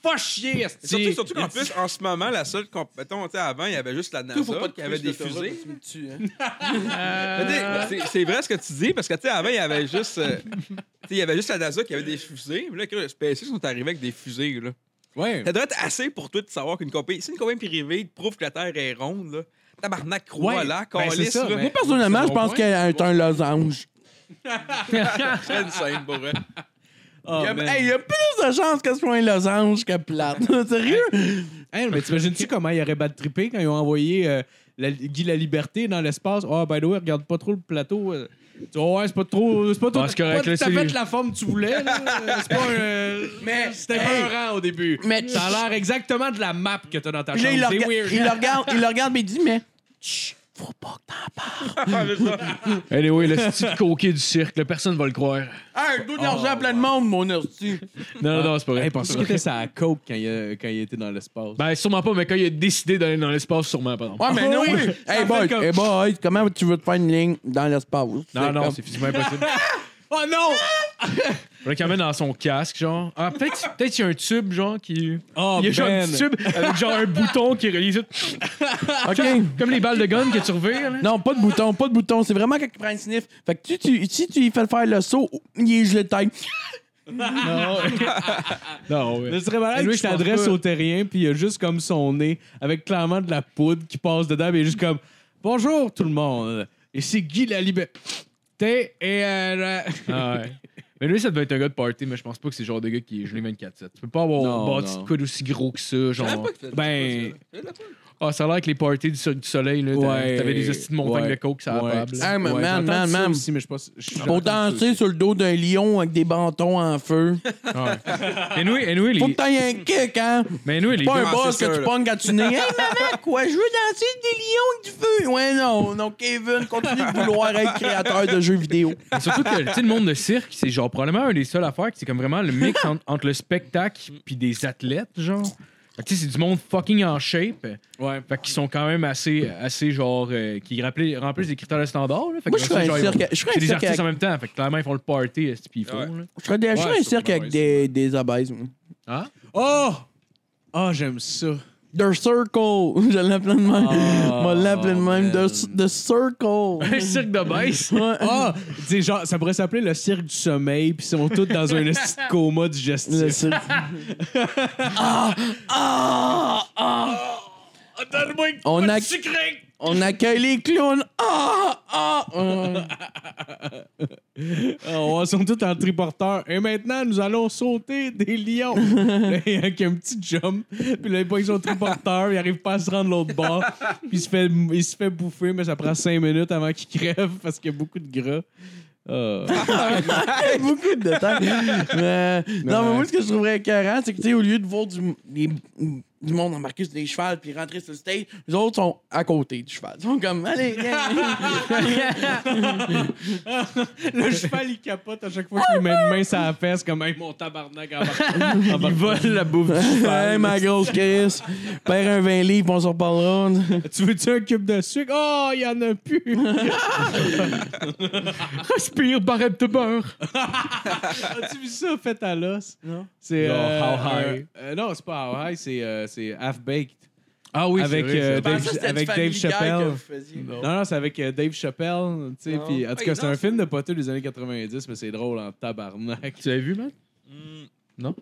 Speaker 5: Pas chier, esti.
Speaker 4: Surtout, surtout qu'en
Speaker 5: Il y a
Speaker 4: plus, en ce moment, la seule. comp- Mettons, tu sais, avant, il y avait juste la NASA qui avait des fusées.
Speaker 2: hein. Euh.
Speaker 4: Mais t'sais, C'est c'est vrai ce que tu dis, parce que tu sais, avant, il y avait juste. euh, tu sais, il y avait juste la NASA qui avait des fusées. Mais là, que les SpaceX sont arrivés avec des fusées, là.
Speaker 5: du- Ouais.
Speaker 4: Ça doit être assez pour toi de savoir qu'une compagnie. Si une compagnie privée te prouve que la Terre est ronde, là, tabarnak, crois
Speaker 5: Ouais,
Speaker 4: là,
Speaker 5: ben, c'est
Speaker 4: calice,
Speaker 5: ça,
Speaker 4: là.
Speaker 5: mais-
Speaker 2: Personnellement, je
Speaker 5: C'est mon
Speaker 2: pense
Speaker 5: point.
Speaker 2: qu'elle est un losange.
Speaker 4: C'est insane, pour vrai.
Speaker 5: Ah,
Speaker 2: Il y a-
Speaker 5: man.
Speaker 2: hey, il y a plus de chances que ce soit un losange que plate. Sérieux?
Speaker 5: Hey, Hein, mais t'imagines-tu comment ils auraient bad trippé quand ils ont envoyé euh, la- Guy la Liberté dans l'espace? Ah, by the way, regarde pas trop le plateau. euh. Tu vois, ouais, c'est pas trop. C'est pas trop.
Speaker 3: Ah, c'est correct,
Speaker 5: pas
Speaker 3: là,
Speaker 5: tout à
Speaker 3: c'est-
Speaker 5: fait la forme que tu voulais, là. C'est pas un. Mais. C'était peurant au début.
Speaker 2: Mais-
Speaker 5: Ça a l'air exactement de la map que t'as dans ta
Speaker 2: Puis là,
Speaker 5: chambre.
Speaker 2: il le rega-
Speaker 5: C'est weird.
Speaker 2: il le regarde, il le regarde, mais il dit, mais. chut, Faut pas que t'en parles.
Speaker 4: Ah, mais ça.
Speaker 3: Anyway, Eh le style coquet du cirque, là, personne va le croire.
Speaker 2: Ah, un dos d'argent à plein de monde, mon hostie.
Speaker 3: Non, non, non, c'est pas vrai.
Speaker 5: Hey, Penses-tu qu'il était sa coke quand il, a- quand il était dans l'espace?
Speaker 3: Ben, sûrement pas, mais quand il a décidé d'aller dans l'espace, sûrement pas.
Speaker 2: Ouais, mais non, oui. Hey, boy, hey, boy, comment tu veux te faire une ligne dans l'espace?
Speaker 3: Non, non,
Speaker 2: comme-
Speaker 3: c'est physiquement impossible.
Speaker 5: Oh non!
Speaker 3: Faudrait qu'il amène dans son casque, genre. Ah, peut-être peut-être qu'il y a un tube, genre, qui.
Speaker 5: Oh,
Speaker 3: il y a genre un
Speaker 5: man.
Speaker 3: petit tube avec genre un bouton qui relie ça.
Speaker 2: OK.
Speaker 3: Comme les balles de gun que tu revires, là.
Speaker 2: Non, pas de bouton, pas de bouton. C'est vraiment quand il prend un sniff. Fait que tu, tu- si tu lui fais faire le saut, il est gelé de tête.
Speaker 3: Non, ouais.
Speaker 5: Ce serait malade
Speaker 3: Lui,
Speaker 5: que
Speaker 3: je
Speaker 5: je
Speaker 3: pense
Speaker 5: t'adresse
Speaker 3: pas.
Speaker 5: au terrien, puis il y a juste comme son nez, avec clairement de la poudre qui passe dedans, mais juste comme Bonjour tout le monde, ici Guy la Liberté et. euh, la-
Speaker 3: Ah, ouais. Mais lui, ça devait être un gars de party, mais je pense pas que c'est le genre de gars qui est gelé 24-7. Tu peux pas avoir
Speaker 5: Non,
Speaker 3: bâti
Speaker 5: non.
Speaker 3: de quoi d'aussi gros que ça,
Speaker 4: Je
Speaker 5: Ah.
Speaker 4: savais
Speaker 3: genre.
Speaker 4: pas qu'il faisait
Speaker 3: Ben.
Speaker 4: ça, là.
Speaker 3: Ah, ça a l'air que les parties du Cirque du Soleil, là,
Speaker 5: Ouais.
Speaker 3: t'avais des hosties de montagne
Speaker 5: Ouais.
Speaker 3: de coke, ça
Speaker 5: Ouais.
Speaker 3: la table. là.
Speaker 2: Ah, mais
Speaker 5: Ouais,
Speaker 2: man,
Speaker 5: j'entends
Speaker 2: man,
Speaker 5: ça
Speaker 2: man.
Speaker 5: aussi, mais je pense. je-
Speaker 2: Pour
Speaker 5: j'entends ça
Speaker 2: danser
Speaker 5: aussi.
Speaker 2: sur le dos d'un lion avec des bantons en feu.
Speaker 3: Ah. Ouais. Anyway, anyway,
Speaker 2: Faut
Speaker 3: les,
Speaker 2: que t'ailles un kick, hein?
Speaker 3: mais anyway, les
Speaker 2: Pas
Speaker 3: deux-
Speaker 2: un
Speaker 4: Ah,
Speaker 2: boss
Speaker 4: c'est
Speaker 2: que
Speaker 4: sûr,
Speaker 2: tu
Speaker 4: là.
Speaker 2: pognes quand tu nais. Hey, maman, quoi, je veux danser avec des lions avec du feu. Ouais, non, non, Kevin, continue de vouloir être créateur de jeux vidéo.
Speaker 3: Mais Surtout que tu sais, le monde de cirque, c'est genre probablement un des seuls à faire que c'est comme vraiment le mix entre, entre le spectacle puis des athlètes, genre. Fait que, tu sais, c'est du monde fucking en shape.
Speaker 5: Ouais.
Speaker 3: Fait qu'ils sont quand même assez, assez genre. euh, qui rappelaient- remplissent les critères de standard. Là. Fait
Speaker 2: Moi,
Speaker 3: que
Speaker 2: je
Speaker 3: dans
Speaker 2: ferais
Speaker 3: ça,
Speaker 2: un
Speaker 3: genre,
Speaker 2: cirque. Je ferais
Speaker 3: C'est
Speaker 2: un
Speaker 3: des
Speaker 2: cirque
Speaker 3: artistes en
Speaker 2: avec-
Speaker 3: même temps. Fait que clairement, ils font le party, est-ce qu'ils font.
Speaker 4: Ouais.
Speaker 3: là.
Speaker 2: je ferais des- je ferais
Speaker 5: Ouais,
Speaker 2: un cirque
Speaker 5: sûrement,
Speaker 2: avec des, des obèses. moi.
Speaker 3: Hein?
Speaker 5: Oh! Oh, j'aime ça.
Speaker 2: The Circle. Je l'appelais de même.
Speaker 5: Ah,
Speaker 2: Moi, l'appelais de même. The,
Speaker 5: man.
Speaker 2: The Circle.
Speaker 3: Un cirque de baisse.
Speaker 2: Ouais.
Speaker 5: Ah! Dis, genre, ça pourrait s'appeler le cirque du sommeil, puis ils sont tous dans un petit coma
Speaker 2: Le
Speaker 5: digestif.
Speaker 2: cirque. ah! Ah! Ah! On, a... On accueille les clowns. Ah! Ah! Ah!
Speaker 5: Oh, ils sont tous en triporteur. Et maintenant, nous allons sauter des lions. Là, il y a qu'un petit jump. Puis là, ils sont triporteurs. Ils n'arrivent pas à se rendre l'autre bord. Puis il se, fait, il se fait bouffer, mais ça prend cinq minutes avant qu'il crève parce qu'il y a beaucoup de gras. Ah.
Speaker 2: Beaucoup de détails. Mais- non, mais moi, ce que je trouverais écœurant, c'est que, tu sais, au lieu de voir du, des- du monde embarquer sur des chevals puis rentrer sur le stage, les autres sont à côté du cheval. Ils sont comme, allez, viens.
Speaker 5: le cheval, il capote à chaque fois qu'il met une main sur la fesse, comme hey, mon tabarnak.
Speaker 3: Ils volent la bouffe du cheval.
Speaker 2: hey, ma grosse Chris, perds un 20 livres, on s'en reparlera.
Speaker 5: tu veux-tu un cube de sucre? Oh, il n'y en a plus.
Speaker 3: Respire, barrette de beurre.
Speaker 5: As-tu vu ça, fait à l'os?
Speaker 2: Non.
Speaker 5: C'est.
Speaker 3: Genre
Speaker 5: euh,
Speaker 3: How High.
Speaker 5: un- euh, non, c'est pas How High, c'est, euh, c'est Half Baked.
Speaker 3: Ah oui,
Speaker 5: Avec,
Speaker 3: c'est vrai,
Speaker 5: euh,
Speaker 3: ça.
Speaker 5: Dave- avec Dave Chappelle.
Speaker 2: Chappelle.
Speaker 5: Non, non, c'est avec euh, Dave Chappelle. tu sais,
Speaker 4: Non.
Speaker 5: puis en tout
Speaker 4: Hey,
Speaker 5: cas, c'est
Speaker 4: non,
Speaker 5: un
Speaker 4: c'est-
Speaker 5: film de poteux des années 90, mais c'est drôle en tabarnak.
Speaker 3: Tu l'avais vu, man?
Speaker 4: Hmm.
Speaker 3: Non?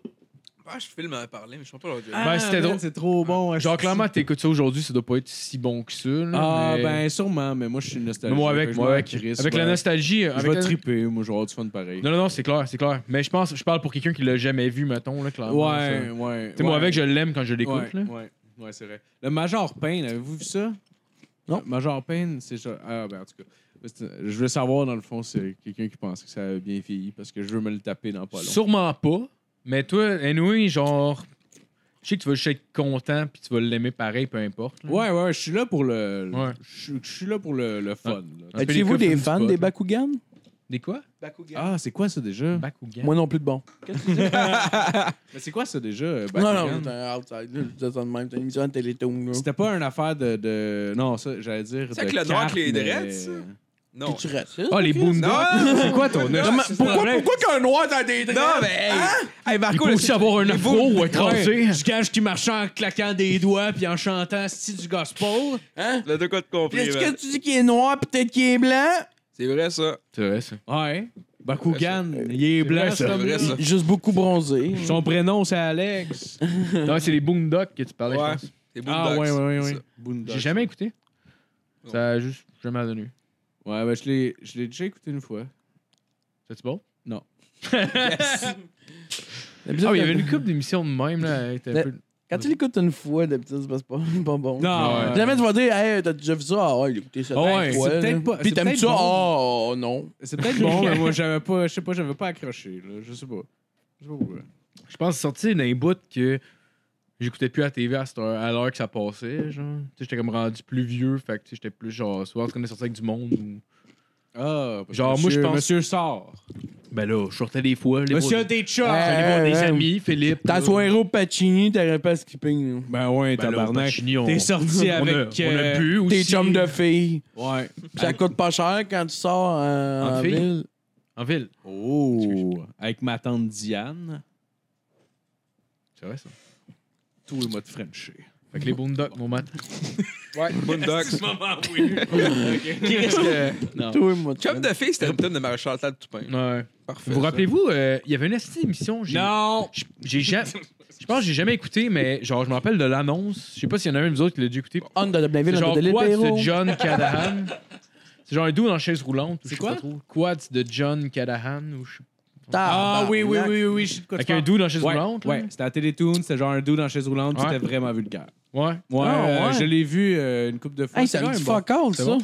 Speaker 4: Ah, je filme à parler, mais je ne pas Bah, leur dire.
Speaker 3: Ah, c'était
Speaker 5: man,
Speaker 3: drôle.
Speaker 5: C'est trop bon. hein,
Speaker 3: Genre,
Speaker 5: asti.
Speaker 3: clairement, t'écoutes ça aujourd'hui, ça doit pas être si bon que ça. là,
Speaker 5: Ah,
Speaker 3: mais-
Speaker 5: ben, sûrement, mais moi, je suis nostalgique.
Speaker 3: Mais moi, avec, moi, avec, avec la nostalgie.
Speaker 5: Je
Speaker 3: avec
Speaker 5: vais
Speaker 3: la-
Speaker 5: triper, moi, je vais avoir du fun pareil.
Speaker 3: Non, non, non, c'est clair, c'est clair. Mais je pense, je parle pour quelqu'un qui l'a jamais vu, mettons, là, clairement. ça.
Speaker 5: ouais,
Speaker 3: Tu
Speaker 5: ouais.
Speaker 3: sais, moi,
Speaker 5: ouais.
Speaker 3: avec, je l'aime quand je l'écoute,
Speaker 5: Ouais,
Speaker 3: là.
Speaker 5: ouais, ouais, c'est vrai. Le Major Payne, avez-vous vu ça?
Speaker 2: Non.
Speaker 5: Le Major Payne, c'est ça. Ah, ben, en tout cas. c'est- Je veux savoir, dans le fond, c'est quelqu'un qui pense que ça a bien vieilli parce que je veux me le taper dans pas long.
Speaker 3: Sûrement pas. Mais toi, anyway, genre, je sais que tu vas juste être content puis tu vas l'aimer pareil, peu importe. là.
Speaker 5: Ouais, ouais, je suis là pour le. le-
Speaker 3: Ouais.
Speaker 5: Je suis- je suis là pour le, le fun. là.
Speaker 3: Ah.
Speaker 2: Étiez-vous des fans
Speaker 3: Spot,
Speaker 2: des
Speaker 3: là.
Speaker 2: Bakugan?
Speaker 3: Des quoi?
Speaker 2: Bakugan.
Speaker 5: Ah, c'est quoi ça
Speaker 2: Ben-
Speaker 5: déjà?
Speaker 3: Bakugan.
Speaker 2: Moi non plus de bon.
Speaker 5: Mais c'est quoi ça déjà? euh,
Speaker 2: Non,
Speaker 5: Bakugan?
Speaker 2: non, c'est un outside. Je disais ça de même. C'est une émission de Télétoon. là.
Speaker 5: C'était pas une affaire de. de- Non, ça, j'allais dire.
Speaker 4: C'est avec
Speaker 5: de
Speaker 4: le noir
Speaker 5: cartes,
Speaker 4: avec les
Speaker 5: mais-
Speaker 4: dreads, ça? Non.
Speaker 2: T'es-tu raciste?
Speaker 3: Ah, les
Speaker 2: Chris?
Speaker 3: boondocks.
Speaker 4: Non!
Speaker 3: C'est quoi ton œuf?
Speaker 2: Comment-
Speaker 4: c'est ça.
Speaker 2: Pourquoi pourquoi qu'un noir dans des
Speaker 4: Non, mais hey! Hey,
Speaker 3: Il
Speaker 4: Marco,
Speaker 3: peut
Speaker 4: là,
Speaker 3: aussi avoir un afro ou un tracé.
Speaker 5: Je gage qui marchait en claquant des doigts puis en chantant style du gospel.
Speaker 2: Hein?
Speaker 4: le deux quoi de compris.
Speaker 2: Est-ce
Speaker 4: man.
Speaker 2: que tu dis qu'il est noir, peut-être qu'il est blanc?
Speaker 4: C'est vrai, ça.
Speaker 3: C'est vrai, ça.
Speaker 5: Ouais. Bakugan, il est blanc,
Speaker 3: vrai, ça.
Speaker 5: cet
Speaker 4: C'est
Speaker 5: homme-là.
Speaker 4: vrai, ça.
Speaker 2: Juste beaucoup bronzé.
Speaker 5: Son prénom, c'est Alex.
Speaker 3: Non, c'est les boondocks que tu parlais,
Speaker 4: Ouais.
Speaker 3: je pense.
Speaker 4: C'est
Speaker 5: ah,
Speaker 4: Boondocks,
Speaker 5: ouais, ouais, ouais. ouais.
Speaker 4: c'est ça.
Speaker 5: Boondocks.
Speaker 3: J'ai jamais écouté.
Speaker 4: Non.
Speaker 3: Ça a juste jamais donné.
Speaker 5: Ouais, ben, je l'ai- je l'ai déjà écouté une fois.
Speaker 3: C'est bon?
Speaker 2: D'habitude,
Speaker 3: Ah, oui, il y avait une couple d'émissions de même, là. elle était un
Speaker 2: Mais-
Speaker 3: peu-
Speaker 2: Quand tu l'écoutes une fois, d'habitude, c'est pas- c'est pas, pas bon.
Speaker 5: Non, Euh,
Speaker 3: ouais.
Speaker 2: Jamais tu vas dire, hey, t'as déjà vu ça? Ah, ouais, il a écouté ça.
Speaker 5: Ah ouais,
Speaker 2: fois,
Speaker 5: c'est
Speaker 2: là.
Speaker 5: peut-être pas-
Speaker 2: Puis
Speaker 5: c'est
Speaker 2: t'aimes
Speaker 5: peut-être
Speaker 2: ça?
Speaker 5: bon.
Speaker 2: Ah, Ah, ah, non.
Speaker 5: C'est peut-être bon, mais moi, j'avais pas, je sais pas, j'avais pas accroché, là. Je sais pas. Je sais pas pourquoi.
Speaker 3: Je pense que c'est sorti d'un bout que j'écoutais plus à TV à cette heure- à l'heure que ça passait, genre. Tu sais, J'étais comme rendu plus vieux, fait que tu sais, j'étais plus genre, soit en train de sortir avec du monde ou.
Speaker 5: Ah, parce
Speaker 3: Genre,
Speaker 5: que
Speaker 3: moi, je
Speaker 5: monsieur-
Speaker 3: pense-
Speaker 5: Monsieur sort.
Speaker 3: Ben là, je sortais des fois. Les Euh,
Speaker 5: Monsieur des chats.
Speaker 2: Hey, hey,
Speaker 3: des
Speaker 2: hey.
Speaker 3: amis, Philippe.
Speaker 2: T'as
Speaker 5: Euh,
Speaker 3: là.
Speaker 2: Soero Pacini, t'aurais pas skippé. là.
Speaker 5: Ben ouais,
Speaker 3: Ben là,
Speaker 5: tabarnak.
Speaker 3: Pacini, on-
Speaker 5: T'es sorti
Speaker 3: on a-
Speaker 5: avec.
Speaker 3: On a
Speaker 5: euh,
Speaker 3: bu aussi.
Speaker 2: T'es chum de filles.
Speaker 5: Ouais.
Speaker 2: Puis Ça coûte pas cher quand tu sors euh,
Speaker 3: En
Speaker 2: en,
Speaker 3: fille?
Speaker 2: ville.
Speaker 3: En ville.
Speaker 5: Oh. Avec ma tante Diane.
Speaker 3: C'est vrai, ça.
Speaker 5: Tout est mode Frenché.
Speaker 3: Fait que les Boondocks, mon mat.
Speaker 4: Ouais, Boondocks.
Speaker 5: Maman, oui.
Speaker 3: Non.
Speaker 2: Toi et moi. tu
Speaker 4: Chum
Speaker 2: vois.
Speaker 4: de fille, c'était une thème de Maréchal Chantal Toupin.
Speaker 3: Ouais.
Speaker 4: Parfait.
Speaker 3: Vous
Speaker 4: ça.
Speaker 3: rappelez-vous, euh, il y avait une petite émission. j'ai-
Speaker 5: Non.
Speaker 3: j'- J'ai jamais. Je pense que j'ai jamais écouté, mais genre, je me rappelle de l'annonce. Je sais pas s'il y en a un de vous autres qui l'a dû écouter.
Speaker 2: On de
Speaker 3: C'est
Speaker 2: Blainville, on
Speaker 3: genre
Speaker 2: de l'île
Speaker 3: Quad de
Speaker 2: Perrault.
Speaker 3: John Cadahan. C'est genre un doux en chaise roulante. ou je
Speaker 5: C'est
Speaker 3: sais
Speaker 5: quoi?
Speaker 3: pas trop. Quad de John Cadahan. Ou je... sais-
Speaker 5: Ah,
Speaker 2: Tabarnak.
Speaker 5: oui, oui, oui, oui, oui, je sais de quoi tu
Speaker 3: Avec un
Speaker 5: parles.
Speaker 3: doux en chaise
Speaker 5: Ouais,
Speaker 3: roulante. là.
Speaker 5: ouais. c'était à Télétoon, c'était genre un dude en chaise roulante,
Speaker 3: Ouais.
Speaker 5: c'était vraiment vulgaire.
Speaker 3: Ouais.
Speaker 5: Ouais,
Speaker 2: Ah,
Speaker 5: euh,
Speaker 2: ouais.
Speaker 5: je l'ai vu euh, une couple de fois.
Speaker 2: Hey,
Speaker 5: c'est
Speaker 2: ça me
Speaker 5: quand
Speaker 2: dit
Speaker 5: même bon.
Speaker 2: fuck all,
Speaker 5: C'est
Speaker 2: ça.
Speaker 5: bon.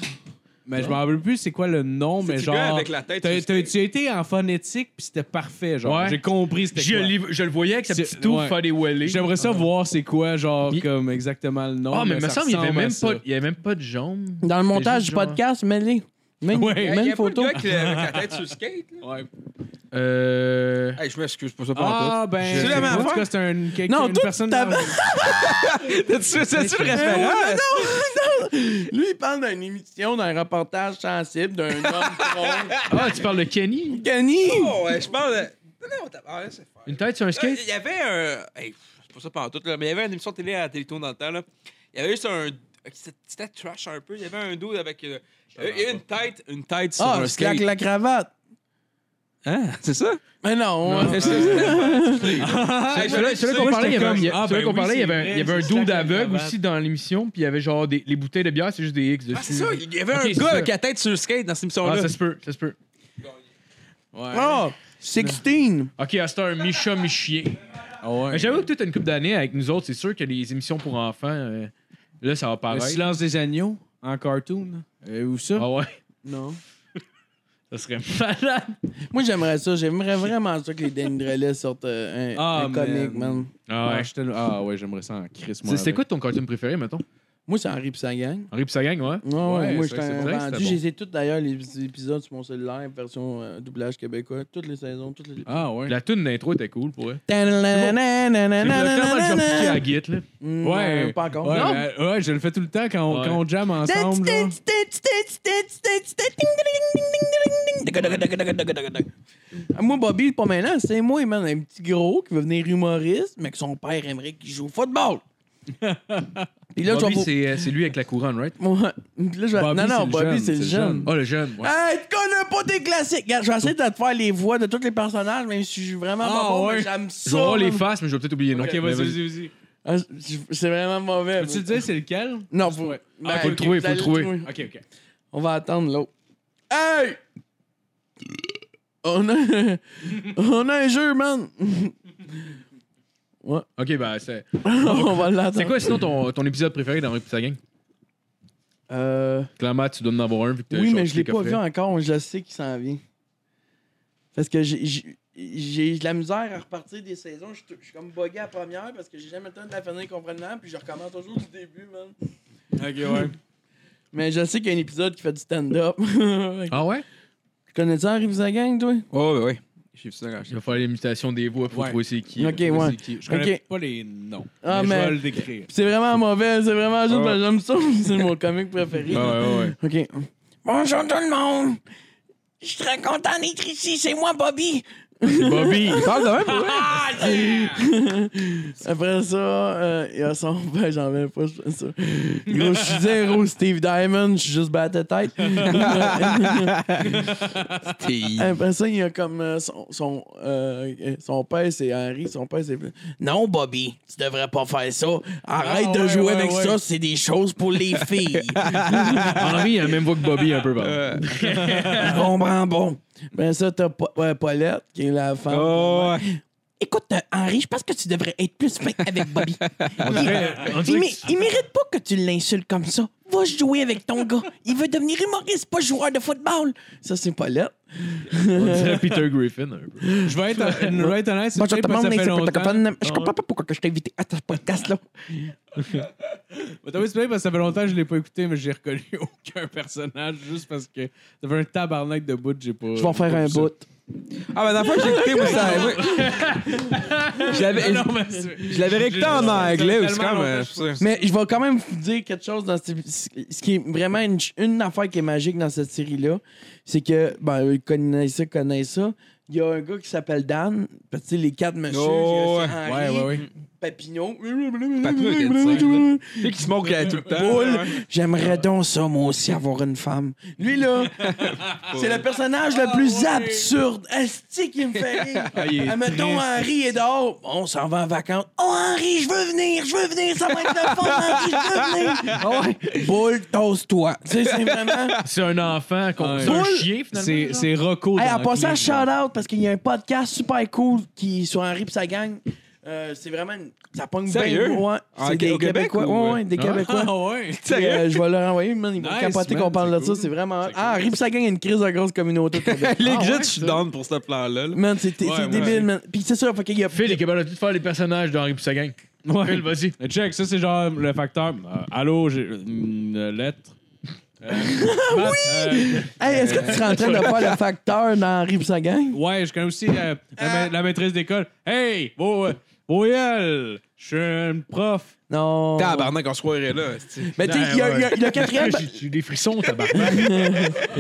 Speaker 5: Mais je me rappelle plus c'est quoi le nom, mais
Speaker 4: C'est-tu
Speaker 5: genre.
Speaker 4: le gars avec la tête
Speaker 5: t'as-
Speaker 4: sur-
Speaker 5: t'as- tu as été en phonétique, puis c'était parfait, genre.
Speaker 3: Ouais.
Speaker 5: J'ai compris c'était
Speaker 3: Je,
Speaker 5: quoi.
Speaker 3: l'ai- je le voyais avec sa
Speaker 5: C'est-
Speaker 3: petite touffe
Speaker 5: ouais.
Speaker 3: faire des wellés.
Speaker 5: J'aimerais ça voir c'est quoi, genre,
Speaker 3: Il-
Speaker 5: comme exactement le nom.
Speaker 3: Ah, mais il me
Speaker 5: ça
Speaker 3: semble qu'il n'y avait,
Speaker 5: ressemble à
Speaker 3: même
Speaker 5: ça.
Speaker 3: pas- il y avait même pas de jambes.
Speaker 2: Dans le montage
Speaker 3: juste
Speaker 2: du
Speaker 3: genre-
Speaker 2: podcast, mets-les. Mets une
Speaker 5: Ouais.
Speaker 4: Hey, y a
Speaker 2: mets une
Speaker 4: pas le
Speaker 2: photo.
Speaker 4: gars qui- avec la tête sur le skate, là?
Speaker 5: Ouais.
Speaker 3: Euh.
Speaker 4: Hey, je m'excuse pour ça pas
Speaker 5: Ah, ben.
Speaker 4: C'est la même
Speaker 5: En tout cas,
Speaker 4: affaire.
Speaker 5: c'est un, quelqu'un-
Speaker 2: Non,
Speaker 5: une
Speaker 2: toi,
Speaker 5: personne.
Speaker 2: tu t'avais-
Speaker 4: en tout. C'est-tu le
Speaker 2: Eh oui,
Speaker 4: référent?
Speaker 2: mais non, non. Lui, il parle d'une émission, d'un reportage sensible, d'un homme con.
Speaker 3: Ah, tu parles de Kenny?
Speaker 2: Kenny!
Speaker 4: Oh, ouais, je parle de... Non, non, t'as... Ah, laisse faire.
Speaker 3: Une tête sur un
Speaker 4: Là, Il
Speaker 3: skate?
Speaker 4: y avait un. Hey, c'est pas ça pendant tout, là, mais il y avait une émission de télé à Télétoon dans le temps. Là. Il y avait juste un. C'était c'était trash un peu. Il y avait un dos avec. euh, il y avait une tête, une tête sur
Speaker 2: Ah,
Speaker 4: un
Speaker 2: c'est avec
Speaker 4: skate.
Speaker 2: la cravate.
Speaker 4: Hein? C'est ça?
Speaker 2: Mais non,
Speaker 3: Non.
Speaker 2: c'est
Speaker 4: Ah,
Speaker 3: Hey, Celui-là celui-là qu'on
Speaker 5: Moi,
Speaker 3: parlait, il y
Speaker 5: j'étais
Speaker 3: avait,
Speaker 5: comme,
Speaker 3: il y a- celui-là
Speaker 5: ah, ben
Speaker 3: qu'on
Speaker 5: oui,
Speaker 3: parlait, il y
Speaker 5: c'est
Speaker 3: avait un- il y avait
Speaker 5: vrai,
Speaker 3: un
Speaker 5: c'est
Speaker 3: dude
Speaker 5: ça,
Speaker 3: aveugle
Speaker 5: cravate.
Speaker 3: aussi dans l'émission, puis il y avait genre des, les bouteilles de bière, c'est juste des X dessus.
Speaker 4: Ah, c'est ça. Il y avait
Speaker 3: Ok,
Speaker 4: un
Speaker 3: c'est
Speaker 4: gars
Speaker 3: ça.
Speaker 4: avec la tête sur le skate dans cette
Speaker 3: Ah,
Speaker 4: émission-là.
Speaker 3: ça se peut, ça se peut.
Speaker 5: Ouais.
Speaker 2: Ah, 16.
Speaker 3: Ok, à cette heure, mi-chat, mi-chien.
Speaker 5: Ah ouais.
Speaker 3: Mais Ben, J'avoue que toi, t'as une couple d'années avec nous autres, c'est sûr que les émissions pour enfants, euh, là, ça va
Speaker 5: Le
Speaker 3: paraître.
Speaker 5: silence des agneaux en cartoon. Euh, où ça?
Speaker 3: Ah ouais,
Speaker 2: Non.
Speaker 3: ça serait malade.
Speaker 2: Moi, j'aimerais ça. J'aimerais vraiment ça que les Dendrelais sortent euh, un,
Speaker 5: Ah,
Speaker 2: un comique,
Speaker 5: man.
Speaker 2: man.
Speaker 3: Ah ouais. ben.
Speaker 5: Ah, j'étais- ah ouais, j'aimerais ça en Chris,
Speaker 3: C'est-
Speaker 5: moi.
Speaker 3: C'était
Speaker 5: avec.
Speaker 3: quoi ton cartoon préféré, mettons?
Speaker 2: Moi, c'est Henri pis sa gang.
Speaker 3: Henri pis sa gang, ouais?
Speaker 2: Ouais, ouais,
Speaker 5: Ouais,
Speaker 2: moi, j'étais
Speaker 5: c'est vrai que
Speaker 2: un
Speaker 5: c'est
Speaker 3: vrai que
Speaker 2: vendu.
Speaker 3: c'était bon.
Speaker 2: J'ai les toutes d'ailleurs, les épisodes sur mon cellulaire, version euh, doublage québécois. Toutes les saisons, toutes les.
Speaker 5: Ah ouais.
Speaker 3: La tune d'intro était cool pour elle. C'est exactement le genre de piqué à
Speaker 2: Ouais,
Speaker 3: la guite, là.
Speaker 5: Ouais.
Speaker 2: pas encore.
Speaker 5: Ouais,
Speaker 2: Non.
Speaker 5: mais, euh, ouais, je le fais tout le temps quand on,
Speaker 3: Ouais.
Speaker 5: quand on jam ensemble. genre.
Speaker 2: Ah, Moi, Bobby, pas maintenant, c'est moi, man, un petit gros qui veut venir humoriste, mais que son père aimerait qu'il joue au football. Puis là,
Speaker 3: Bobby,
Speaker 2: je vais.
Speaker 3: c'est euh, c'est lui avec la couronne, right?
Speaker 2: Ouais. Puis là, je vais-
Speaker 5: Bobby,
Speaker 2: non,
Speaker 5: c'est
Speaker 2: non,
Speaker 5: le
Speaker 2: Bobby,
Speaker 5: jeune,
Speaker 2: c'est le jeune.
Speaker 3: Oh, le jeune, ouais.
Speaker 2: Hey, tu connais pas tes classiques! Regarde, je vais essayer de te faire les voix de tous les personnages, même si je suis vraiment
Speaker 5: Ah,
Speaker 2: pas bon,
Speaker 5: ouais.
Speaker 2: mais j'aime
Speaker 3: Je vais voir
Speaker 2: ça.
Speaker 3: les
Speaker 2: man.
Speaker 3: faces, mais je vais peut-être oublier. non.
Speaker 5: Ok, vas-y, vas-y, vas-y.
Speaker 2: Ah, j- C'est vraiment mauvais.
Speaker 5: Peux-tu
Speaker 2: man.
Speaker 5: te dire c'est lequel?
Speaker 2: Non, faut, Ben,
Speaker 3: faut le
Speaker 2: ok,
Speaker 3: trouver,
Speaker 2: vous
Speaker 3: faut le
Speaker 2: allez
Speaker 3: trouver.
Speaker 5: Ok, ok.
Speaker 2: On va attendre l'autre. Hey! On a, on a un jeu, man!
Speaker 3: Ok, bah, c'est.
Speaker 2: on va l'attendre.
Speaker 3: C'est quoi sinon ton, ton épisode préféré dans Henri pis sa gang?
Speaker 2: Euh,
Speaker 3: Clairement, tu dois en avoir un vu que t'as
Speaker 2: oui,
Speaker 3: genre
Speaker 2: mais je l'ai
Speaker 3: cliqué au
Speaker 2: pas vu
Speaker 3: frais.
Speaker 2: encore, mais je le sais qu'il s'en vient. Parce que j'ai- j'ai j'ai de la misère à repartir des saisons. Je suis- je suis comme bugué à la première parce que j'ai jamais le temps de la finir complètement, puis je recommence toujours du début, man.
Speaker 5: Ok, ouais.
Speaker 2: Mais je sais qu'il y a un épisode qui fait du stand-up. tu
Speaker 3: Ah ouais?
Speaker 2: connais-tu Henri Visa Gang, toi?
Speaker 4: Oh, ouais, ouais. J'ai vu ça quand
Speaker 3: Il va faire l'imitation des voix pour
Speaker 5: Ouais.
Speaker 3: trouver c'est qui.
Speaker 2: Ok,
Speaker 5: Je
Speaker 2: ouais.
Speaker 5: sais qui- Je connais
Speaker 2: Ok.
Speaker 5: pas les noms.
Speaker 2: Ah,
Speaker 5: mais je vais
Speaker 2: mais-
Speaker 5: le décrire.
Speaker 2: Puis C'est vraiment mauvais, c'est vraiment juste
Speaker 4: Ah.
Speaker 2: parce que j'aime ça. C'est mon comique préféré.
Speaker 3: Ah ouais, ouais, ouais.
Speaker 2: OK. Bonjour tout le monde. Je suis très content d'être ici. C'est moi, Bobby.
Speaker 3: C'est Bobby!
Speaker 4: parle de même,
Speaker 2: Après ça, euh, il y a son père, j'en vais pas, je pense ça. Gros, je suis zéro Steve Diamond. Je suis juste bête de tête. Après ça, il y a comme euh, son, son, euh, euh, son père, c'est Henry. Son père, c'est. Non, Bobby, tu devrais pas faire ça. Arrête
Speaker 5: Ah,
Speaker 2: de
Speaker 5: ouais,
Speaker 2: jouer
Speaker 5: ouais,
Speaker 2: avec
Speaker 5: ouais.
Speaker 2: ça. C'est des choses pour les filles.
Speaker 3: Henri, il a la même voix que Bobby un peu, par exemple.
Speaker 2: bon, bon, bon. Ben ça, t'as Pa- ouais, Paulette, qui est la femme.
Speaker 4: Oh,
Speaker 2: Écoute, euh, Henri, je pense que tu devrais être plus fin avec Bobby.
Speaker 3: On dirait- on
Speaker 2: il,
Speaker 3: dirait
Speaker 2: mé-
Speaker 3: que-
Speaker 2: il mérite pas que tu l'insultes comme ça. Va va jouer avec ton gars. Il veut devenir humoriste, pas joueur de football. Ça, c'est pas là.
Speaker 3: On dirait Peter Griffin un peu.
Speaker 5: Je vais être, je vais être honnête, c'est
Speaker 2: Moi, je
Speaker 5: peut-être
Speaker 2: te
Speaker 5: parce
Speaker 2: demande,
Speaker 5: que ça fait
Speaker 2: c'est pas ta
Speaker 5: longtemps.
Speaker 2: copine. Je comprends pas pourquoi que je t'ai invité à ce podcast-là.
Speaker 5: Mais t'as vu, c'est peut-être parce que ça fait longtemps que je l'ai pas écouté, mais j'ai reconnu aucun personnage juste parce que ça fait un tabarnak de bout que j'ai pas.
Speaker 2: Je vais en faire un bout.
Speaker 4: Ah, ben, la fois que j'ai écouté, moi, ça. moi- Je l'avais-
Speaker 5: Non, mais c'est-
Speaker 4: je l'avais réécouté en
Speaker 5: Ça fait
Speaker 4: anglais, c'est
Speaker 5: tellement
Speaker 4: comme. euh,
Speaker 5: longtemps
Speaker 4: je sais.
Speaker 2: Mais je vais quand même vous dire quelque chose dans ce, ce qui est vraiment une, une affaire qui est magique dans cette série-là. C'est que, ben, eux, ils connaissent ça, connaissent ça. Il y a un gars qui s'appelle Dan. Parce que tu sais, les quatre messieurs,
Speaker 4: Oh,
Speaker 2: j'ai
Speaker 4: ouais.
Speaker 2: Henri,
Speaker 5: Ouais, ouais, ouais.
Speaker 2: Papineau.
Speaker 4: Papineau était insane, Tu sais, qui se moque euh, tout le temps.
Speaker 2: Boule.
Speaker 4: hein.
Speaker 2: J'aimerais donc ça, moi aussi, avoir une femme. Lui, là, c'est le personnage le plus absurde. Asti qui me fait rire. Admettons, Henri est dehors. On s'en va en vacances. Oh, Henri, je veux venir, je veux venir. Ça va être le fun, Henri, je veux venir. Boule, tose-toi. Tu sais, c'est vraiment...
Speaker 3: C'est un enfant qu'on
Speaker 5: Ouais.
Speaker 3: c'est un
Speaker 2: Bull,
Speaker 3: chien finalement.
Speaker 5: C'est, c'est Rocco.
Speaker 2: Hey,
Speaker 5: dans
Speaker 2: en passant,
Speaker 5: Cleveland.
Speaker 2: shout-out, parce qu'il y a un podcast super cool qui sur Henri pis sa gang. Euh, c'est vraiment... une- Ça pogne bien
Speaker 4: Sérieux?
Speaker 2: gros, hein.
Speaker 4: En-
Speaker 2: C'est des
Speaker 4: au Québec
Speaker 2: Québécois.
Speaker 4: ou-
Speaker 2: Ouais, ouais, des Québécois.
Speaker 5: Ah ouais.
Speaker 2: Puis, euh, je vais leur envoyer, man. Ils vont
Speaker 5: Nice,
Speaker 2: capoter
Speaker 5: man,
Speaker 2: qu'on parle de
Speaker 5: c'est
Speaker 2: ça.
Speaker 5: cool.
Speaker 2: C'est vraiment.
Speaker 5: C'est
Speaker 2: Ah,
Speaker 5: cool.
Speaker 2: Rip Sagan a une crise de grosse communauté. au Québec.
Speaker 4: Legit,
Speaker 5: Ah, ouais,
Speaker 4: je suis
Speaker 5: ça.
Speaker 4: down pour ce plan-là. là.
Speaker 2: Man, c'est c'est
Speaker 5: Ouais, ouais.
Speaker 2: débile, man. Puis c'est sûr, fait qu'il y a.
Speaker 3: Phil est capable de tout faire les personnages d'Henri Poussagang.
Speaker 5: Ouais.
Speaker 3: Phil, vas-y.
Speaker 5: Mais Check, ça, c'est genre le facteur. Euh, allô, j'ai une euh, lettre. Euh, Matt, euh,
Speaker 2: Hey, est-ce que tu serais en train de faire le facteur dans Rip Sagan?
Speaker 5: ouais, je connais aussi euh, la, ma- la maîtresse d'école. Hey, beau, euh, beau Yael, je suis un prof.
Speaker 2: Non.
Speaker 4: Tabarnak, on se croirait là. c'est-tu.
Speaker 2: Mais tu sais, il y a- il y a il y a le quatrième.
Speaker 3: J'ai j'ai des frissons, tabarnak.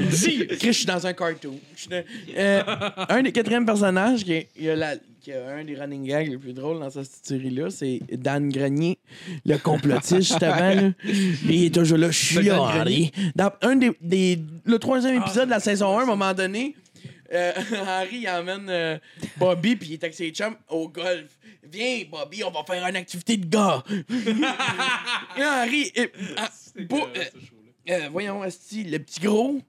Speaker 3: Dis!
Speaker 2: Chris, je suis dans un cartoon. Je suis dans- Euh, un des quatrièmes personnages qui est, il y a la- qui a un des running gags les plus drôles dans cette série-là, c'est Dan Grenier, le complotiste, justement. là. Il est toujours là, je suis là, Henri. Dans un des, des- le troisième épisode de la saison 1, à un moment donné, euh, Henri il emmène euh, Bobby puis il est avec ses chums au golf. Viens Bobby, on va faire une activité de gars. Et Henri, euh, ah, beau- euh, euh, voyons Asti, le petit gros.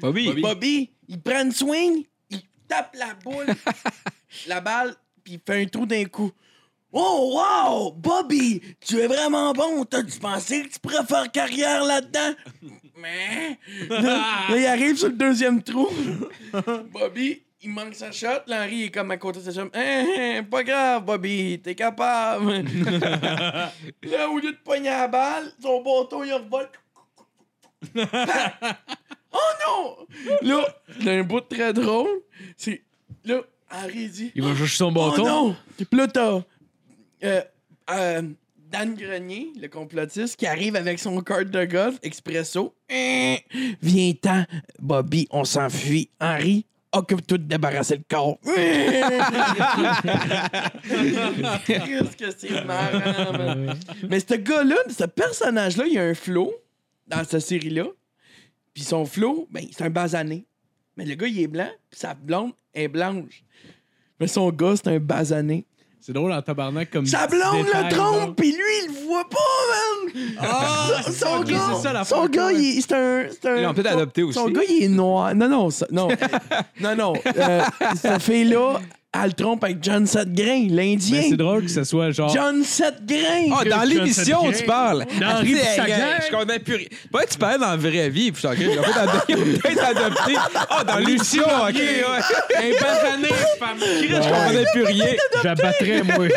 Speaker 4: Bobby.
Speaker 2: Bobby. il prend une swing, il tape la boule, la balle, puis il fait un trou d'un coup. Oh, wow! Bobby, tu es vraiment bon! T'as-tu pensé que tu pourrais faire carrière là-dedans? Mais. Là, là, il arrive sur le deuxième trou. Bobby, il manque sa shot. L'Henri est comme à côté de sa chambre. Hein, hein, pas grave, Bobby, t'es capable. là, au lieu de pogner la balle, son bâton, il revole. Oh non! Là, il y a un bout très drôle. C'est. Là, Henri dit.
Speaker 3: Il va chercher son
Speaker 2: Oh
Speaker 3: bâton.
Speaker 2: non! Puis là, t'as. euh, euh, Dan Grenier, le complotiste, qui arrive avec son cart de golf expresso. Hein? Viens-t'en, Bobby, on s'enfuit. Henri, occupe-toi de débarrasser le corps. Eh! Qu'est-ce que c'est marrant,
Speaker 3: Ah
Speaker 2: man. Mais ce gars-là, ce personnage-là, il a un flow dans cette série-là. Puis son flow, ben, c'est un basané. Mais le gars, il est blanc, puis sa blonde est blanche. Mais son gars, c'est un basané.
Speaker 5: C'est drôle en tabarnak comme.
Speaker 2: Sa
Speaker 5: petit
Speaker 2: blonde
Speaker 5: détail,
Speaker 2: le
Speaker 5: là.
Speaker 2: trompe, puis lui, il le voit pas, man! Son- son
Speaker 5: ok,
Speaker 2: gars,
Speaker 5: c'est ça, la
Speaker 2: son
Speaker 5: photo,
Speaker 2: gars,
Speaker 5: ouais.
Speaker 2: il- c'est un... c'est un-
Speaker 4: Ils l'ont peut-être
Speaker 2: son-
Speaker 4: adopté aussi.
Speaker 2: Son gars, il est noir. Non, non, ça- non. non, non. euh, cette fille-là, elle le trompe avec John Setgrain,
Speaker 5: Mais
Speaker 2: l'Indien.
Speaker 5: c'est drôle que ce soit genre.
Speaker 2: John Setgrain!
Speaker 4: Ah, dans
Speaker 3: Christian
Speaker 4: l'émission,
Speaker 3: Setgrain.
Speaker 4: tu parles.
Speaker 3: Dans
Speaker 4: Ah,
Speaker 3: Henri
Speaker 4: tu sais,
Speaker 3: Pissaguin.
Speaker 4: hey, Je connais plus rien. Pas que tu parlais dans la vraie vie, puis je suis en train de adopté. Ils ont peut-être adopté. Ah, dans l'émission, ok. ouais.
Speaker 5: Un basané, femme.
Speaker 4: Chris, je comprenais plus rien.
Speaker 3: J'abattrais, moi.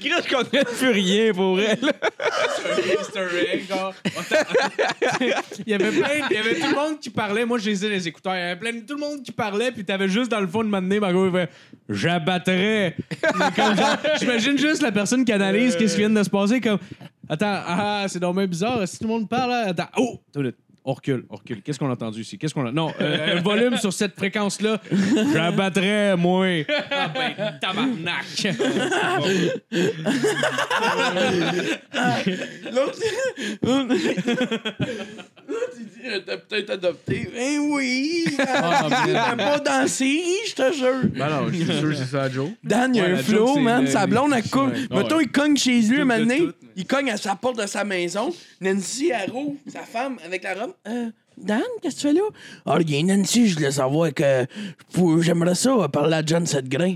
Speaker 4: Chris, je comprenais plus rien pour elle.
Speaker 5: Easter egg, genre. il y avait plein, il y avait tout le monde qui parlait. Moi, je les ai les écouteurs. Il y avait plein, tout le monde qui parlait, puis t'avais juste dans le fond de m'amener, Margot, il fait J'abattrais. C'est comme genre, J'imagine juste la personne qui analyse qu'est-ce qui vient de se passer, comme Attends, ah, c'est dommage bizarre. Si tout le monde parle, là, attends, oh, attends une minute. on recule, on recule. Qu'est-ce qu'on a entendu ici? Qu'est-ce qu'on a. Non, euh, un volume sur cette fréquence-là, j'abattrais, moi. Ah ben, tabarnak.
Speaker 2: L'autre, l'autre, il dit, euh, t'as peut-être adopté. Ben oui!
Speaker 5: Ah.
Speaker 2: T'as pas dansé, je te jure.
Speaker 3: Ah, Ben non, je suis sûr que c'est ça, Joe.
Speaker 2: Dan, il y
Speaker 5: Ouais,
Speaker 2: a un
Speaker 5: la joke,
Speaker 2: flow,
Speaker 5: c'est
Speaker 2: man.
Speaker 5: le-
Speaker 2: Sa blonde,
Speaker 5: les
Speaker 2: elle coupe.
Speaker 5: fichiers, ouais.
Speaker 2: Mettons, il cogne chez lui, un moment donné.
Speaker 5: tout,
Speaker 2: Il cogne à sa porte de sa maison. Nancy Arrow, sa femme, avec la robe. Euh, Dan, qu'est-ce que tu fais là? Ah, il y a Nancy, je voulais savoir que je pou- j'aimerais ça euh, parler à John Setgrain.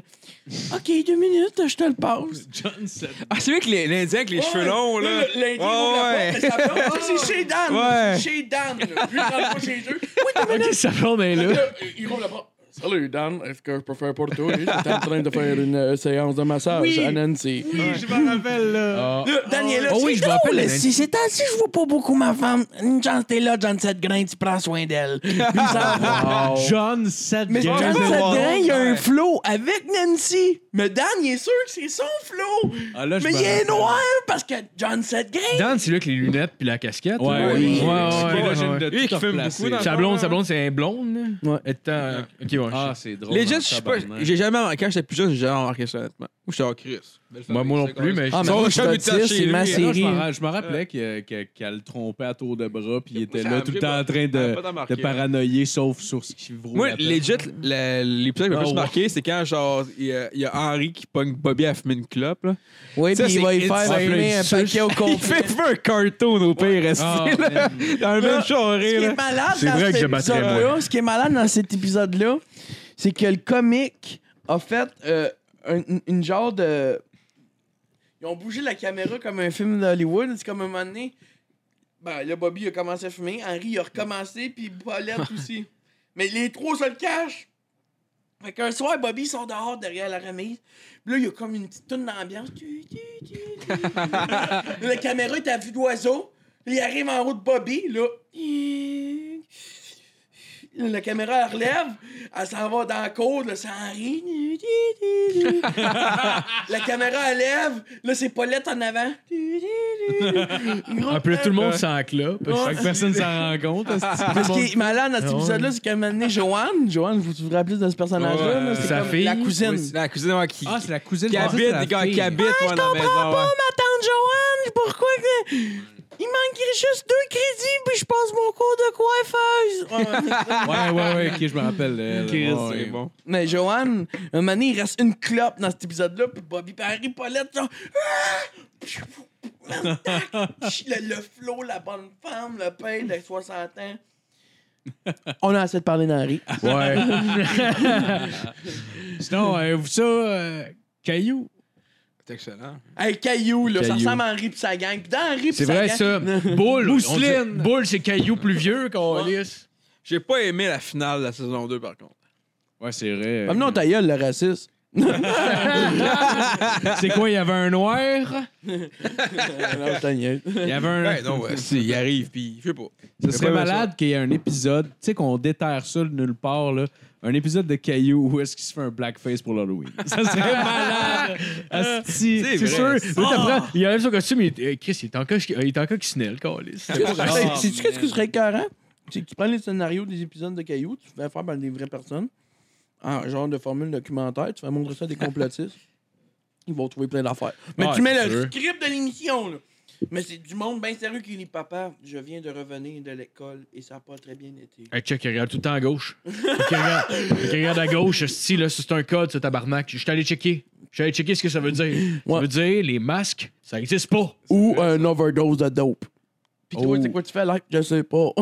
Speaker 2: OK, deux minutes, je te le passe.
Speaker 5: John Seth.
Speaker 4: Ah, c'est vrai que les- l'Indien avec les cheveux longs, là.
Speaker 2: Lundi,
Speaker 4: Ouais, ouais.
Speaker 2: Ah, c'est chez Dan.
Speaker 4: Ouais.
Speaker 2: Chez Dan. là. Puis, dans le fond, chez eux. Oui, t'as
Speaker 3: Ok, ça va, on est là.
Speaker 2: Euh, Il roule la porte. Salut Dan, est-ce que je peux faire pour toi? J'étais en train de faire une euh, séance de massage
Speaker 5: Oui.
Speaker 2: à Nancy.
Speaker 5: Oui, je m'en rappelle, là.
Speaker 3: Ah.
Speaker 2: Là, Daniel, là,
Speaker 3: Oh oui,
Speaker 2: c'est
Speaker 3: je me
Speaker 2: drôle,
Speaker 3: rappelle,
Speaker 2: là,
Speaker 3: Daniel.
Speaker 2: Si c'est si je vois pas beaucoup ma femme, une chance t'es là, John Setgrain, tu prends soin d'elle. Puis ça va.
Speaker 5: Oh. John Seth.
Speaker 2: Mais
Speaker 5: Gang.
Speaker 2: John
Speaker 4: c'est bon.
Speaker 2: Setgrain, il y a un
Speaker 4: Ouais.
Speaker 2: flow avec Nancy. Mais Dan, il est sûr que c'est son flow.
Speaker 5: Ah, là, je
Speaker 2: Mais
Speaker 5: me
Speaker 2: il est
Speaker 5: rappelle.
Speaker 2: noir parce que John Setgrain,
Speaker 3: Dan, c'est lui avec les lunettes puis la casquette.
Speaker 5: Ouais,
Speaker 3: là.
Speaker 5: oui.
Speaker 3: ouais,
Speaker 5: C'est
Speaker 3: ouais,
Speaker 5: pas l'origine
Speaker 3: ouais.
Speaker 5: de
Speaker 4: Lui
Speaker 5: tout
Speaker 4: qui fume
Speaker 5: replacer.
Speaker 4: beaucoup dans-
Speaker 3: Sa blonde, sa blonde, c'est un blonde. là.
Speaker 2: Ouais.
Speaker 3: Étant- Ok, ouais.
Speaker 5: Ah, c'est drôle.
Speaker 4: Les
Speaker 5: en
Speaker 4: gens, je sais pas.
Speaker 5: tabarnak.
Speaker 4: J'ai jamais remarqué. Quand j'étais plus jeune, j'ai jamais remarqué ça, honnêtement. Moi, j'étais en crise.
Speaker 3: Moi, moi non plus, mais.
Speaker 2: Ah, mais
Speaker 4: Son
Speaker 2: moi, je
Speaker 4: chat
Speaker 2: te
Speaker 4: lui
Speaker 2: dis,
Speaker 4: taché,
Speaker 2: c'est
Speaker 4: lui.
Speaker 2: ma
Speaker 4: Ah non,
Speaker 5: Non, je
Speaker 2: série.
Speaker 5: me ra- je me rappelais que- que- qu'elle le trompait à tour de bras, puis il était
Speaker 4: Ça
Speaker 5: là
Speaker 4: a
Speaker 5: tout le
Speaker 4: pris
Speaker 5: temps
Speaker 4: pas-
Speaker 5: en train
Speaker 4: ça a
Speaker 5: de,
Speaker 4: pas tant marqué,
Speaker 5: de paranoïer, sauf sur ce qui vaut.
Speaker 4: Moi,
Speaker 5: la peine.
Speaker 4: legit, la- l'épisode qui m'a
Speaker 5: Ah,
Speaker 4: plus
Speaker 5: ouais.
Speaker 4: marqué, c'est quand, genre, il y, a- il y a Henri qui pogne Bobby à fumer une clope, là.
Speaker 2: Oui,
Speaker 4: Ça,
Speaker 2: puis il
Speaker 4: c'est
Speaker 2: va y
Speaker 4: insane.
Speaker 2: faire fumer un paquet au
Speaker 4: Il
Speaker 2: complet.
Speaker 4: fait fumer un cartoon au pire, resté,
Speaker 5: Ah,
Speaker 4: là. Dans le même
Speaker 2: Ce
Speaker 4: charré,
Speaker 2: qui
Speaker 4: là.
Speaker 2: est malade
Speaker 3: C'est
Speaker 2: dans
Speaker 3: vrai
Speaker 2: cet
Speaker 3: que je battrais,
Speaker 2: épisode-là, ce qui est malade dans cet épisode-là, c'est que le comique a fait euh, un- une, une genre de. Ils ont bougé la caméra comme un film d'Hollywood. C'est comme un moment donné. Ben, là, Bobby il a commencé à fumer, Henry il a recommencé, puis Paulette aussi. Mais les trois se le cachent. Fait qu'un soir, Bobby sort dehors derrière la remise. Puis là, il y a comme une petite toune d'ambiance. Tu, tu, tu, tu. la caméra est à vue d'oiseau. Il arrive en haut de Bobby, là. La caméra elle relève, elle s'en va dans la côte, là, c'est Henri. la caméra elle lève, là, c'est Paulette en avant.
Speaker 3: Ah, puis là, tout le monde s'en clope.
Speaker 5: Fait que personne s'en rend compte. est-ce que-
Speaker 2: Mais ce qui est malade dans cet
Speaker 3: Ah ouais.
Speaker 2: épisode-là, c'est qu'à un moment donné, Joanne, Joanne, vous vous vous rappelez de ce personnage-là? là?
Speaker 4: Ouais,
Speaker 2: c'est
Speaker 3: sa
Speaker 2: comme
Speaker 3: fille.
Speaker 2: la
Speaker 4: Oui,
Speaker 2: cousine.
Speaker 4: c'est la cuisine ouais, qui,
Speaker 5: Ah, c'est la cousine
Speaker 4: qui
Speaker 5: de-
Speaker 4: habite,
Speaker 5: Ah,
Speaker 4: les
Speaker 5: c'est la
Speaker 4: gars, qui
Speaker 5: fille.
Speaker 4: habite ouais, dans la maison. ouais.
Speaker 2: ma tante Joanne, pourquoi que... Il manque juste deux crédits, puis je passe mon cours de coiffeuse. Ouais, ouais.
Speaker 5: Ouais, ouais, ouais, ok, je me rappelle. elle,
Speaker 4: Chris,
Speaker 5: ouais, ouais.
Speaker 4: c'est bon.
Speaker 2: Mais Joanne, un moment donné, il reste une clope dans cet épisode-là, puis Bobby puis Harry Paulette, genre... Ah! Tac! Le, le flow, la bonne femme, le père de 60 ans. On a assez de parler d'Henri.
Speaker 3: Ouais.
Speaker 5: Sinon, avez-vous ça, euh, Caillou?
Speaker 4: C'est excellent.
Speaker 2: Hey, Caillou, là, ça
Speaker 3: Caillou.
Speaker 2: ressemble à Henri pis sa gang. Puis dans Henri pis
Speaker 3: C'est
Speaker 2: sa
Speaker 3: vrai,
Speaker 2: gang-
Speaker 3: ça. Boule. on dit-
Speaker 5: Mousseline.
Speaker 3: Boule, c'est caillou plus vieux qu'on lisse.
Speaker 4: J'ai pas aimé la finale de la saison 2, par contre.
Speaker 5: Ouais, c'est vrai.
Speaker 2: Comme Ah, non, ta gueule, le raciste.
Speaker 5: C'est quoi, il y avait un noir?
Speaker 2: Ah, non, ta gueule.
Speaker 5: Il y avait un.
Speaker 4: Ouais, non, ouais, si, il arrive, puis je sais pas.
Speaker 5: Ce
Speaker 4: pas
Speaker 5: serait
Speaker 4: mal
Speaker 5: malade qu'il y ait un épisode, tu sais, qu'on déterre ça de nulle part, là. Un épisode de Caillou où est-ce qu'il se fait un blackface pour l'Halloween. Ça serait malade! Asti.
Speaker 4: C'est
Speaker 3: C'est sûr.
Speaker 4: vrai. Ah!
Speaker 3: Là,
Speaker 5: Ah!
Speaker 3: t'apprends, il enlève son costume. Il, euh, Chris, il est encore il est encore Kisnell, le câlisse.
Speaker 2: Hey, Sais-tu qu'est-ce qui serait écœurant? C'est que tu prends les scénarios des épisodes de Caillou, tu fais faire par des vraies personnes, en genre de formule documentaire, tu fais montrer ça à des complotistes. Ils vont trouver plein d'affaires. Mais
Speaker 3: Ouais,
Speaker 2: tu mets
Speaker 3: c'est
Speaker 2: le
Speaker 3: sûr.
Speaker 2: script de l'émission, là. Mais c'est du monde bien sérieux qui dit Papa, je viens de revenir de l'école et ça n'a pas très bien été.
Speaker 3: Hey, check, il regarde tout le temps à gauche. Il regarde, il regarde à gauche. Si, là, c'est un code, ce tabarnak. Je suis allé checker. Je suis allé checker ce que ça veut dire. Ça
Speaker 2: Ouais.
Speaker 3: veut dire, les masques, ça existe pas.
Speaker 2: Ou un overdose de dope. Puis toi,
Speaker 5: Oh.
Speaker 2: c'est quoi tu fais là? Je sais pas.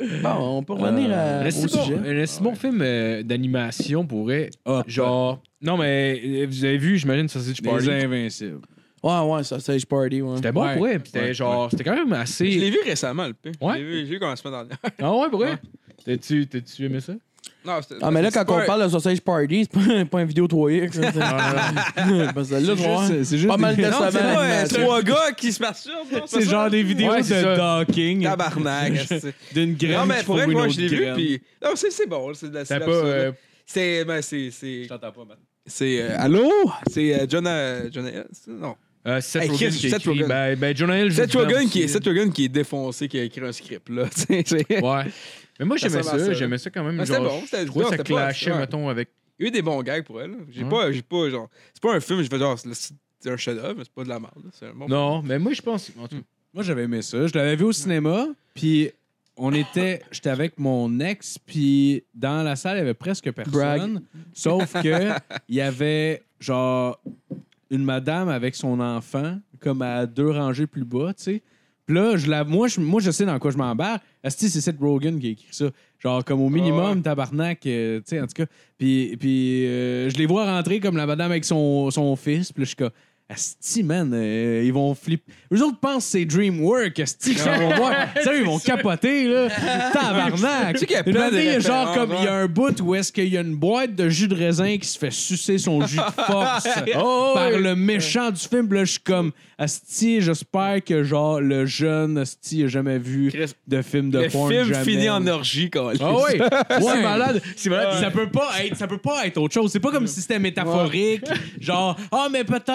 Speaker 3: Ah,
Speaker 2: bon, on peut revenir à,
Speaker 3: Un
Speaker 2: ah, au
Speaker 3: esti Euh, bon,
Speaker 2: sujet.
Speaker 3: un esti bon film euh, d'animation pourrait.
Speaker 5: Hop.
Speaker 3: Genre. Non, mais euh, vous avez vu, j'imagine, Sausage
Speaker 5: Les
Speaker 3: Party.
Speaker 5: Invincibles.
Speaker 2: Ouais, ouais, ça, Sage Party, ouais.
Speaker 3: C'était bon
Speaker 5: Ouais.
Speaker 3: pour vrai. puis C'était
Speaker 5: Ouais.
Speaker 3: genre. C'était quand même
Speaker 4: Je l'ai
Speaker 3: assez.
Speaker 4: vu récemment, le pire.
Speaker 3: Ouais.
Speaker 4: Je l'ai vu, j'ai vu comment la semaine dernière.
Speaker 3: Ah ouais, pour vrai? T'as-tu t'as-tu aimé ça?
Speaker 4: Non, c'était-
Speaker 2: Ah, mais là,
Speaker 4: c'est
Speaker 2: quand
Speaker 4: pas-
Speaker 2: on parle de Sausage Party, c'est pas, pas une vidéo 3X. ça, c'est- Parce que là,
Speaker 5: juste- c'est- c'est
Speaker 2: c'est
Speaker 5: juste
Speaker 2: pas mal
Speaker 5: des-
Speaker 4: Non,
Speaker 2: décevant.
Speaker 4: c'est pas euh,
Speaker 2: l'animation.
Speaker 4: trois gars qui se masturbent. non,
Speaker 5: C'est
Speaker 4: ça?
Speaker 5: genre des vidéos
Speaker 3: Ouais, c'est ça.
Speaker 5: de docking.
Speaker 4: Tabarnak. esti.
Speaker 5: D'une graine.
Speaker 4: Non, mais pour
Speaker 5: qui fourre
Speaker 4: vrai,
Speaker 5: une
Speaker 4: moi,
Speaker 5: autre
Speaker 4: je l'ai vu,
Speaker 5: graine.
Speaker 4: puis. Non, c'est c'est bon, c'est de la
Speaker 3: C'était
Speaker 4: c'est
Speaker 3: pas.
Speaker 4: absurde.
Speaker 3: euh,
Speaker 4: C'est. ben, c'est- C'est.
Speaker 5: Je t'entends pas, man.
Speaker 4: C'est. euh, Allô? C'est euh, John. euh, John Hill, ça? Non.
Speaker 3: euh, Seth
Speaker 4: Hey,
Speaker 3: Rogen
Speaker 4: Chris,
Speaker 3: qui a
Speaker 4: Seth
Speaker 3: écrit.
Speaker 4: Rogen.
Speaker 3: Ben, ben, Jonah Hill joue
Speaker 4: Seth
Speaker 3: dedans
Speaker 4: Rogen,
Speaker 3: aussi.
Speaker 4: qui est, Seth Rogen qui est défoncé, qui a écrit un script, là. tu sais, c'est-
Speaker 3: Ouais. Mais moi, j'aimais
Speaker 4: ressemble à
Speaker 3: ça.
Speaker 4: ça.
Speaker 3: J'aimais ça quand même.
Speaker 4: Ah, c'était
Speaker 3: genre,
Speaker 4: bon, c'était-
Speaker 3: Je trouvais
Speaker 4: non,
Speaker 3: que ça
Speaker 4: c'était pas-
Speaker 3: clashait,
Speaker 4: ouais.
Speaker 3: mettons, avec.
Speaker 4: Il y a eu des bons gags pour elle. là. J'ai
Speaker 3: Ouais.
Speaker 4: pas, j'ai pas, genre. C'est pas un film, je fais genre, c'est- c'est un chef-d'œuvre, mais c'est pas de la merde. là. C'est un bon.
Speaker 3: Non, mais moi, je pense. En tout cas,
Speaker 5: Moi, j'avais aimé ça. Je l'avais vu au cinéma, puis on était... J'étais avec mon ex, puis dans la salle, il y avait presque personne. Sauf que il y avait, genre, une madame avec son enfant, comme à deux rangées plus bas, tu sais. Puis là, je la, moi, je, moi, je sais dans quoi je m'embarque. Asti, c'est Seth Rogen qui a écrit ça. Genre, comme au minimum, tabarnak, euh, tu sais, en tout cas. Puis, puis euh, je les vois rentrer comme la madame avec son, son fils. Puis là, je suis comme, Asti, man, euh, ils vont flipper. Eux autres pensent que c'est DreamWorks, Asti, qu'ils s'en vont voir. Sérieux, ils vont capoter, là. Tabarnak.
Speaker 4: Tu sais qu'il y a
Speaker 5: Une
Speaker 4: plein de
Speaker 5: année, il y a
Speaker 4: références,
Speaker 5: genre
Speaker 4: hein.
Speaker 5: comme, il y a un bout où est-ce qu'il y a une boîte de jus de raisin qui se fait sucer son jus de force
Speaker 4: Oh,
Speaker 5: par le méchant du film. Puis Là, je suis comme, Asti, j'espère que genre le jeune Asti a jamais vu
Speaker 4: Chris,
Speaker 5: de film de
Speaker 4: Le
Speaker 5: porn.
Speaker 4: film
Speaker 5: jamais.
Speaker 4: finit en orgie, quoi.
Speaker 5: Ah oui, c'est malade.
Speaker 4: C'est malade.
Speaker 5: Ça peut pas être, ça peut pas être autre chose. C'est pas comme si c'était métaphorique, genre ah mais peut-être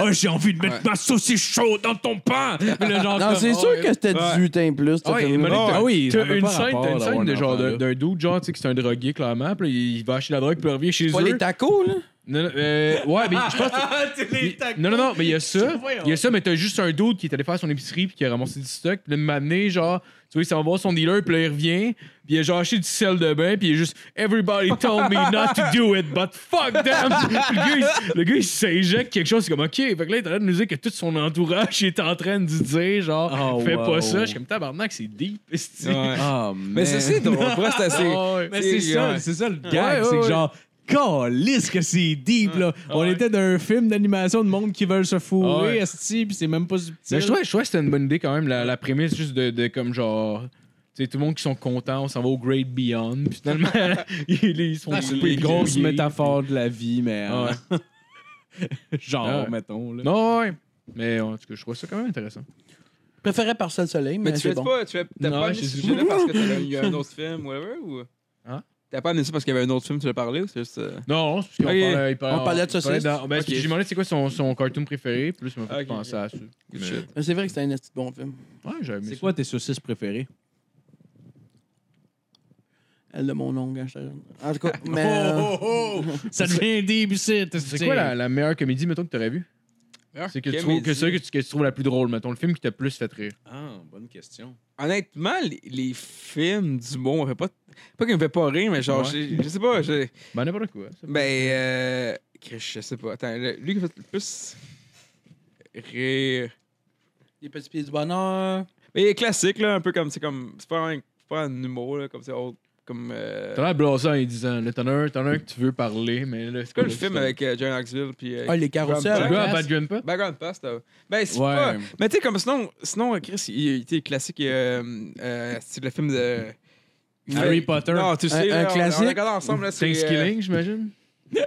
Speaker 5: que oh, j'ai envie de mettre ma saucisse chaude dans ton pain. Puis le genre
Speaker 2: Non,
Speaker 5: comme,
Speaker 2: c'est
Speaker 5: oh,
Speaker 2: sûr que c'était
Speaker 3: Ouais.
Speaker 2: 18 ans et plus. ce
Speaker 3: Ah ouais,
Speaker 2: film-là.
Speaker 3: mais là,
Speaker 5: Ah oui, ça
Speaker 3: T'as
Speaker 5: avait
Speaker 3: une
Speaker 5: pas
Speaker 3: scène,
Speaker 5: rapport
Speaker 3: t'as une
Speaker 5: d'avoir
Speaker 3: scène de
Speaker 5: un
Speaker 3: genre
Speaker 5: enfant,
Speaker 3: d'un
Speaker 5: là.
Speaker 3: d'un dude, genre, tu sais, que c'est un drogué, clairement. Puis là, il va acheter la drogue, puis il revient chez
Speaker 2: Pas les
Speaker 3: eux.
Speaker 2: tacos, là.
Speaker 3: Non, non, euh, ouais, mais je pense que.
Speaker 5: Ah, t'es les
Speaker 3: Il-
Speaker 5: tacos.
Speaker 3: Non, non, non, mais il y a ça.
Speaker 5: Voyons.
Speaker 3: Il y a ça, mais t'as juste un dude qui est allé faire son épicerie puis qui a ramassé du stock. Puis là, m'amener, genre, tu vois, il s'en va à son dealer, puis là, il revient. Puis il a genre acheté du sel de bain, puis il est juste Everybody told me not to do it, but fuck them! Puis le gars, il- le gars, il s'injecte quelque chose, c'est comme OK. Fait que là, il est en train de nous dire que tout son entourage est en train de dire, genre,
Speaker 5: Oh,
Speaker 3: fais
Speaker 5: wow.
Speaker 3: pas ça. Je suis comme tabarnak, c'est deep. esti.
Speaker 5: Ah,
Speaker 4: Mais c'est c'est drôle. Pour vrai, c'est assez.
Speaker 3: Ah ouais.
Speaker 5: Mais c'est ça,
Speaker 4: ouais.
Speaker 5: c'est ça le gag,
Speaker 3: ouais,
Speaker 5: c'est que
Speaker 3: ouais.
Speaker 5: genre calisse que c'est deep là. On
Speaker 3: ouais.
Speaker 5: était dans un film d'animation de monde qui veulent se fourrer,
Speaker 3: Ouais.
Speaker 5: esti, puis c'est même pas subtil.
Speaker 3: Mais je trouvais, je trouvais que c'était une bonne idée quand même, la, la prémisse juste de, de comme genre. Tu sais, tout le monde qui sont contents, on s'en va au Great Beyond. Puis finalement, ils, ils sont
Speaker 5: Ah, c'est les grosses métaphores de la vie, mais hein, genre
Speaker 3: Ouais.
Speaker 5: mettons là.
Speaker 3: Non, ouais. Mais en tout cas, je trouve ça quand même intéressant.
Speaker 2: Je préférais par ça le soleil, mais,
Speaker 4: Mais tu
Speaker 2: c'est
Speaker 4: fais
Speaker 2: bon.
Speaker 4: pas, tu fais, t'as
Speaker 3: Non,
Speaker 4: pas amené
Speaker 3: j'ai
Speaker 4: ce
Speaker 3: dit-
Speaker 4: sujet-là parce que t'avais eu un autre film, whatever, ou.
Speaker 3: Hein?
Speaker 4: T'as pas amené ça parce qu'il y avait un autre film, tu l'as parlé, ou c'est juste. euh,
Speaker 3: Non, c'est parce qu'on
Speaker 4: Ok.
Speaker 3: parlait, il parlait-
Speaker 2: On parlait de saucisses.
Speaker 3: d'en- ben, c'est
Speaker 4: Ok.
Speaker 3: que J'ai demandé c'est quoi son, son cartoon préféré, puis là, ça m'a fait
Speaker 4: Ok.
Speaker 3: penser à ça. Mais-
Speaker 4: good shit.
Speaker 2: C'est vrai que c'était un esti de bon film.
Speaker 3: Ouais, j'ai aimé
Speaker 5: C'est
Speaker 3: ça.
Speaker 5: quoi tes saucisses préférées
Speaker 2: Elle de mon ongle, quand j'étais jeune. En tout cas, mais.
Speaker 5: Oh,
Speaker 2: euh,
Speaker 5: Ça devient deep ici.
Speaker 3: C'est quoi la, la meilleure comédie, mettons, que t'aurais vue? C'est que, tu trouves- que celle que tu, que tu trouves la plus drôle, mettons, le film qui t'a plus fait rire.
Speaker 5: Ah, bonne question.
Speaker 4: Honnêtement, les, les films du bon, on fait pas. Pas qu'ils me fait pas rire, mais genre,
Speaker 3: Ouais.
Speaker 4: j'ai- je sais pas, j'ai.
Speaker 3: Ben, n'importe quoi. ça.
Speaker 4: Ben, euh. Chris, Je sais pas. Attends, le- lui qui fait le plus. Rire.
Speaker 2: Les petits pieds du bonheur.
Speaker 4: Mais il est classique, là, un peu comme. C'est comme. C'est pas un, c'est pas un humour, là, comme c'est autre. Comme. euh,
Speaker 3: T'as l'air blasé en lui disant, là, t'en as un, t'en as un que tu veux parler, mais là,
Speaker 4: C'est quoi le film avec euh, John Knoxville, puis. euh,
Speaker 2: Ah, les
Speaker 3: Le
Speaker 4: Grand
Speaker 2: carousels.
Speaker 3: gars à Bad Grandpa?
Speaker 4: Background Pass, là. Ben, c'est
Speaker 5: Ouais.
Speaker 4: pas. Mais tu sais, comme sinon, sinon euh, Chris, il il était classique. euh, euh, c'est le film de.
Speaker 5: Harry
Speaker 4: Ouais.
Speaker 5: Potter.
Speaker 4: Non, tu
Speaker 2: Un-
Speaker 4: sais,
Speaker 2: un
Speaker 4: là, on-
Speaker 2: classique.
Speaker 4: On regarde ensemble, là. c'est, euh,
Speaker 3: Thanksgiving, j'imagine?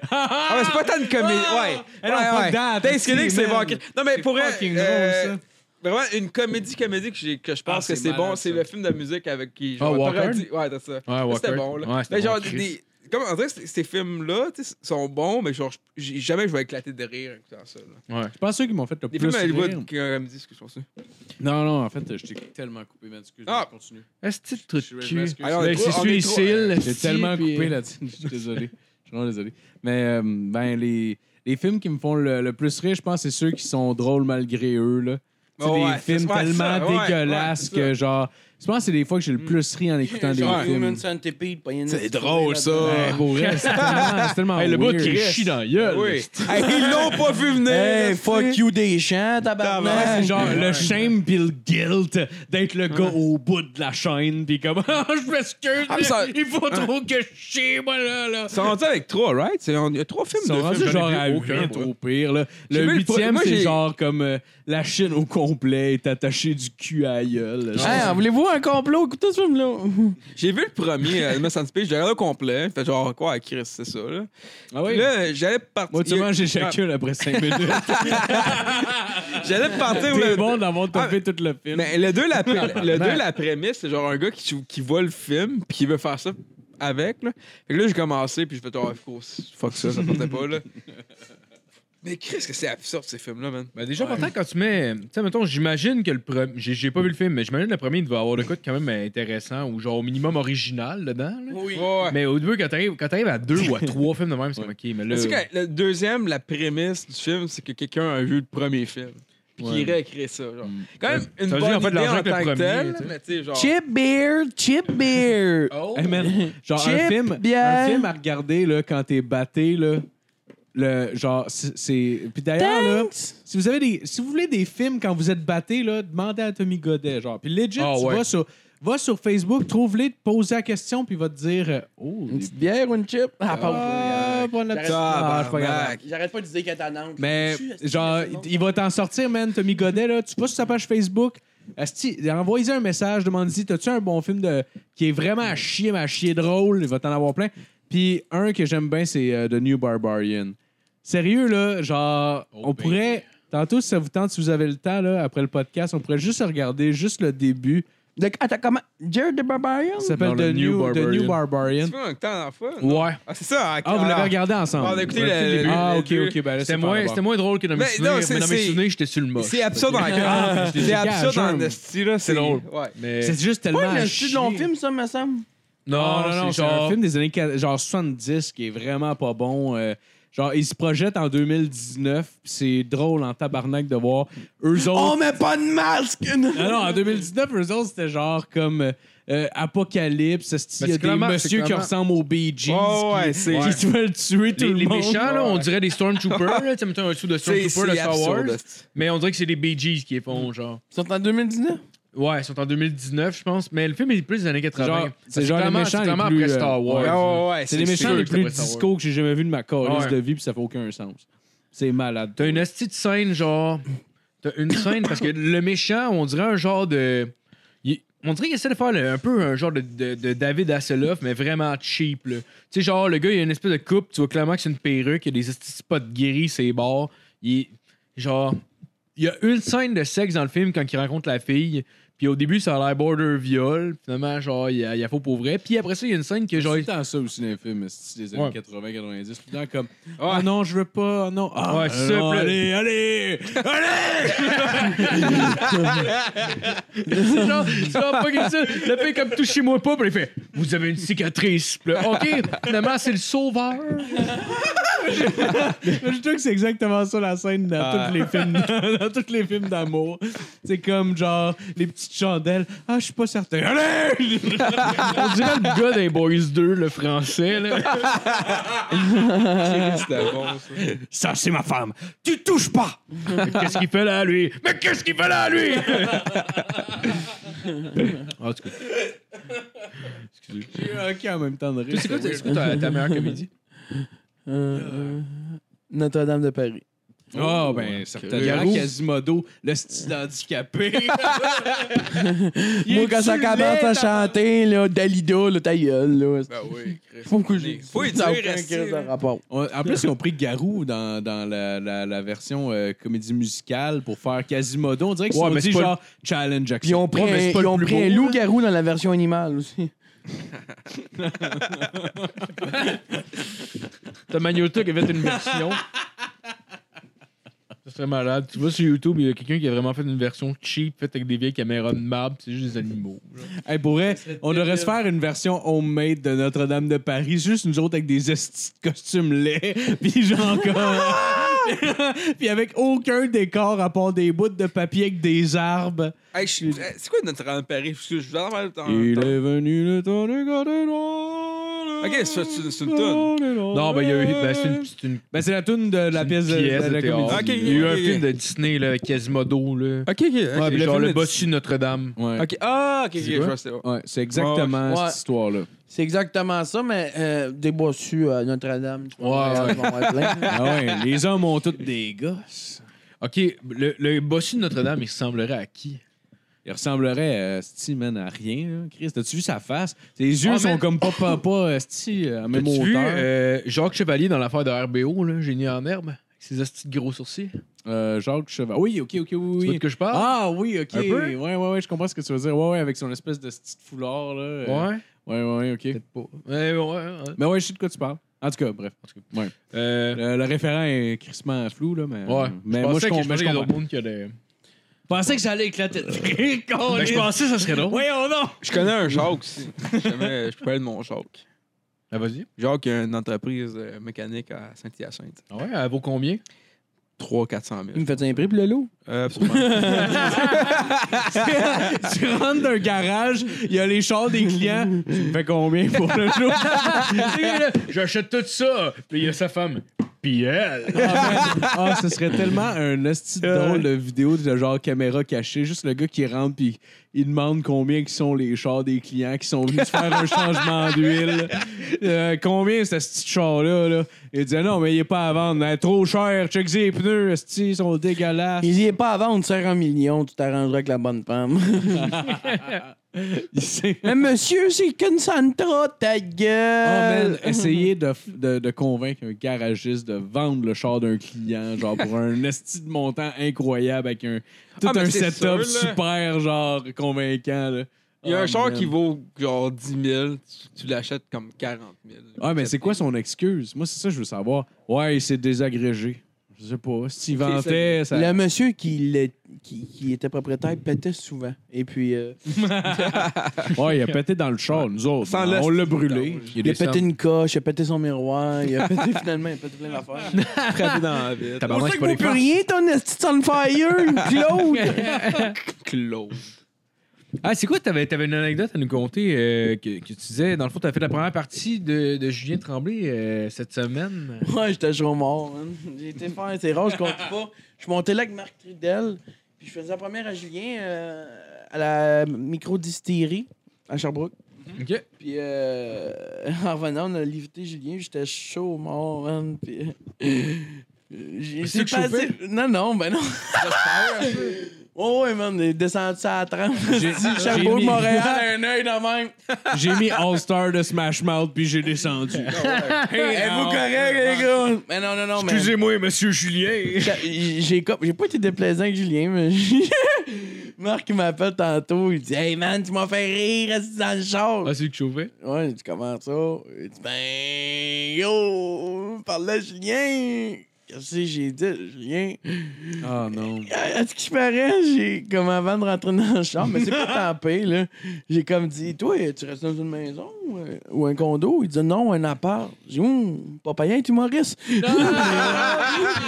Speaker 4: Ah, mais c'est pas tant une comédie.
Speaker 5: Ah!
Speaker 4: Ouais.
Speaker 5: Eh non,
Speaker 4: Ouais,
Speaker 5: fuck
Speaker 4: ouais.
Speaker 5: that,
Speaker 4: Thanksgiving,
Speaker 5: aussi,
Speaker 4: c'est
Speaker 5: man.
Speaker 4: bon. Chris. Non, mais
Speaker 5: C'est
Speaker 4: pour vrai,
Speaker 5: fucking
Speaker 4: euh,
Speaker 5: drôle,
Speaker 4: Vraiment, une comédie, comédie que, j'ai- que je pense
Speaker 5: Ah,
Speaker 4: que
Speaker 5: c'est
Speaker 4: c'est bon.
Speaker 5: malade,
Speaker 4: C'est
Speaker 5: ça.
Speaker 4: le film de musique avec qui.
Speaker 3: Ah,
Speaker 4: Jean
Speaker 3: Walker?
Speaker 4: Paradis- Ouais, c'est ça.
Speaker 3: Ouais,
Speaker 4: Ça,
Speaker 3: Walker.
Speaker 4: C'était bon, là.
Speaker 3: Ouais, c'était
Speaker 4: mais
Speaker 3: bon,
Speaker 4: genre,
Speaker 3: Chris.
Speaker 4: des. Comme, on dirait que ces- ces films-là, tu sais, sont bons, mais genre, j'ai- jamais je vais éclater de rire en écoutant ça. là.
Speaker 3: Ouais.
Speaker 5: Je pense ceux qui m'ont fait le
Speaker 4: Des
Speaker 5: plus
Speaker 4: films à
Speaker 5: rire.
Speaker 4: Hollywood qui ont dit ce que je pense.
Speaker 5: Non, non, en fait, je t'ai tellement coupé, man. Excuse,
Speaker 4: Ah.
Speaker 5: continue.
Speaker 3: Est-ce que tu
Speaker 5: Je-
Speaker 3: te
Speaker 5: je
Speaker 3: cul?
Speaker 5: m'excuse.
Speaker 4: Alors,
Speaker 3: Ben,
Speaker 4: on est
Speaker 3: c'est celui
Speaker 4: trop- on est
Speaker 3: euh, ici,
Speaker 4: trop-
Speaker 3: le
Speaker 5: J'ai
Speaker 3: petit,
Speaker 5: tellement
Speaker 3: puis-
Speaker 5: coupé là-dessus. Je suis désolé. Je suis vraiment désolé. Mais, euh, ben, les, les films qui me font le, le plus rire, je pense, c'est ceux qui sont drôles malgré eux, là. C'est
Speaker 4: Ouais,
Speaker 5: des
Speaker 4: ouais,
Speaker 5: films
Speaker 4: c'est- ouais,
Speaker 5: tellement
Speaker 4: c'est ça, ouais,
Speaker 5: dégueulasses
Speaker 4: ouais, c'est ça. Mm.
Speaker 5: que, genre, je pense que c'est des fois que j'ai le plus ri en écoutant des
Speaker 2: Genre Human
Speaker 5: films.
Speaker 2: Centipede, pas
Speaker 4: C'est drôle, ça.
Speaker 5: Ouais, pour vrai, c'est tellement, c'est tellement
Speaker 3: Hey, le bout
Speaker 5: weird.
Speaker 3: qui chie dans la gueule.
Speaker 4: Oui. Hey, ils l'ont pas vu venir.
Speaker 2: Hey,
Speaker 4: là,
Speaker 2: fuck
Speaker 4: c'est-
Speaker 2: you des champs,
Speaker 5: Ouais, c'est
Speaker 2: tabarnak.
Speaker 5: genre le shame pis le guilt d'être le gars au bout de la chaîne pis comme Ah, je m'excuse
Speaker 4: Ah, mais
Speaker 5: mais
Speaker 4: ça-
Speaker 5: il faut trop que je chie moi là là
Speaker 4: Ils sont rendus avec trois, right? C'est- on- Il y a trois films
Speaker 5: ils sont
Speaker 4: de
Speaker 5: rendus
Speaker 4: films.
Speaker 5: genre
Speaker 4: j'en ai
Speaker 5: à
Speaker 4: vu aucun,
Speaker 5: 8
Speaker 4: moi.
Speaker 5: au pire. Là.
Speaker 4: J'ai vu
Speaker 5: Le
Speaker 4: le pro-
Speaker 5: huitième,
Speaker 4: moi,
Speaker 5: c'est
Speaker 4: j'ai-
Speaker 5: genre comme euh, la Chine au complet est attachée du cul à la gueule. là.
Speaker 2: Hey, en
Speaker 4: Ah,
Speaker 2: voulez-vous un complot? Écoutez ce film-là.
Speaker 4: J'ai vu le premier, euh, Human Centipede, je l'ai regardé au complet. Fait genre, quoi, Chris, c'est ça, là.
Speaker 5: Ah oui?
Speaker 4: Puis Là, j'allais partir.
Speaker 5: Moi, tu manges
Speaker 4: Ah.
Speaker 5: chacune après 5 minutes.
Speaker 4: J'allais partir.
Speaker 5: T'es
Speaker 4: le... Ah.
Speaker 5: bon d'avoir topé tout le film.
Speaker 4: Mais le 2, la, le deux, la prémisse, c'est genre un gars qui, qui voit le film puis qui veut faire ça avec. Là. Fait que là, j'ai commencé puis je fais oh, gros, fuck ça, ça portait pas, là. Mais Chris, que c'est absurde, ces films-là, man.
Speaker 3: Ben, déjà, pourtant, quand tu mets. Tu sais, mettons, j'imagine que le premier. J'ai j'ai pas vu le film, mais j'imagine que le premier, il devait avoir le code quand même intéressant ou genre au minimum original dedans. là.
Speaker 4: Oui. Ouais.
Speaker 3: Mais au début, quand t'arrives quand t'arrives à deux ou à trois films de même, c'est comme ok, mais là.
Speaker 4: Tu sais, quand le deuxième, la prémisse du film, c'est que quelqu'un a vu le premier film. Puis
Speaker 3: Ouais.
Speaker 4: qu'il réécrit ça. Genre.
Speaker 5: Mm.
Speaker 4: Quand même, une
Speaker 3: Ça veut
Speaker 4: bonne
Speaker 3: dire, en fait,
Speaker 4: idée
Speaker 3: l'argent
Speaker 4: en
Speaker 3: avec le
Speaker 4: tant que
Speaker 3: premier,
Speaker 4: telle,
Speaker 3: tu sais.
Speaker 4: mais tu sais, genre...
Speaker 2: Chip beer, chip beer.
Speaker 3: Oh!
Speaker 5: Hey, man, genre un
Speaker 2: Chip,
Speaker 5: film, un
Speaker 2: bière.
Speaker 5: film à regarder là, quand t'es batté, là, le genre c'est- c'est puis d'ailleurs là
Speaker 2: Thanks!
Speaker 5: si vous avez des si vous voulez des films quand vous êtes batté là demandez à Tommy Godet genre puis legit
Speaker 4: Ah
Speaker 5: tu
Speaker 4: ouais.
Speaker 5: vas sur va sur Facebook trouve-les poser la question puis il va te dire euh, oh
Speaker 2: Une
Speaker 5: les-
Speaker 2: petite bière ou une chip? Ah,
Speaker 5: Ah,
Speaker 2: pas
Speaker 5: bonne
Speaker 2: J'arrête-
Speaker 5: petite- Ah, je suis pas capable.
Speaker 4: Tabarnak.
Speaker 2: J'arrête pas de dire qu'elle t'en angle.
Speaker 5: Mais
Speaker 2: Tu, est-ce que
Speaker 5: genre,
Speaker 2: c'est bon?
Speaker 5: il va t'en sortir, man, Tommy Godet, là. Tu vas sur sa page Facebook. Asti, envoie-y un message, demande-y, t'as-tu un bon film de... qui est vraiment à chier, mais à chier drôle? Il va t'en avoir plein. Puis un que j'aime bien, c'est euh, The New Barbarian. Sérieux, là, genre, on
Speaker 3: baby.
Speaker 5: pourrait. Tantôt, si ça vous tente, si vous avez le temps, là, après le podcast, on pourrait juste regarder juste le début.
Speaker 2: Le- Attends, comment? Jared the Barbarian?
Speaker 5: Ça s'appelle
Speaker 3: Non,
Speaker 5: The,
Speaker 3: le New
Speaker 5: New, The
Speaker 3: Barbarian.
Speaker 5: New Barbarian.
Speaker 4: Tu vois, un temps d'enfant? non?
Speaker 3: Ouais.
Speaker 4: Ah, c'est ça.
Speaker 5: Ah, vous l'avez regardé ensemble?
Speaker 4: On a écouté
Speaker 5: Ouais,
Speaker 4: le-
Speaker 5: début.
Speaker 4: le-
Speaker 5: Ah,
Speaker 4: le
Speaker 5: ok,
Speaker 4: deux.
Speaker 5: ok. Ben là,
Speaker 3: C'était
Speaker 5: c'est pas
Speaker 3: moins,
Speaker 5: grave.
Speaker 3: c'était moins drôle que dans mes
Speaker 4: Mais non,
Speaker 3: souvenirs.
Speaker 4: c'est-
Speaker 3: Mais dans mes
Speaker 4: c'est-
Speaker 3: souvenirs, j'étais sur le moche.
Speaker 4: C'est absurde en
Speaker 5: Ah, je l'ai
Speaker 4: C'est
Speaker 5: gagé,
Speaker 4: absurde
Speaker 5: hein.
Speaker 4: en esti, là. C'est
Speaker 3: drôle.
Speaker 4: Ouais.
Speaker 3: Mais...
Speaker 5: C'est juste tellement.
Speaker 2: Ouais,
Speaker 5: à
Speaker 2: le style de long
Speaker 5: chier.
Speaker 2: film, ça, me semble.
Speaker 3: Non, non, non,
Speaker 5: c'est
Speaker 3: Ah, genre...
Speaker 5: un film des années quat- genre 70 qui est vraiment pas bon. euh, genre, ils se projettent en 2019. pis C'est drôle en tabarnak de voir eux
Speaker 2: Oh,
Speaker 5: autres.
Speaker 2: mais pas de masque!
Speaker 5: Non, non, en 2019, eux autres, c'était genre comme euh, euh, Apocalypse. esti,
Speaker 3: Mais
Speaker 5: Il y
Speaker 3: c'est
Speaker 5: a des
Speaker 3: clairement-
Speaker 5: monsieur
Speaker 3: c'est
Speaker 5: qui
Speaker 3: clairement-
Speaker 5: ressemblent aux Bee Gees
Speaker 4: Ouais, ouais,
Speaker 5: qui,
Speaker 4: c'est-
Speaker 5: qui veulent tuer tout
Speaker 3: Les,
Speaker 5: le
Speaker 3: les
Speaker 5: monde.
Speaker 3: méchants, là, on dirait des Stormtroopers. là, tu sais, mettons un sou de
Speaker 4: C'est
Speaker 3: Stormtroopers de
Speaker 4: c'est
Speaker 3: Star Wars.
Speaker 4: absurde. esti.
Speaker 3: Mais on dirait que c'est les Bee Gees qui les font,
Speaker 5: Mm.
Speaker 3: genre.
Speaker 2: Ils sont en 2019?
Speaker 3: Ouais, ils sont en 2019, je pense. Mais le film est plus des années 80.
Speaker 5: Genre,
Speaker 3: Parce
Speaker 5: c'est
Speaker 3: que
Speaker 5: genre les
Speaker 3: clairement-
Speaker 5: méchants
Speaker 3: c'est
Speaker 5: les
Speaker 3: clairement
Speaker 5: plus,
Speaker 3: après
Speaker 5: euh,
Speaker 3: Star Wars.
Speaker 5: ouais.
Speaker 4: Ah, ouais, ouais,
Speaker 5: C'est les méchants
Speaker 3: sûr
Speaker 5: les
Speaker 3: que
Speaker 5: plus
Speaker 3: c'est Star Wars.
Speaker 5: disco que j'ai jamais vu de ma carrière
Speaker 3: Ouais.
Speaker 5: de vie, puis ça fait aucun sens. C'est malade.
Speaker 3: T'as une astuce de scène, genre. T'as une scène, parce que le méchant, on dirait un genre de. il- On dirait qu'il essaie de faire le- un peu un genre de, de- de David Hasselhoff, mais vraiment cheap. là. Tu sais, genre, le gars, il a une espèce de coupe, tu vois clairement que c'est une perruque, il y a des astuces spots guéris, ses bords. Il est- Genre. Il y a une scène de sexe dans le film quand il rencontre la fille. Puis au début, ça a l'air border viol. Finalement, genre, il y a, il y a faux pour vrai. Puis après ça, il y a une scène que genre.
Speaker 5: C'est tout le temps ça aussi dans les films, c'est des années
Speaker 3: Ouais.
Speaker 5: 80, 90. Tout le temps comme Ah non, je veux pas, ah non. Ah,
Speaker 3: Ouais, c'est ça,
Speaker 5: non,
Speaker 3: puis là-
Speaker 5: allez, allez, allez!
Speaker 3: C'est genre, c'est genre pas comme ça. Le fait comme touchez-moi pas, puis il fait Vous avez une cicatrice. Puis là, OK, finalement, c'est le sauveur.
Speaker 5: je trouve que c'est exactement ça la scène dans
Speaker 4: Ah.
Speaker 5: tous les films, dans tous les films d'amour. C'est comme genre les petites chandelles. Ah, je suis pas certain. Allez!
Speaker 3: On dirait le gars des Boys 2, le français. Là.
Speaker 4: C'était bon, ça.
Speaker 5: Ah, Ça, c'est ma femme. Tu touches pas.
Speaker 3: Mais Qu'est-ce qu'il fait là, lui Mais qu'est-ce qu'il fait là, lui En tout cas,
Speaker 5: J'ai eu un cul en même temps de rire.
Speaker 3: c'est quoi, c'est quoi ta, ta meilleure comédie
Speaker 2: Euh, euh, Notre-Dame de Paris.
Speaker 5: Oh, ben, certainement.
Speaker 3: Garou.
Speaker 5: Quasimodo, le style handicapé.
Speaker 2: Moi, quand ça commence à chanter, là, Dalida, là, ta gueule, là.
Speaker 4: Ben oui, Chris.
Speaker 2: Faut que je.
Speaker 4: Faut y
Speaker 2: Ça a
Speaker 4: dire,
Speaker 2: aucun
Speaker 4: esti,
Speaker 2: crise de
Speaker 4: là.
Speaker 2: rapport.
Speaker 5: On- en plus, ils ont pris Garou dans, dans la, la- la version euh, comédie musicale pour faire Quasimodo. On dirait qu'ils
Speaker 3: Ouais,
Speaker 5: se sont
Speaker 3: mais
Speaker 5: dit
Speaker 3: c'est pas
Speaker 5: genre Challenge
Speaker 2: Puis ils
Speaker 5: Jackson.
Speaker 2: ont pris,
Speaker 3: Ouais, mais c'est pas
Speaker 2: un- ils
Speaker 3: le
Speaker 2: ont
Speaker 3: plus
Speaker 2: pris un
Speaker 3: beau,
Speaker 2: loup-garou dans la version animale aussi.
Speaker 3: Ta Magnota qui avait une version. Ça serait malade. Tu vas sur YouTube, il y a quelqu'un qui a vraiment fait une version cheap, faite avec des vieilles caméras de marbre, c'est juste des animaux.
Speaker 5: Hey, pour vrai, on devrait se faire une version homemade de Notre-Dame de Paris, juste nous autres avec des estis de costumes laids, puis genre comme... puis avec aucun décor à part des bouts de papier avec des arbres.
Speaker 4: Hey, je suis- C'est quoi notre rang de Paris? Parce que je vous en parle tant-
Speaker 5: Il
Speaker 4: tant-
Speaker 5: est venu le temps de garder l'or.
Speaker 4: Ok, c'est- c'est- c'est une toune.
Speaker 3: Non, ben, il y a eu. Ben, c'est une- c'est une
Speaker 5: Ben, c'est la toune de la
Speaker 3: une
Speaker 5: pièce de, de
Speaker 3: théâtre.
Speaker 5: la comédie.
Speaker 4: Ok,
Speaker 3: Il y a eu un
Speaker 4: ok,
Speaker 3: film
Speaker 4: ok.
Speaker 3: de Disney là, avec Quasimodo. Là.
Speaker 4: Ok, ok. ok,
Speaker 3: Ouais, puis genre
Speaker 4: film
Speaker 3: le
Speaker 4: de-
Speaker 3: bossu de Notre-Dame.
Speaker 5: Ouais.
Speaker 4: Ok, ah, ok, ok.
Speaker 3: C'est
Speaker 4: Je
Speaker 3: quoi?
Speaker 4: vois, c'est bon.
Speaker 5: Ouais, c'est exactement
Speaker 2: Ouais.
Speaker 5: cette histoire-là.
Speaker 2: C'est exactement ça, mais euh, des bossus à Notre-Dame. je pense,
Speaker 3: Ouais, ouais.
Speaker 2: ils vont être pleins.
Speaker 5: Ah ouais, les hommes ont tous des gosses.
Speaker 3: OK, le, le bossu de Notre-Dame, il ressemblerait à qui?
Speaker 5: Il ressemblerait, euh, Sti, man, à rien. hein. Chris, t'as-tu vu sa face? Ses yeux
Speaker 3: Oh,
Speaker 5: sont
Speaker 3: man.
Speaker 5: comme pas, pas, pas euh, Sti, euh, à même
Speaker 3: T'as-tu
Speaker 5: hauteur.
Speaker 3: vu euh, Jacques Chevalier dans l'affaire de RBO, là, Génie en herbe, avec ses hosties de gros sourcils?
Speaker 5: Euh, Jacques Cheval. Oui, ok, ok, oui,
Speaker 3: Tu vois de
Speaker 5: oui.
Speaker 3: que je parle?
Speaker 5: Ah oui, ok.
Speaker 3: Un
Speaker 5: Ouais,
Speaker 3: peu?
Speaker 5: ouais, ouais, je comprends ce que tu veux dire. Ouais, ouais, avec son espèce de petit foulard, là. euh,
Speaker 3: ouais?
Speaker 5: Ouais, ouais, ok.
Speaker 3: Peut-être pas. Mais ouais, ouais.
Speaker 5: Mais ouais, je sais de quoi tu parles. En tout cas, bref.
Speaker 3: Euh,
Speaker 5: Le, le référent est crissement flou, là, mais.
Speaker 3: ouais.
Speaker 5: Mais
Speaker 3: je
Speaker 5: moi,
Speaker 3: pensais
Speaker 5: je
Speaker 3: que-
Speaker 5: comprends.
Speaker 3: pensais
Speaker 5: Je
Speaker 3: qu'il y a
Speaker 5: comprends.
Speaker 3: d'autres mondes qui allaient-
Speaker 5: Je pensais que ça allait éclater de rire, con.
Speaker 3: Ben, je pensais que ça serait drôle.
Speaker 5: Voyons donc!
Speaker 4: Je connais un Jacques aussi. Je connais- je peux parler de mon Jacques.
Speaker 3: Ah, vas-y.
Speaker 4: Jacques a une entreprise euh, mécanique à Saint-Hyacinthe.
Speaker 3: Ah ouais, elle vaut combien?
Speaker 4: 300-400 000.
Speaker 2: Il me fait un prix, puis le loup.
Speaker 4: Euh, absolument.
Speaker 5: tu rentres d'un garage, il y a les chars des clients. Tu Ah, me fais combien pour le jour?
Speaker 3: J'achète tout ça! Puis il y a sa femme. espiègle.
Speaker 5: Ah, ce serait tellement un esti de drôle de vidéo de genre caméra cachée. Juste le gars qui rentre puis il demande combien qui sont les chars des clients qui sont venus se faire un changement d'huile. Euh, combien ce petit char-là? Là? Il dit ah non, mais il est pas à vendre. Hein, trop cher. Check ses pneus. esti, ils sont dégueulasses.
Speaker 2: Il y est pas avant, on te sert un million, tu t'arrangeras avec la bonne femme.
Speaker 5: Il sait-
Speaker 2: Mais monsieur, c'est qu'une Santra, ta
Speaker 5: Oh, man,
Speaker 2: gueule! Mhm.
Speaker 5: essayer de, de- de convaincre un garagiste de vendre le char d'un client, genre pour un esti de montant incroyable avec un tout
Speaker 4: Ah, mais
Speaker 5: un
Speaker 4: c'est sûr,
Speaker 5: setup
Speaker 4: là.
Speaker 5: super genre convaincant. là.
Speaker 4: Il y a
Speaker 5: Oh,
Speaker 4: un char
Speaker 5: man.
Speaker 4: qui vaut genre 10 000, tu, tu l'achètes comme 40 000.
Speaker 5: Ah, mais c'est quoi son excuse? Moi, c'est ça que je veux savoir. Ouais, il s'est désagrégé. Je sais pas. S'il
Speaker 4: Ok,
Speaker 5: vantait, ça.
Speaker 2: Le monsieur qui, le- qui, qui était propriétaire pétait souvent. Et puis, euh,
Speaker 5: Ouais, il a pété dans le char, nous autres.
Speaker 4: Sans
Speaker 5: on
Speaker 4: le-
Speaker 5: l'a brûlé.
Speaker 4: Non,
Speaker 2: il a pété une coche, il a pété son miroir, il a pété finalement, il a pété plein d'affaires.
Speaker 4: frappé dans la ville.
Speaker 3: Tabarnak, c'est pas
Speaker 2: vaut
Speaker 3: les
Speaker 2: plus
Speaker 3: farces.
Speaker 2: rien, ton esti de Sunfire, Claude!
Speaker 4: Claude.
Speaker 3: Ah, c'est quoi? T'avais avais une anecdote à nous conter euh, que, que tu disais, dans le fond, t'as fait la première partie de, de Julien Tremblay euh, cette semaine.
Speaker 2: Ouais, j'étais chaud mort, man. J'ai été faire, c'est rare, je compte pas. Je montais là avec Marc Trudel, puis je faisais la première à Julien euh, à la micro-distillerie à Sherbrooke.
Speaker 3: OK.
Speaker 2: Puis euh, en revenant, on a lifté Julien, j'étais chaud mort, man. Puis. euh, J'ai
Speaker 3: C'est que
Speaker 2: j'ai passé- Non, non, ben non. Oh, ouais, man, il est descendu à la trempe.
Speaker 5: J'ai-
Speaker 2: Sherbrooke,
Speaker 5: j'ai mis-
Speaker 2: Montréal, un œil de même.
Speaker 5: J'ai mis All-Star de Smash Mouth, puis j'ai descendu.
Speaker 2: Êtes-vous correct, les gars? Mais non, non, non, mais.
Speaker 3: Excusez-moi, monsieur Julien.
Speaker 2: J'ai j'ai comme- j'ai pas été déplaisant avec Julien, mais Marc il m'appelle tantôt, il dit Hey man, tu m'as fait rire, assis dans le char.
Speaker 3: Ah, c'est lui qui chauffait?
Speaker 2: Ouais, j'ai dit comment ça? Il dit Ben yo, parle à Julien. Qu'est-ce que j'ai dit, à Julien?
Speaker 5: Ah non.
Speaker 2: À à ce qui paraît, j'ai comme avant de rentrer dans le char, mais c'est pas tant pis, là. J'ai comme dit, toi, tu restes dans une maison euh, ou un condo? Il dit non, un appart. J'ai dit, hum, papayen est humoriste.
Speaker 4: Ah!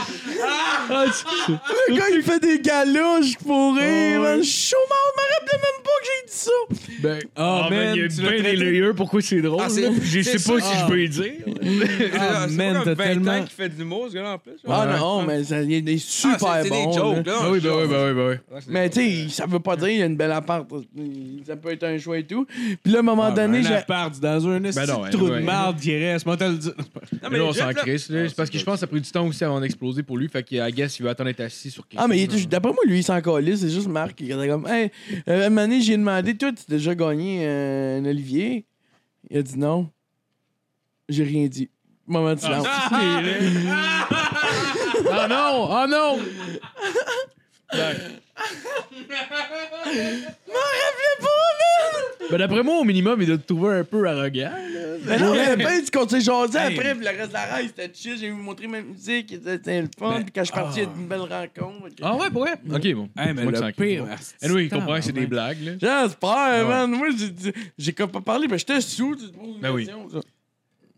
Speaker 2: Le gars, il fait des galoches
Speaker 4: Oh,
Speaker 2: pour rire. man. Je suis chaud mort, je me rappelais même pas que j'ai dit ça.
Speaker 3: Ben,
Speaker 5: Ah,
Speaker 3: ah,
Speaker 5: man,
Speaker 3: man, il y a
Speaker 5: tu
Speaker 3: bien
Speaker 5: l'as
Speaker 3: des
Speaker 5: traité.
Speaker 3: layers, pourquoi c'est drôle?
Speaker 4: Ah, c'est-
Speaker 3: là. je sais
Speaker 4: c'est
Speaker 3: pas
Speaker 5: ça.
Speaker 3: si je peux y dire.
Speaker 5: Ah,
Speaker 4: c'est
Speaker 5: man,
Speaker 4: pas
Speaker 5: t'as
Speaker 4: comme 20
Speaker 5: tellement-
Speaker 4: ans qui fait de l'humour, ce gars-là, en plus.
Speaker 2: Ah non, mais ça, il est des super
Speaker 4: Ah, c'est- c'est
Speaker 2: bon.
Speaker 4: des jokes, là.
Speaker 3: Ah oui, ben oui, ben oui, ben oui.
Speaker 4: Ouais, c'est-
Speaker 2: Mais tu sais, ça veut pas dire il y a une belle appart. Ça peut être un choix et tout. Puis là, à un moment donné,
Speaker 5: Ah, ben, un
Speaker 2: j'ai.
Speaker 5: appart dans un esti
Speaker 3: Ben non,
Speaker 5: de trou
Speaker 3: ouais.
Speaker 5: de marde qui reste. Moi, t'as le dit.
Speaker 4: Non,
Speaker 3: Mais
Speaker 4: mais
Speaker 3: là, on
Speaker 4: Jeff,
Speaker 3: s'en
Speaker 4: là-
Speaker 3: crisse, là. C'est parce que je pense que ça a pris du temps aussi avant d'exploser pour lui. Fait qu'à guess, il va attendre d'être assis sur quelque
Speaker 2: Ah, mais il
Speaker 3: chose.
Speaker 2: est- d'après moi, lui, il s'en calait. C'est juste Marc qui était comme, hey, euh, à un moment donné, j'ai demandé, toi, tu as déjà gagné euh, un Olivier? Il a dit non. J'ai rien dit. Moment
Speaker 5: Ah,
Speaker 2: de silence.
Speaker 3: Ah non! Ah non! Ben, d'après moi, au minimum, il doit te trouver un peu arrogant.
Speaker 2: Mais non, mais ben, tu continues jaser
Speaker 5: Hey.
Speaker 2: après, puis le reste de la race, c'était chill. J'ai montré ma musique, c'était le fun.
Speaker 5: Mais-
Speaker 2: Puis quand je suis parti, il y a
Speaker 5: Ah.
Speaker 2: eu une belle rencontre.
Speaker 3: Ah ouais, ouais. Ok, bon.
Speaker 5: Hey, Eh, mais
Speaker 3: C'est moi qui
Speaker 5: le
Speaker 3: s'en
Speaker 5: pire.
Speaker 3: crisse.
Speaker 5: esti,
Speaker 3: Anyway, il comprend que c'est des
Speaker 5: tabarnak.
Speaker 3: blagues, là.
Speaker 5: Ah.
Speaker 3: Ouais.
Speaker 2: J'espère, man. Moi, j'ai dit- j'ai comme pas parlé, mais j'étais sous. Tu te poses une
Speaker 3: Ben oui.
Speaker 2: question, ça. Mais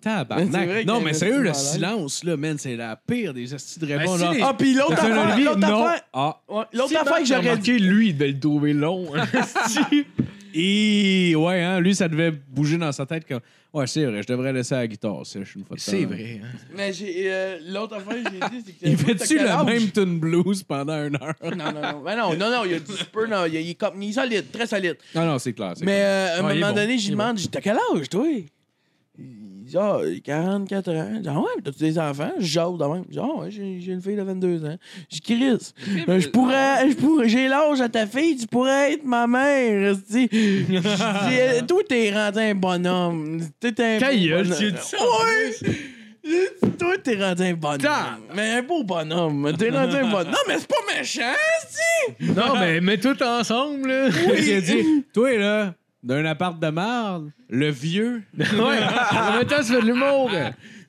Speaker 2: c'est vrai
Speaker 5: Tabarnak.
Speaker 2: que
Speaker 5: Non, mais
Speaker 2: le
Speaker 5: sérieux, le
Speaker 2: petit malaise.
Speaker 5: silence, là, man, c'est la pire des astuces de
Speaker 3: Ben,
Speaker 5: réponse.
Speaker 3: si
Speaker 5: genre,
Speaker 3: les-
Speaker 5: Ah,
Speaker 2: Ah, puis l'autre
Speaker 5: t'as un
Speaker 2: affaire,
Speaker 5: Olivier?
Speaker 2: l'autre
Speaker 5: Non.
Speaker 2: affaire,
Speaker 5: Ah.
Speaker 2: ouais, l'autre
Speaker 3: Si
Speaker 2: affaire
Speaker 3: Marc
Speaker 2: que
Speaker 3: a
Speaker 2: j'aurais dit.
Speaker 3: remarqué, lui, il devait le trouver long.
Speaker 5: hein, Et ouais, hein, lui, ça devait bouger dans sa tête comme Ouais, c'est vrai, je devrais laisser la guitare sèche une fois de temps.
Speaker 3: c'est vrai. hein.
Speaker 2: Mais j'ai. euh, l'autre affaire que j'ai dit, c'est que.
Speaker 5: Il fait-tu
Speaker 2: T'as quel
Speaker 5: la
Speaker 2: âge?
Speaker 5: même tune blues pendant une heure?
Speaker 2: Non, non, non. Mais non, non, non, il y a du super, non. Il, il est comme- il est solide, très solide.
Speaker 5: Non, non, c'est clair. c'est
Speaker 2: Mais euh, à un
Speaker 3: Ouais, il est
Speaker 2: moment
Speaker 3: bon,
Speaker 2: donné,
Speaker 3: il
Speaker 2: j'y
Speaker 3: est
Speaker 2: demande, j'ai dit, t'as quel âge, toi? Il dit, ah, 44 ans. Je dis, ah ouais, mais t'as-tu des enfants? Je jase de même. Je dis, ah ouais, j'ai j'ai une fille de 22 ans. Je dis, Chris, euh, je pourrais, je pourrais, j'ai l'âge à ta fille, tu pourrais être ma mère. Je dis, Je dis, euh, toi, t'es rendu un bonhomme. T'es un. beau
Speaker 3: Ta gueule,
Speaker 2: bonhomme.
Speaker 3: tu as dit ça,
Speaker 2: Ouais! Toi, t'es rendu un bonhomme. Mais un beau bonhomme. T'es rendu un bonhomme. Non, mais c'est pas méchant, si!
Speaker 3: Non, mais mets tout ensemble, là.
Speaker 5: clair. Il a dit Toi, là, d'un appart de marde, le vieux.
Speaker 2: Ben,
Speaker 3: ouais. En même temps, tu fais de l'humour.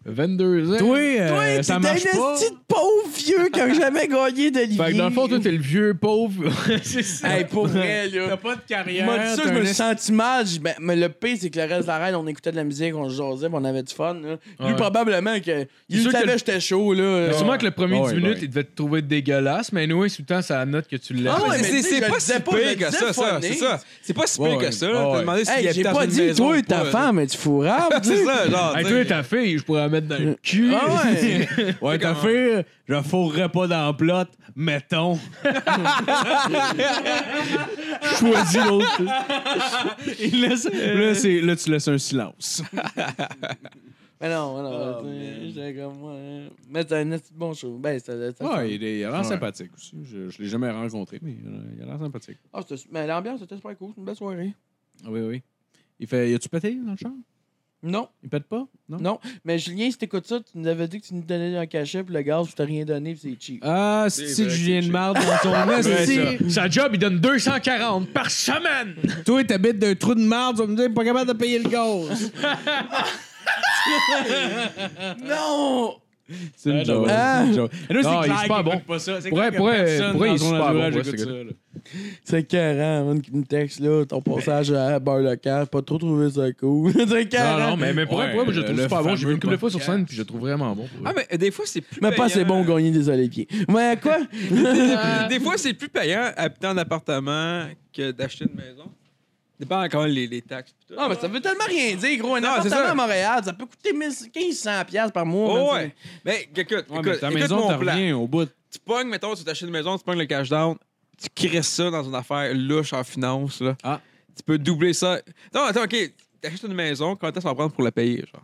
Speaker 3: 22 ans.
Speaker 5: Toi, euh,
Speaker 2: Toi, t'es
Speaker 5: ça
Speaker 2: un
Speaker 5: marche pas.
Speaker 2: esti de pauvre vieux qui a jamais gagné d'Olivier.
Speaker 3: Fait que dans le fond, toi, t'es le vieux pauvre. c'est ça.
Speaker 2: Hey, pour vrai, là.
Speaker 5: pas de
Speaker 2: Il
Speaker 5: carrière.
Speaker 2: m'a dit ça, je
Speaker 5: t'as
Speaker 2: me
Speaker 5: un
Speaker 2: suis senti mal. J'ai dit, ben, mais le pire, c'est que le reste de la reine, on écoutait de la musique, on se jasait, puis on avait du fun. Là. Lui,
Speaker 3: Ouais.
Speaker 2: probablement que. Il
Speaker 3: sûr que
Speaker 2: savait
Speaker 3: le-
Speaker 2: que j'étais chaud, là.
Speaker 3: Sûrement que le premier
Speaker 5: Ouais,
Speaker 3: 10 minutes,
Speaker 5: ouais.
Speaker 3: il devait te trouver dégueulasse, mais anyway, sous le temps, ça note que tu l'as.
Speaker 2: Ah ouais, mais
Speaker 4: c'est
Speaker 2: tu sais, je
Speaker 4: c'est
Speaker 2: le
Speaker 4: pas
Speaker 2: disais
Speaker 4: si
Speaker 2: pas, je le
Speaker 4: pire que
Speaker 2: disais
Speaker 4: ça, ça.
Speaker 2: phoné.
Speaker 4: C'est ça. C'est pas si pire
Speaker 5: Ouais,
Speaker 4: que ça.
Speaker 5: ouais.
Speaker 4: T'as demandé s'il
Speaker 2: Hey,
Speaker 4: habitait
Speaker 2: j'ai
Speaker 4: dans
Speaker 2: pas
Speaker 4: une
Speaker 2: dit,
Speaker 4: maison
Speaker 2: toi,
Speaker 4: ou
Speaker 2: ta
Speaker 4: pas.
Speaker 2: femme, es-tu fourrable?
Speaker 4: C'est ça, genre.
Speaker 3: Hey,
Speaker 4: tu
Speaker 3: toi,
Speaker 4: sais.
Speaker 3: ta fille, je pourrais mettre dans le cul.
Speaker 2: Ah ouais!
Speaker 5: Ouais, t'as
Speaker 4: comment?
Speaker 5: fait, euh, je fourrerai pas dans le plot, mettons. Choisis l'autre. Il laisse- là, c'est- là, tu laisses un silence.
Speaker 2: Mais non, mais non.
Speaker 5: Oh,
Speaker 2: tu sais,
Speaker 5: man.
Speaker 2: J'étais comme. ouais. Mais c'est un petit bon show. Ben, ça. ça- ça-
Speaker 5: Ouais, il, est- il a l'air
Speaker 3: Ouais.
Speaker 5: sympathique aussi. Je, je l'ai jamais rencontré, mais il a- il a l'air sympathique.
Speaker 2: Ah, c'était- mais l'ambiance était super cool. C'est une belle soirée.
Speaker 5: Oui, oui. Il fait, y a-tu pété dans le champ?
Speaker 2: Non,
Speaker 5: Il pète pas?
Speaker 2: Non. mais Julien, si t'écoutes ça, tu nous avais dit que tu nous donnais un cachet, puis le gaz, tu t'as rien donné, puis c'est cheap.
Speaker 5: Ah,
Speaker 4: C'est
Speaker 5: c'est
Speaker 4: vrai,
Speaker 5: Julien
Speaker 4: c'est
Speaker 5: de marde dans ton
Speaker 3: Ouais,
Speaker 5: esti.
Speaker 3: ça. Sa job, il donne 240 par semaine.
Speaker 5: Toi, t'habites d'un trou de marde, tu vas me dire, pas capable de payer le gaz.
Speaker 2: Non!
Speaker 5: C'est
Speaker 3: une joke.
Speaker 2: Ah!
Speaker 5: Et nous,
Speaker 3: Non,
Speaker 5: c'est
Speaker 3: il est
Speaker 5: clair
Speaker 3: super
Speaker 5: qu'il
Speaker 3: bon.
Speaker 5: écoute pas ça. C'est
Speaker 3: Pour
Speaker 5: clair
Speaker 3: vrai,
Speaker 5: que
Speaker 3: pour vrai,
Speaker 5: personne
Speaker 3: pour vrai, il est
Speaker 5: dans son
Speaker 3: super bon,
Speaker 5: entourage
Speaker 3: moi,
Speaker 5: écoute
Speaker 3: c'est
Speaker 5: ça, là.
Speaker 2: C'est carré, man, qui me texte, là, ton passage à beurre le J'ai pas trop trouvé ça cool. c'est
Speaker 3: Non,
Speaker 2: carré.
Speaker 3: non, mais, mais pour
Speaker 5: Ouais,
Speaker 3: vrai, pour vrai, moi, je le
Speaker 5: le
Speaker 3: trouve super bon. J'ai vu une couple de fois sur
Speaker 5: podcast.
Speaker 3: scène, puis je le trouve vraiment bon. pour vrai.
Speaker 4: Ah, mais des fois, c'est plus
Speaker 2: Mais pas assez bon
Speaker 4: payant.
Speaker 2: de gagner des Olympiques. Mais quoi?
Speaker 4: Des fois, c'est plus payant habiter en appartement que d'acheter une maison. Dépend encore les, les taxes. pis tout.
Speaker 2: Ah, mais ça veut tellement rien dire, gros. Un
Speaker 4: Non, c'est
Speaker 2: appartement
Speaker 4: ça.
Speaker 2: à Montréal, ça peut coûter 1500$ piastres par mois.
Speaker 4: Oh,
Speaker 2: man,
Speaker 4: ouais. Mais écoute,
Speaker 5: Ouais, mais
Speaker 4: écoute,
Speaker 5: ta
Speaker 4: écoute
Speaker 5: maison,
Speaker 4: mon
Speaker 5: t'en
Speaker 4: plan.
Speaker 5: reviens au bout.
Speaker 4: Tu pognes, mettons, tu t'achètes une maison, tu pognes le cash down, tu crées ça dans une affaire louche en finance. Là.
Speaker 5: Ah.
Speaker 4: Tu peux doubler ça. Non, attends, OK. T'achètes une maison, combien de temps ça va prendre pour la payer, genre?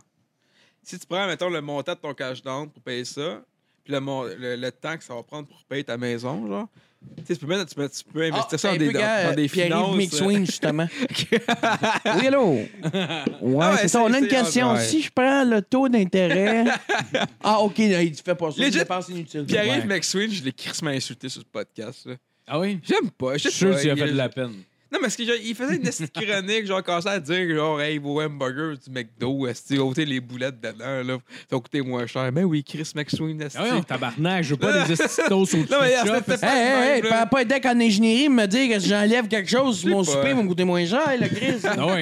Speaker 4: Si tu prends, mettons, le montant de ton cash down pour payer ça, puis le, mon- le, le temps que ça va prendre pour payer ta maison, genre, tu sais, tu peux, mettre- tu peux- tu peux
Speaker 2: c'est-
Speaker 4: investir
Speaker 2: Ah,
Speaker 4: ça dans
Speaker 2: hey,
Speaker 4: des,
Speaker 2: puis,
Speaker 4: dans,
Speaker 2: gars,
Speaker 4: dans des
Speaker 2: Pierre-Yves
Speaker 4: finances.
Speaker 2: McSween, justement. oui, allô? Ouais, c'est ça.
Speaker 4: Ah, c'est-
Speaker 2: On a une
Speaker 4: c'est-
Speaker 2: question.
Speaker 4: ouais.
Speaker 2: Si je prends le taux d'intérêt... ah, OK, là, tu fais pas ça.
Speaker 4: Legit,
Speaker 2: Une dépense inutile.
Speaker 4: Pierre-Yves
Speaker 5: Ouais.
Speaker 4: McSween, je l'ai crissement insulté sur ce podcast. là.
Speaker 5: Ah oui?
Speaker 4: J'aime pas. Je
Speaker 5: Je
Speaker 4: sais
Speaker 5: suis sûr
Speaker 4: pas,
Speaker 5: que tu lui as
Speaker 4: il-
Speaker 5: fait de la peine.
Speaker 4: Non, mais ce que j'ai- il faisait une petite chronique, genre, cassé à dire, genre, hey, vos hamburgers du McDo, esti, ôtez les boulettes dedans, là, ça va coûter moins cher. Ben oui, Chris McSween, esti.
Speaker 5: Ah oui, en tabarnak, je veux pas des estitos au-dessus
Speaker 4: Non, mais ah,
Speaker 5: de
Speaker 4: elle
Speaker 5: shop,
Speaker 4: s'était
Speaker 5: esti.
Speaker 4: fait-
Speaker 2: Hey, hey, hey,
Speaker 4: Même,
Speaker 2: pas,
Speaker 4: là.
Speaker 2: pas être deck en ingénierie me dire que si j'enlève quelque chose,
Speaker 4: sais
Speaker 2: mon
Speaker 4: pas.
Speaker 2: souper va me coûter moins cher, le Chris.
Speaker 5: Ah oui. Non,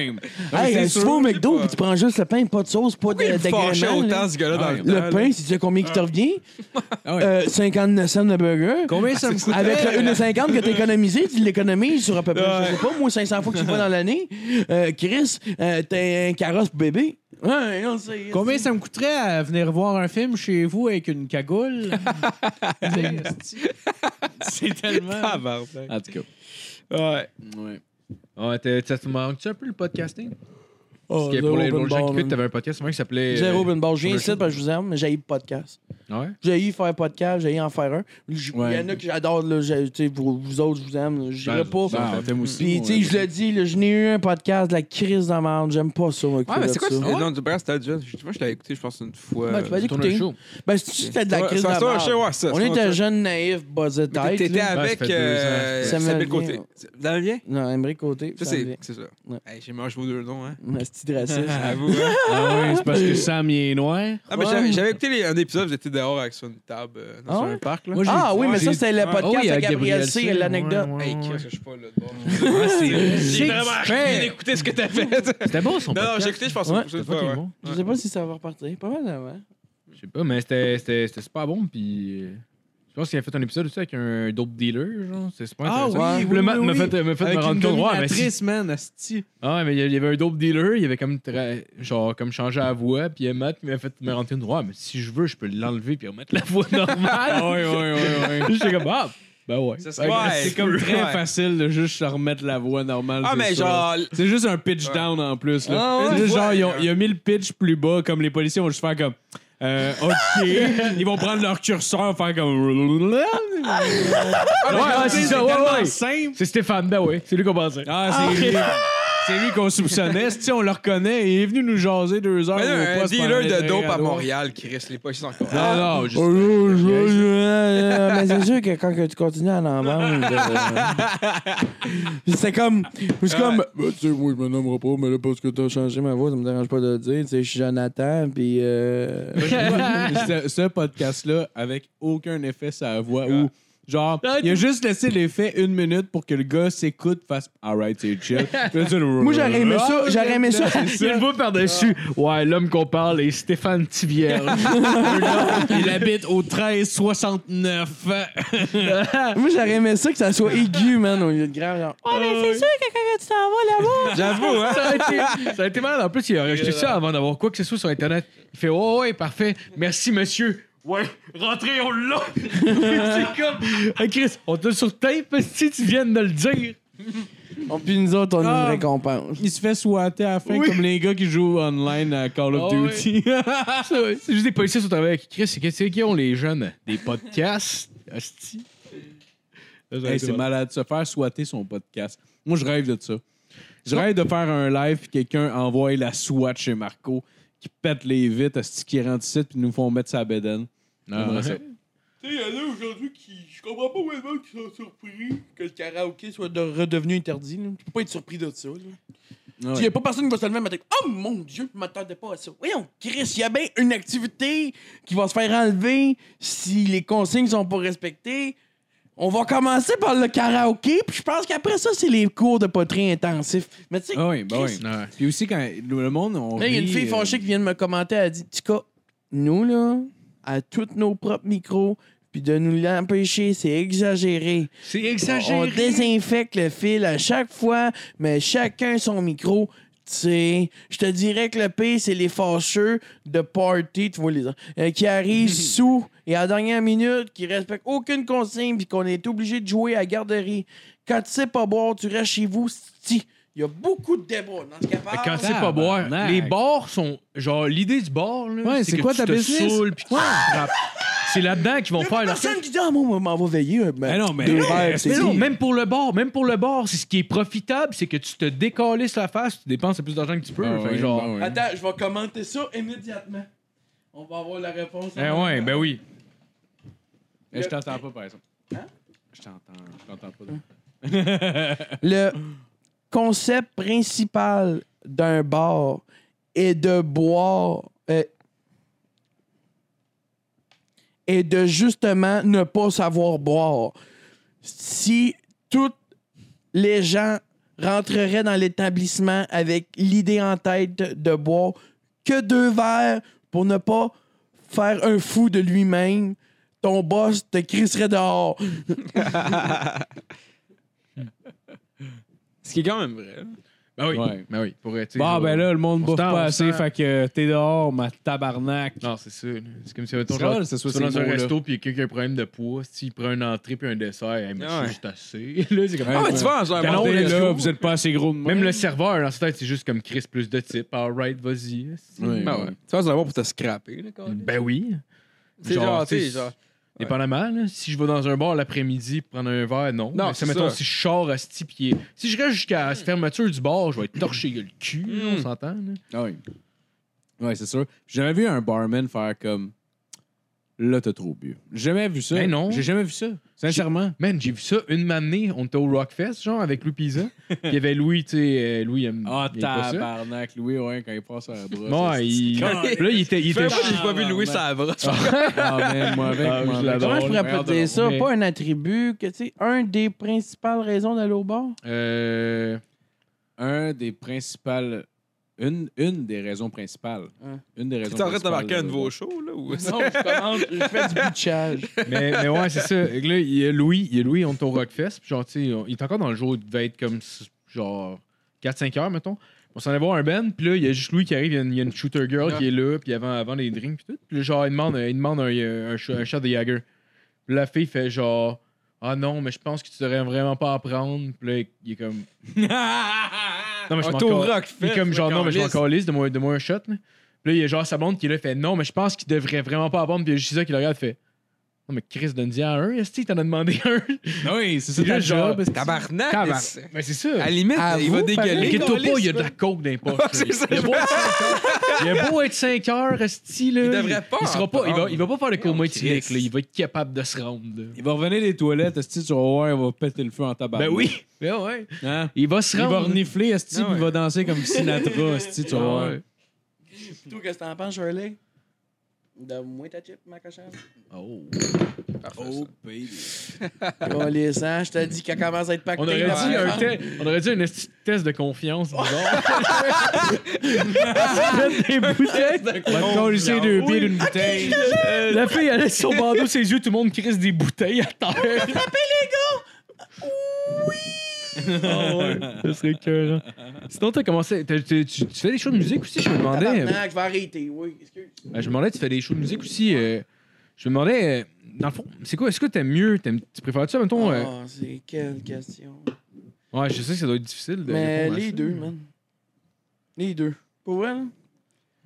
Speaker 5: mais
Speaker 2: hey,
Speaker 5: c'est
Speaker 2: si tu
Speaker 5: sûr.
Speaker 2: vas au McDo
Speaker 4: pas.
Speaker 2: puis tu prends juste le pain, pas de sauce, pas de
Speaker 4: Pourquoi il me fâchait
Speaker 2: d'agrément,
Speaker 4: autant,
Speaker 2: là?
Speaker 4: ce gars-là,
Speaker 5: Ah,
Speaker 4: dans
Speaker 5: ouais.
Speaker 4: le
Speaker 2: Le
Speaker 4: temps,
Speaker 2: pain,
Speaker 4: là?
Speaker 2: si tu sais combien qui te revient,
Speaker 5: Ah oui.
Speaker 2: euh, 59 cents de burger.
Speaker 5: Combien ça me coûte?
Speaker 2: Avec le 1,50 que t'as économisé, tu l'économises sur à peu près, je
Speaker 4: Ouais.
Speaker 2: sais pas, moins 500 fois que tu vas dans l'année. Euh, Chris, euh, t'as un carrosse pour bébé. Ouais, on le sait.
Speaker 5: Combien ça me coûterait à venir voir un film chez vous avec une cagoule? Ah c'est tellement...
Speaker 4: Tabarnak.
Speaker 5: En tout cas.
Speaker 4: Ouais.
Speaker 5: Ouais.
Speaker 3: Ah, Ouais, t'es- ça te manque-tu un peu le podcasting?
Speaker 2: Oh,
Speaker 3: Parce que pour les
Speaker 2: zéro
Speaker 3: les
Speaker 2: bonne
Speaker 3: gens qui
Speaker 2: barre,
Speaker 3: écoutent,
Speaker 2: man.
Speaker 3: t'avais un podcast moi, qui s'appelait. euh,
Speaker 2: Zéro bonne barre. Je viens
Speaker 3: le
Speaker 2: ici
Speaker 3: show.
Speaker 2: parce que je vous aime, mais j'ai le podcast.
Speaker 3: Ouais.
Speaker 2: J'ai eu faire podcast, j'ai eu en faire un. J- Il y en
Speaker 5: Ouais.
Speaker 2: a que j'adore, là, j'ai- tu sais, pour vous autres, je vous aime. Je dirais
Speaker 3: Ben,
Speaker 2: pas.
Speaker 3: ben,
Speaker 5: on t'aime aussi.
Speaker 2: Puis, tu sais, je le dis, là, je n'ai eu un podcast de la crise de la merde. J'aime pas ça, moi.
Speaker 4: Ouais, mais c'est quoi
Speaker 2: ça?
Speaker 4: ce. Non, du bref, c'était déjà. Moi, je l'avais écouté, je pense, une fois.
Speaker 2: Ben, tu vas
Speaker 3: Tu tournes le
Speaker 2: écouter.
Speaker 3: show.
Speaker 2: Ben, si c'était de la
Speaker 4: Ouais,
Speaker 2: crise de
Speaker 4: ça,
Speaker 2: la
Speaker 4: ça,
Speaker 2: merde.
Speaker 4: je sais, ouais, ça,
Speaker 2: On
Speaker 4: ça, ça.
Speaker 2: était jeunes, naïfs, buzzé
Speaker 4: Mais t'étais-
Speaker 2: tête.
Speaker 4: T'étais
Speaker 2: là.
Speaker 3: Ouais,
Speaker 4: avec.
Speaker 3: ça fait deux ans,
Speaker 4: euh,
Speaker 3: ça.
Speaker 4: Samuel
Speaker 2: Samuel
Speaker 4: Côté.
Speaker 2: Bien.
Speaker 4: Samuel Bien?
Speaker 2: Non, Aimery Côté.
Speaker 4: Ça, c'est c'est ça.
Speaker 2: Ouais.
Speaker 4: Hey, J'ai mangé vos deux noms, hein.
Speaker 2: C'est raciste.
Speaker 4: J'avoue, hein.
Speaker 5: Ah oui, c'est parce que Sam, il est noir.
Speaker 4: Ah, mais j'avais- j'avais écouté les- un épisode, j'étais dehors avec sur une table, euh,
Speaker 2: Ah
Speaker 4: dans
Speaker 2: ouais?
Speaker 4: un parc, là.
Speaker 5: Moi, j'ai-
Speaker 2: Ah oui, mais
Speaker 5: j'ai-
Speaker 2: ça, c'était le
Speaker 4: Ouais.
Speaker 2: podcast
Speaker 3: Oh, oui,
Speaker 2: à
Speaker 3: avec
Speaker 2: Gabriel
Speaker 3: Gabriel
Speaker 2: C,
Speaker 3: C,
Speaker 2: l'anecdote.
Speaker 3: ouais, ouais.
Speaker 4: Hey, Chris, je suis pas là de bord.
Speaker 2: J'ai
Speaker 4: J'ai
Speaker 2: vraiment
Speaker 4: vraiment
Speaker 5: rien
Speaker 4: rien écouté ce que t'as fait.
Speaker 3: C'était bon son
Speaker 4: Non, non,
Speaker 3: podcast.
Speaker 4: j'ai écouté, je pense,
Speaker 2: Ouais.
Speaker 4: une prochaine
Speaker 3: C'était pas
Speaker 4: fois,
Speaker 3: qu'il est
Speaker 4: ouais.
Speaker 3: bon.
Speaker 2: Je sais pas si ça va repartir. Pas mal hein. avant.
Speaker 3: Je sais pas, mais c'était- c'était c'était super bon. Puis euh, je pense qu'il a fait un épisode aussi avec un dope dealer. genre. C'est super
Speaker 5: Ah
Speaker 3: intéressant.
Speaker 5: oui,
Speaker 3: Puis
Speaker 5: oui,
Speaker 3: le mat
Speaker 5: oui,
Speaker 3: m'a
Speaker 5: oui.
Speaker 3: fait, m'a fait me
Speaker 5: Avec une
Speaker 3: rendre compte. Ouais, mais si-
Speaker 5: dominatrice, man, asti.
Speaker 3: Ah, mais il y avait un dope dealer. Il avait comme, tra- genre, comme changé la voix. Puis euh, Matt m'a fait me rendre compte. Ouais, mais si je veux, je peux l'enlever puis remettre la voix normale.
Speaker 5: Ah oui, oui, oui, oui.
Speaker 3: J'étais comme, ah, ben ouais.
Speaker 4: Ça
Speaker 5: Fait
Speaker 4: serait-
Speaker 5: que
Speaker 4: Ouais,
Speaker 5: c'est comme très
Speaker 4: ouais.
Speaker 5: facile de juste se remettre la voix normale.
Speaker 4: Ah,
Speaker 5: c'est
Speaker 4: mais
Speaker 5: ça.
Speaker 4: genre.
Speaker 5: C'est juste un pitch
Speaker 4: Ouais.
Speaker 5: down en plus. Là.
Speaker 2: Ah ouais?
Speaker 5: C'est juste
Speaker 4: Ouais,
Speaker 5: genre, ils ont-
Speaker 4: ouais.
Speaker 5: il a mis le pitch plus bas, comme les policiers vont juste faire comme. Euh, ok. ils vont prendre leur curseur, faire comme. ouais,
Speaker 4: Ah,
Speaker 3: ouais, c'est ça, ouais,
Speaker 5: tellement
Speaker 3: ouais.
Speaker 5: simple.
Speaker 3: C'est Stéphane, ben ouais. C'est lui qu'on pensait.
Speaker 5: Ah, c'est lui. C'est lui qu'on soupçonnait. Si on le reconnaît, il est venu nous jaser deux heures.
Speaker 4: Mais là,
Speaker 5: au
Speaker 4: un
Speaker 5: poste pendant
Speaker 4: dealer de
Speaker 5: les
Speaker 4: dope à
Speaker 5: réados.
Speaker 4: Montréal Ah, qui reste les poches encore.
Speaker 5: Non, non, juste-
Speaker 2: Mais c'est sûr que quand que tu continues à en vendre. euh, c'est comme. C'est comme. Bah, tu sais, moi, je me nommerai pas, mais là, parce que t'as changé ma voix, ça me dérange pas de le dire. Tu sais, je suis Jonathan, puis. euh,
Speaker 5: ce, ce podcast-là, avec aucun effet sur la voix,
Speaker 4: Ouais.
Speaker 5: où Genre,
Speaker 2: Ah,
Speaker 5: il a juste laissé l'effet une minute pour que le gars s'écoute, fasse Alright, c'est chill. Moi,
Speaker 2: Moi, j'aurais aimé ça, j'aurais aimé ça.
Speaker 3: Il le voit par-dessus. Ouais, l'homme qu'on parle est Stéphane Tivière.
Speaker 5: Il habite au 1369.
Speaker 2: Moi, j'aurais aimé ça que ça soit aigu, man, au lieu de grave. Genre, ouais, mais c'est sûr que quand tu t'en vas là-bas,
Speaker 4: J'avoue, hein?
Speaker 3: ça, a été, ça a été malade. En plus, il a rejeté ça avant d'avoir quoi que ce soit sur Internet. Il fait oh, Ouais, ouais, parfait. Merci, monsieur. Ouais, rentrez, on l'a. c'est comme. Hey, Chris, on te sur tape si tu viens de le dire.
Speaker 2: on oh, puis nous autres, on a
Speaker 5: Ah.
Speaker 2: une récompense.
Speaker 5: Il se fait swatter à la fin
Speaker 3: Oui.
Speaker 5: comme les gars qui jouent online à Call of
Speaker 3: Ah ouais.
Speaker 5: Duty.
Speaker 3: Ça, ouais, C'est juste des policiers qui sont avec. Chris, c'est qu'est-ce qu'ils ont, les jeunes Des podcasts Hostie. Là, ça a
Speaker 5: Hey,
Speaker 3: été
Speaker 5: c'est
Speaker 3: malade.
Speaker 5: malade de se faire swatter son podcast. Moi, je rêve de ça. Je rêve de faire un live puis quelqu'un envoie la SWAT chez Marco qui pète les vitres à ce qui rentre ici puis nous font mettre sa bédaine.
Speaker 2: Ah
Speaker 5: J'aimerais ça. Ah
Speaker 4: Tu sais, il y en a aujourd'hui qui. Je comprends pas où les gens qui sont surpris.
Speaker 2: Que le karaoké soit de- redevenu interdit, là. tu peux pas être surpris de ça. Là.
Speaker 5: Ah ouais.
Speaker 2: Il n'y a pas personne qui va se lever et dire Oh mon Dieu, je m'attendais pas à ça. Voyons, Chris, il y a bien une activité qui va se faire enlever si les consignes sont pas respectées. On va commencer par le karaoké, puis je pense qu'après ça, c'est les cours de poterie intensifs. Mais tu sais,
Speaker 5: Ah oui, ben oui.
Speaker 2: Chris,
Speaker 3: Ouais.
Speaker 5: Puis aussi, quand le monde. On
Speaker 2: là, il y a une
Speaker 5: rit,
Speaker 2: fille
Speaker 5: euh,
Speaker 2: fâchée qui vient de me commenter, elle dit Tika, nous, là, à tous nos propres micros, puis de nous l'empêcher, c'est exagéré.
Speaker 3: C'est
Speaker 2: On désinfecte le fil à chaque fois, mais chacun son micro. Tu sais, je te dirais que le pire, c'est les fâcheux de party, tu vois, les euh, qui arrivent sous et à la dernière minute, qui respectent aucune consigne, puis qu'on est obligé de jouer à la garderie. Quand tu sais pas boire, tu restes chez vous, si. Il y a beaucoup de débats dans ce cas-là.
Speaker 3: Quand c'est pas
Speaker 5: Tabarnak.
Speaker 3: boire, les bars sont. Genre, l'idée du bar, là,
Speaker 5: Ouais, c'est
Speaker 3: c'est que
Speaker 5: quoi
Speaker 3: tu
Speaker 5: ta
Speaker 3: te
Speaker 5: business?
Speaker 3: saoules puis que tu te frappes. C'est là-dedans qu'ils vont faire leur
Speaker 2: personne qui dit Ah, moi, moi, m'en va veiller. euh,
Speaker 5: Ben non, mais
Speaker 2: deux
Speaker 5: non,
Speaker 2: verres,
Speaker 5: mais
Speaker 2: c'est
Speaker 3: Mais non,
Speaker 2: dit.
Speaker 3: même pour le bar, même pour le bar, c'est ce qui est profitable, c'est que tu te décalisses la face, tu dépenses le plus d'argent que tu peux.
Speaker 5: Ah
Speaker 3: Fait que
Speaker 5: ouais,
Speaker 3: genre,
Speaker 5: ben oui.
Speaker 2: Attends, je vais commenter ça immédiatement. On va avoir la réponse.
Speaker 3: Eh ouais, ben oui.
Speaker 5: Eh, Je t'entends pas, par exemple.
Speaker 2: Hein?
Speaker 5: Je t'entends. Je t'entends pas.
Speaker 2: Le concept principal d'un bar est de boire euh, et de justement ne pas savoir boire. Si tous les gens rentreraient dans l'établissement avec l'idée en tête de boire que deux verres pour ne pas faire un fou de lui-même, ton boss te crisserait dehors.
Speaker 4: Ce qui est quand même vrai.
Speaker 3: Ben oui.
Speaker 5: Ouais.
Speaker 3: Ben oui. Pour être, tu sais,
Speaker 5: Bon,
Speaker 3: genre-
Speaker 5: ben là, le monde
Speaker 3: On
Speaker 5: bouffe
Speaker 3: se tend,
Speaker 5: pas
Speaker 3: on
Speaker 5: assez,
Speaker 3: se tend.
Speaker 5: fait que euh, t'es dehors, ma tabarnak.
Speaker 3: Non, c'est ça. là. C'est comme si on
Speaker 5: C'est drôle, ce soit ces
Speaker 3: dans un
Speaker 5: mots-là.
Speaker 3: resto puis quelqu'un qui a un problème de poids, s'il prend une entrée puis un dessert, hey, mais
Speaker 4: Ah ouais.
Speaker 3: c'est juste assez. là, c'est comme,
Speaker 5: Ah
Speaker 4: Ah,
Speaker 5: ouais,
Speaker 4: mais tu vas en genre.
Speaker 5: Ben non,
Speaker 3: on
Speaker 5: là,
Speaker 3: est chaud.
Speaker 5: vous êtes pas assez gros de moi.
Speaker 3: Même le serveur, dans sa tête, c'est juste comme Chris plus de type. Alright, vas-y.
Speaker 5: Ouais.
Speaker 4: Ben ouais. Tu vas en avoir pour te scraper, là, quand même.
Speaker 3: Ben oui.
Speaker 4: C'est genre, tu sais,
Speaker 3: c'est-
Speaker 4: genre.
Speaker 3: Dépendamment, là, si je vais dans un bar l'après-midi prendre un verre, non.
Speaker 4: Non,
Speaker 3: Mais ça,
Speaker 4: c'est
Speaker 3: mettons,
Speaker 4: ça.
Speaker 3: si je sors à ce type qui est- Si je reste jusqu'à la fermeture du bar, je vais être torché le cul, là, on
Speaker 4: Mm.
Speaker 3: s'entend. là.
Speaker 5: Ah oui. Ouais, c'est sûr. J'ai jamais vu un barman faire comme. Là, t'as trop bu. J'ai jamais vu ça.
Speaker 3: Ben non.
Speaker 5: J'ai jamais vu ça. Sincèrement.
Speaker 3: Man, j'ai vu ça une matinée, on était au Rockfest, genre, avec Louis Pisa. Il y avait Louis, tu sais, euh, Louis, il aime,
Speaker 5: Ah,
Speaker 3: il aime pas ça.
Speaker 5: tabarnak, Louis, ouais, quand il passe à la brosse.
Speaker 3: Ouais, il...
Speaker 4: con.
Speaker 3: là, il était... Il
Speaker 4: Fais
Speaker 3: était...
Speaker 4: pas, j'ai pas vu Louis Savra.
Speaker 5: Ah, man, moi avec.
Speaker 3: Ah,
Speaker 5: moi
Speaker 3: je
Speaker 5: avec.
Speaker 3: l'adore.
Speaker 2: Comment je pourrais
Speaker 5: Regarde,
Speaker 2: apporter ça?
Speaker 3: mais-
Speaker 2: Pas un attribut que, tu sais, un des principales raisons d'aller au bar?
Speaker 3: Euh...
Speaker 5: Un des principales. Une, une des raisons principales.
Speaker 2: Hein.
Speaker 5: Une des
Speaker 4: Tu
Speaker 5: raisons
Speaker 4: t'arrêtes
Speaker 5: principales
Speaker 4: d'embarquer un
Speaker 5: de-
Speaker 4: nouveau show, là? Ou...
Speaker 2: Non, je commence, je fais du bitchage.
Speaker 3: mais, mais ouais, c'est ça. Fait que Là, il y a Louis, il y a Louis, on est au Rockfest. Puis genre, tu sais, on- il est encore dans le jour, il devait être comme s- genre 4-5 heures, mettons. On s'en allait voir un band, puis là, il y a juste Louis qui arrive, il y a une, il y a une shooter girl qui est là, puis avant, avant les drinks, puis tout. Puis là, genre, il demande, il demande un, un, sh- un shot de Jagger. Puis la fille fait genre, ah non, mais je pense que tu devrais vraiment pas apprendre. Puis là, il est comme, non, mais je
Speaker 4: Un
Speaker 3: m'en
Speaker 4: tour
Speaker 3: cal-
Speaker 4: rock
Speaker 3: Il est comme,
Speaker 4: fest,
Speaker 3: genre, non, mais je m'en
Speaker 4: calisse.
Speaker 3: calisse, de moi de moi un shot, là. Puis là, il y a genre sa blonde qui là fait non, mais je pense qu'il devrait vraiment pas apprendre. Puis il y a juste ça qui le regarde fait non, mais Chris donne-y à un. Est-ce que t'en as demandé un
Speaker 5: Ah Oui, c'est ça,
Speaker 3: C'est
Speaker 5: ta
Speaker 3: juste genre-
Speaker 5: job. est-ce que-
Speaker 4: Tabarnak!
Speaker 3: Tabar-
Speaker 4: c'est-
Speaker 3: Mais c'est
Speaker 4: À la
Speaker 3: ça.
Speaker 4: limite,
Speaker 2: À
Speaker 4: il
Speaker 2: vous,
Speaker 4: va
Speaker 3: Mais
Speaker 2: pareil.
Speaker 4: dégueuler.
Speaker 3: inquiète-toi pas, il y a de la coke dans les poches.
Speaker 4: Ouais, c'est ça,
Speaker 3: il, a beau, il a beau être 5 heures, esti, là.
Speaker 4: Il devrait pas
Speaker 3: Il, sera pas, il, va,
Speaker 4: entendre.
Speaker 3: il va pas faire le coma
Speaker 4: Non,
Speaker 3: éthylique,
Speaker 4: Chris.
Speaker 3: là. Il va être capable de se rendre. là.
Speaker 5: Il va revenir des toilettes, est-ce que tu vas voir, il va péter le feu en tabarnak.
Speaker 3: Ben oui. Ben ouais.
Speaker 5: Hein?
Speaker 3: Il va se
Speaker 5: Il va
Speaker 3: rendre.
Speaker 5: renifler, est-ce
Speaker 4: Ah ouais.
Speaker 5: il va danser comme Sinatra, est-ce tu vas
Speaker 3: Ah
Speaker 5: voir.
Speaker 3: ouais.
Speaker 2: Plutôt, qu'est-ce que t'en penses, Shirley? Donne-moi ta chip, ma cochonne.
Speaker 3: Oh.
Speaker 4: Parfait, ça.
Speaker 2: Oh, baby. Colissant, je te dis qu'elle commence à être pactée.
Speaker 3: On aurait,
Speaker 2: la
Speaker 3: dit
Speaker 2: femme.
Speaker 3: un te- on aurait dit un esti de test de confiance, disons. des bouteilles.
Speaker 5: Votre ici deux pieds d'une bouteille.
Speaker 3: Euh, La fille, elle laisse son bandeau, ses yeux, tout le monde crisse des bouteilles à terre. les gars! Oui! Ah ouais, ça serait cœur. Sinon, t'as commencé. t'as- t'as- tu, tu fais des shows de musique aussi, je me demandais. euh,
Speaker 2: Ah, Tabarnak, je vais arrêter, oui, excuse.
Speaker 3: ben, je me demandais, tu fais des shows de musique aussi. euh, je me demandais, euh, dans le fond, c'est quoi? Est-ce que t'aimes mieux? T'aimes- tu préfères ça, mettons? euh,
Speaker 2: Ah, c'est quelle question.
Speaker 3: ouais, je sais que ça doit être difficile de.
Speaker 2: Ah. Mais
Speaker 3: répondre à
Speaker 2: les
Speaker 3: ça.
Speaker 2: deux, man. Les deux. Pour vrai, là?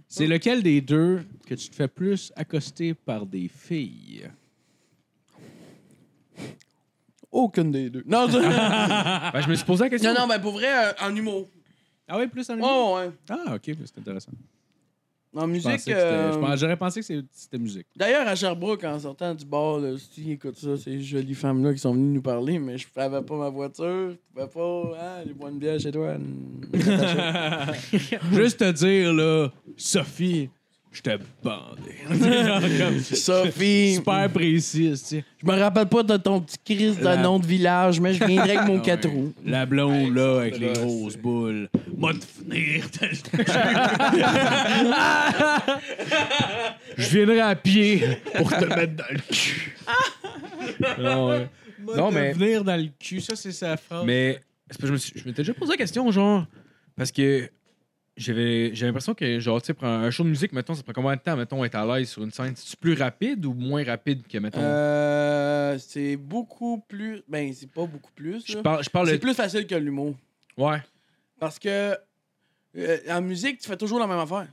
Speaker 5: C'est lequel des deux que tu te fais plus accoster par des filles?
Speaker 2: Aucune des deux. Non, je-
Speaker 3: Ben, je me suis posé la question.
Speaker 2: non, non, mais pour vrai, euh, en humour.
Speaker 5: Ah oui, plus en musique?
Speaker 2: Oh, ouais.
Speaker 5: Ah, OK, c'est intéressant.
Speaker 2: En
Speaker 5: Je pensais que
Speaker 2: musique.
Speaker 5: c'était-
Speaker 2: euh,
Speaker 5: je pense- J'aurais pensé que c'est- c'était musique.
Speaker 2: D'ailleurs, à Sherbrooke, en sortant du bar, là, si tu écoutes ça, ces jolies femmes-là qui sont venues nous parler, mais je n'avais pas ma voiture, je pouvais pas hein, aller boire une bière chez toi.
Speaker 5: Juste te dire, là, Sophie, je t'ai bandé.
Speaker 2: Sophie,
Speaker 5: Super précis, tu sais.
Speaker 2: je me rappelle pas de ton petit Chris de
Speaker 5: La-
Speaker 2: nom de village, mais je viendrai avec mon
Speaker 5: Ouais.
Speaker 2: 4 roues.
Speaker 5: La blonde, là, avec
Speaker 4: là,
Speaker 5: les grosses boules. Moi, de finir.
Speaker 3: Je viendrai à pied pour te mettre dans le cul. non, ouais. Non,
Speaker 5: Ah Non,
Speaker 3: mais-
Speaker 5: mais. venir dans le cul, ça, c'est sa phrase.
Speaker 3: Mais c'est parce que je me suis- je m'étais déjà posé la question, genre, parce que j'avais j'ai l'impression que, genre, tu sais, prendre un show de musique, mettons, ça prend combien de temps, mettons, être à l'aise sur une scène? C'est-tu plus rapide ou moins rapide que, mettons?
Speaker 2: Euh, c'est beaucoup plus. Ben, c'est pas beaucoup plus.
Speaker 3: je
Speaker 2: là.
Speaker 3: parle, je parle
Speaker 2: C'est
Speaker 3: de...
Speaker 2: plus facile que l'humour.
Speaker 3: Ouais.
Speaker 2: Parce que euh, en musique, tu fais toujours la même affaire.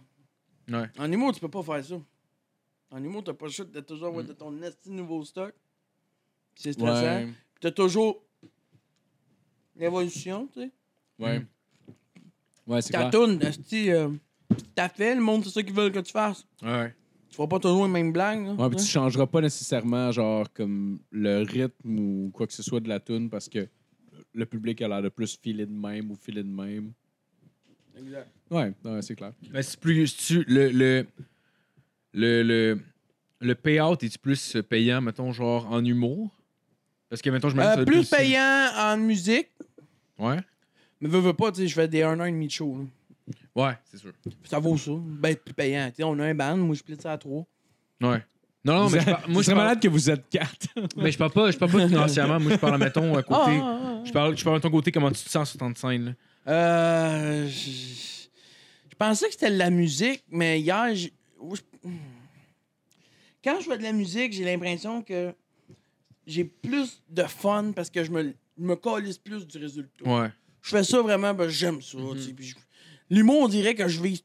Speaker 3: Ouais.
Speaker 2: En humour, tu peux pas faire ça. En humour, t'as pas le choix de toujours avoir
Speaker 3: Mm.
Speaker 2: de ton nasty nouveau stock. C'est stressant.
Speaker 5: Ouais.
Speaker 2: Puis T'as toujours l'évolution, tu sais.
Speaker 5: Ouais. Ouais, c'est
Speaker 2: Ta
Speaker 5: clair.
Speaker 2: tourne, nasty, euh, t'as fait, le monde, c'est ça qu'ils veulent que tu fasses.
Speaker 3: Ouais.
Speaker 2: Tu feras pas toujours les mêmes blagues. là,
Speaker 5: Ouais,
Speaker 2: tu
Speaker 5: puis tu
Speaker 2: sais.
Speaker 5: changeras pas nécessairement, genre, comme le rythme ou quoi que ce soit de la tune parce que le public a l'air de plus filer de même ou filer de même.
Speaker 2: Exact.
Speaker 5: Ouais, ouais, c'est clair.
Speaker 3: Mais c'est plus... c'est-tu le, le, le, le, le payout est-tu plus payant, mettons, genre, en humour? Parce que, mettons, je me dis, ça
Speaker 2: Euh,
Speaker 3: doit être
Speaker 2: plus payant en musique,
Speaker 3: Ouais.
Speaker 2: mais veux, veux pas, tu sais, je fais des 1 an et demi de show. là.
Speaker 3: Ouais, c'est sûr.
Speaker 2: Ça vaut ça. Ben, plus payant. Tu sais, on a un band, moi, je split ça à 3.
Speaker 3: Ouais. Non, non, mais je par- moi, je parle...
Speaker 5: malade que vous êtes quatre.
Speaker 3: Mais je parle pas, je parle pas financièrement. Moi, je parle, mettons, à côté...
Speaker 2: ah,
Speaker 3: Je parle, je parle de ton côté, comment tu te sens sur tant de scène, là?
Speaker 2: Euh, je je pensais que c'était de la musique, mais hier, j'ai- ou je- quand je fais de la musique, j'ai l'impression que j'ai plus de fun parce que je me, je me calisse plus du résultat.
Speaker 3: Ouais.
Speaker 2: Je fais ça vraiment, ben, j'aime ça.
Speaker 3: Mm-hmm.
Speaker 2: tu sais, puis je- L'humour, on dirait que je vis.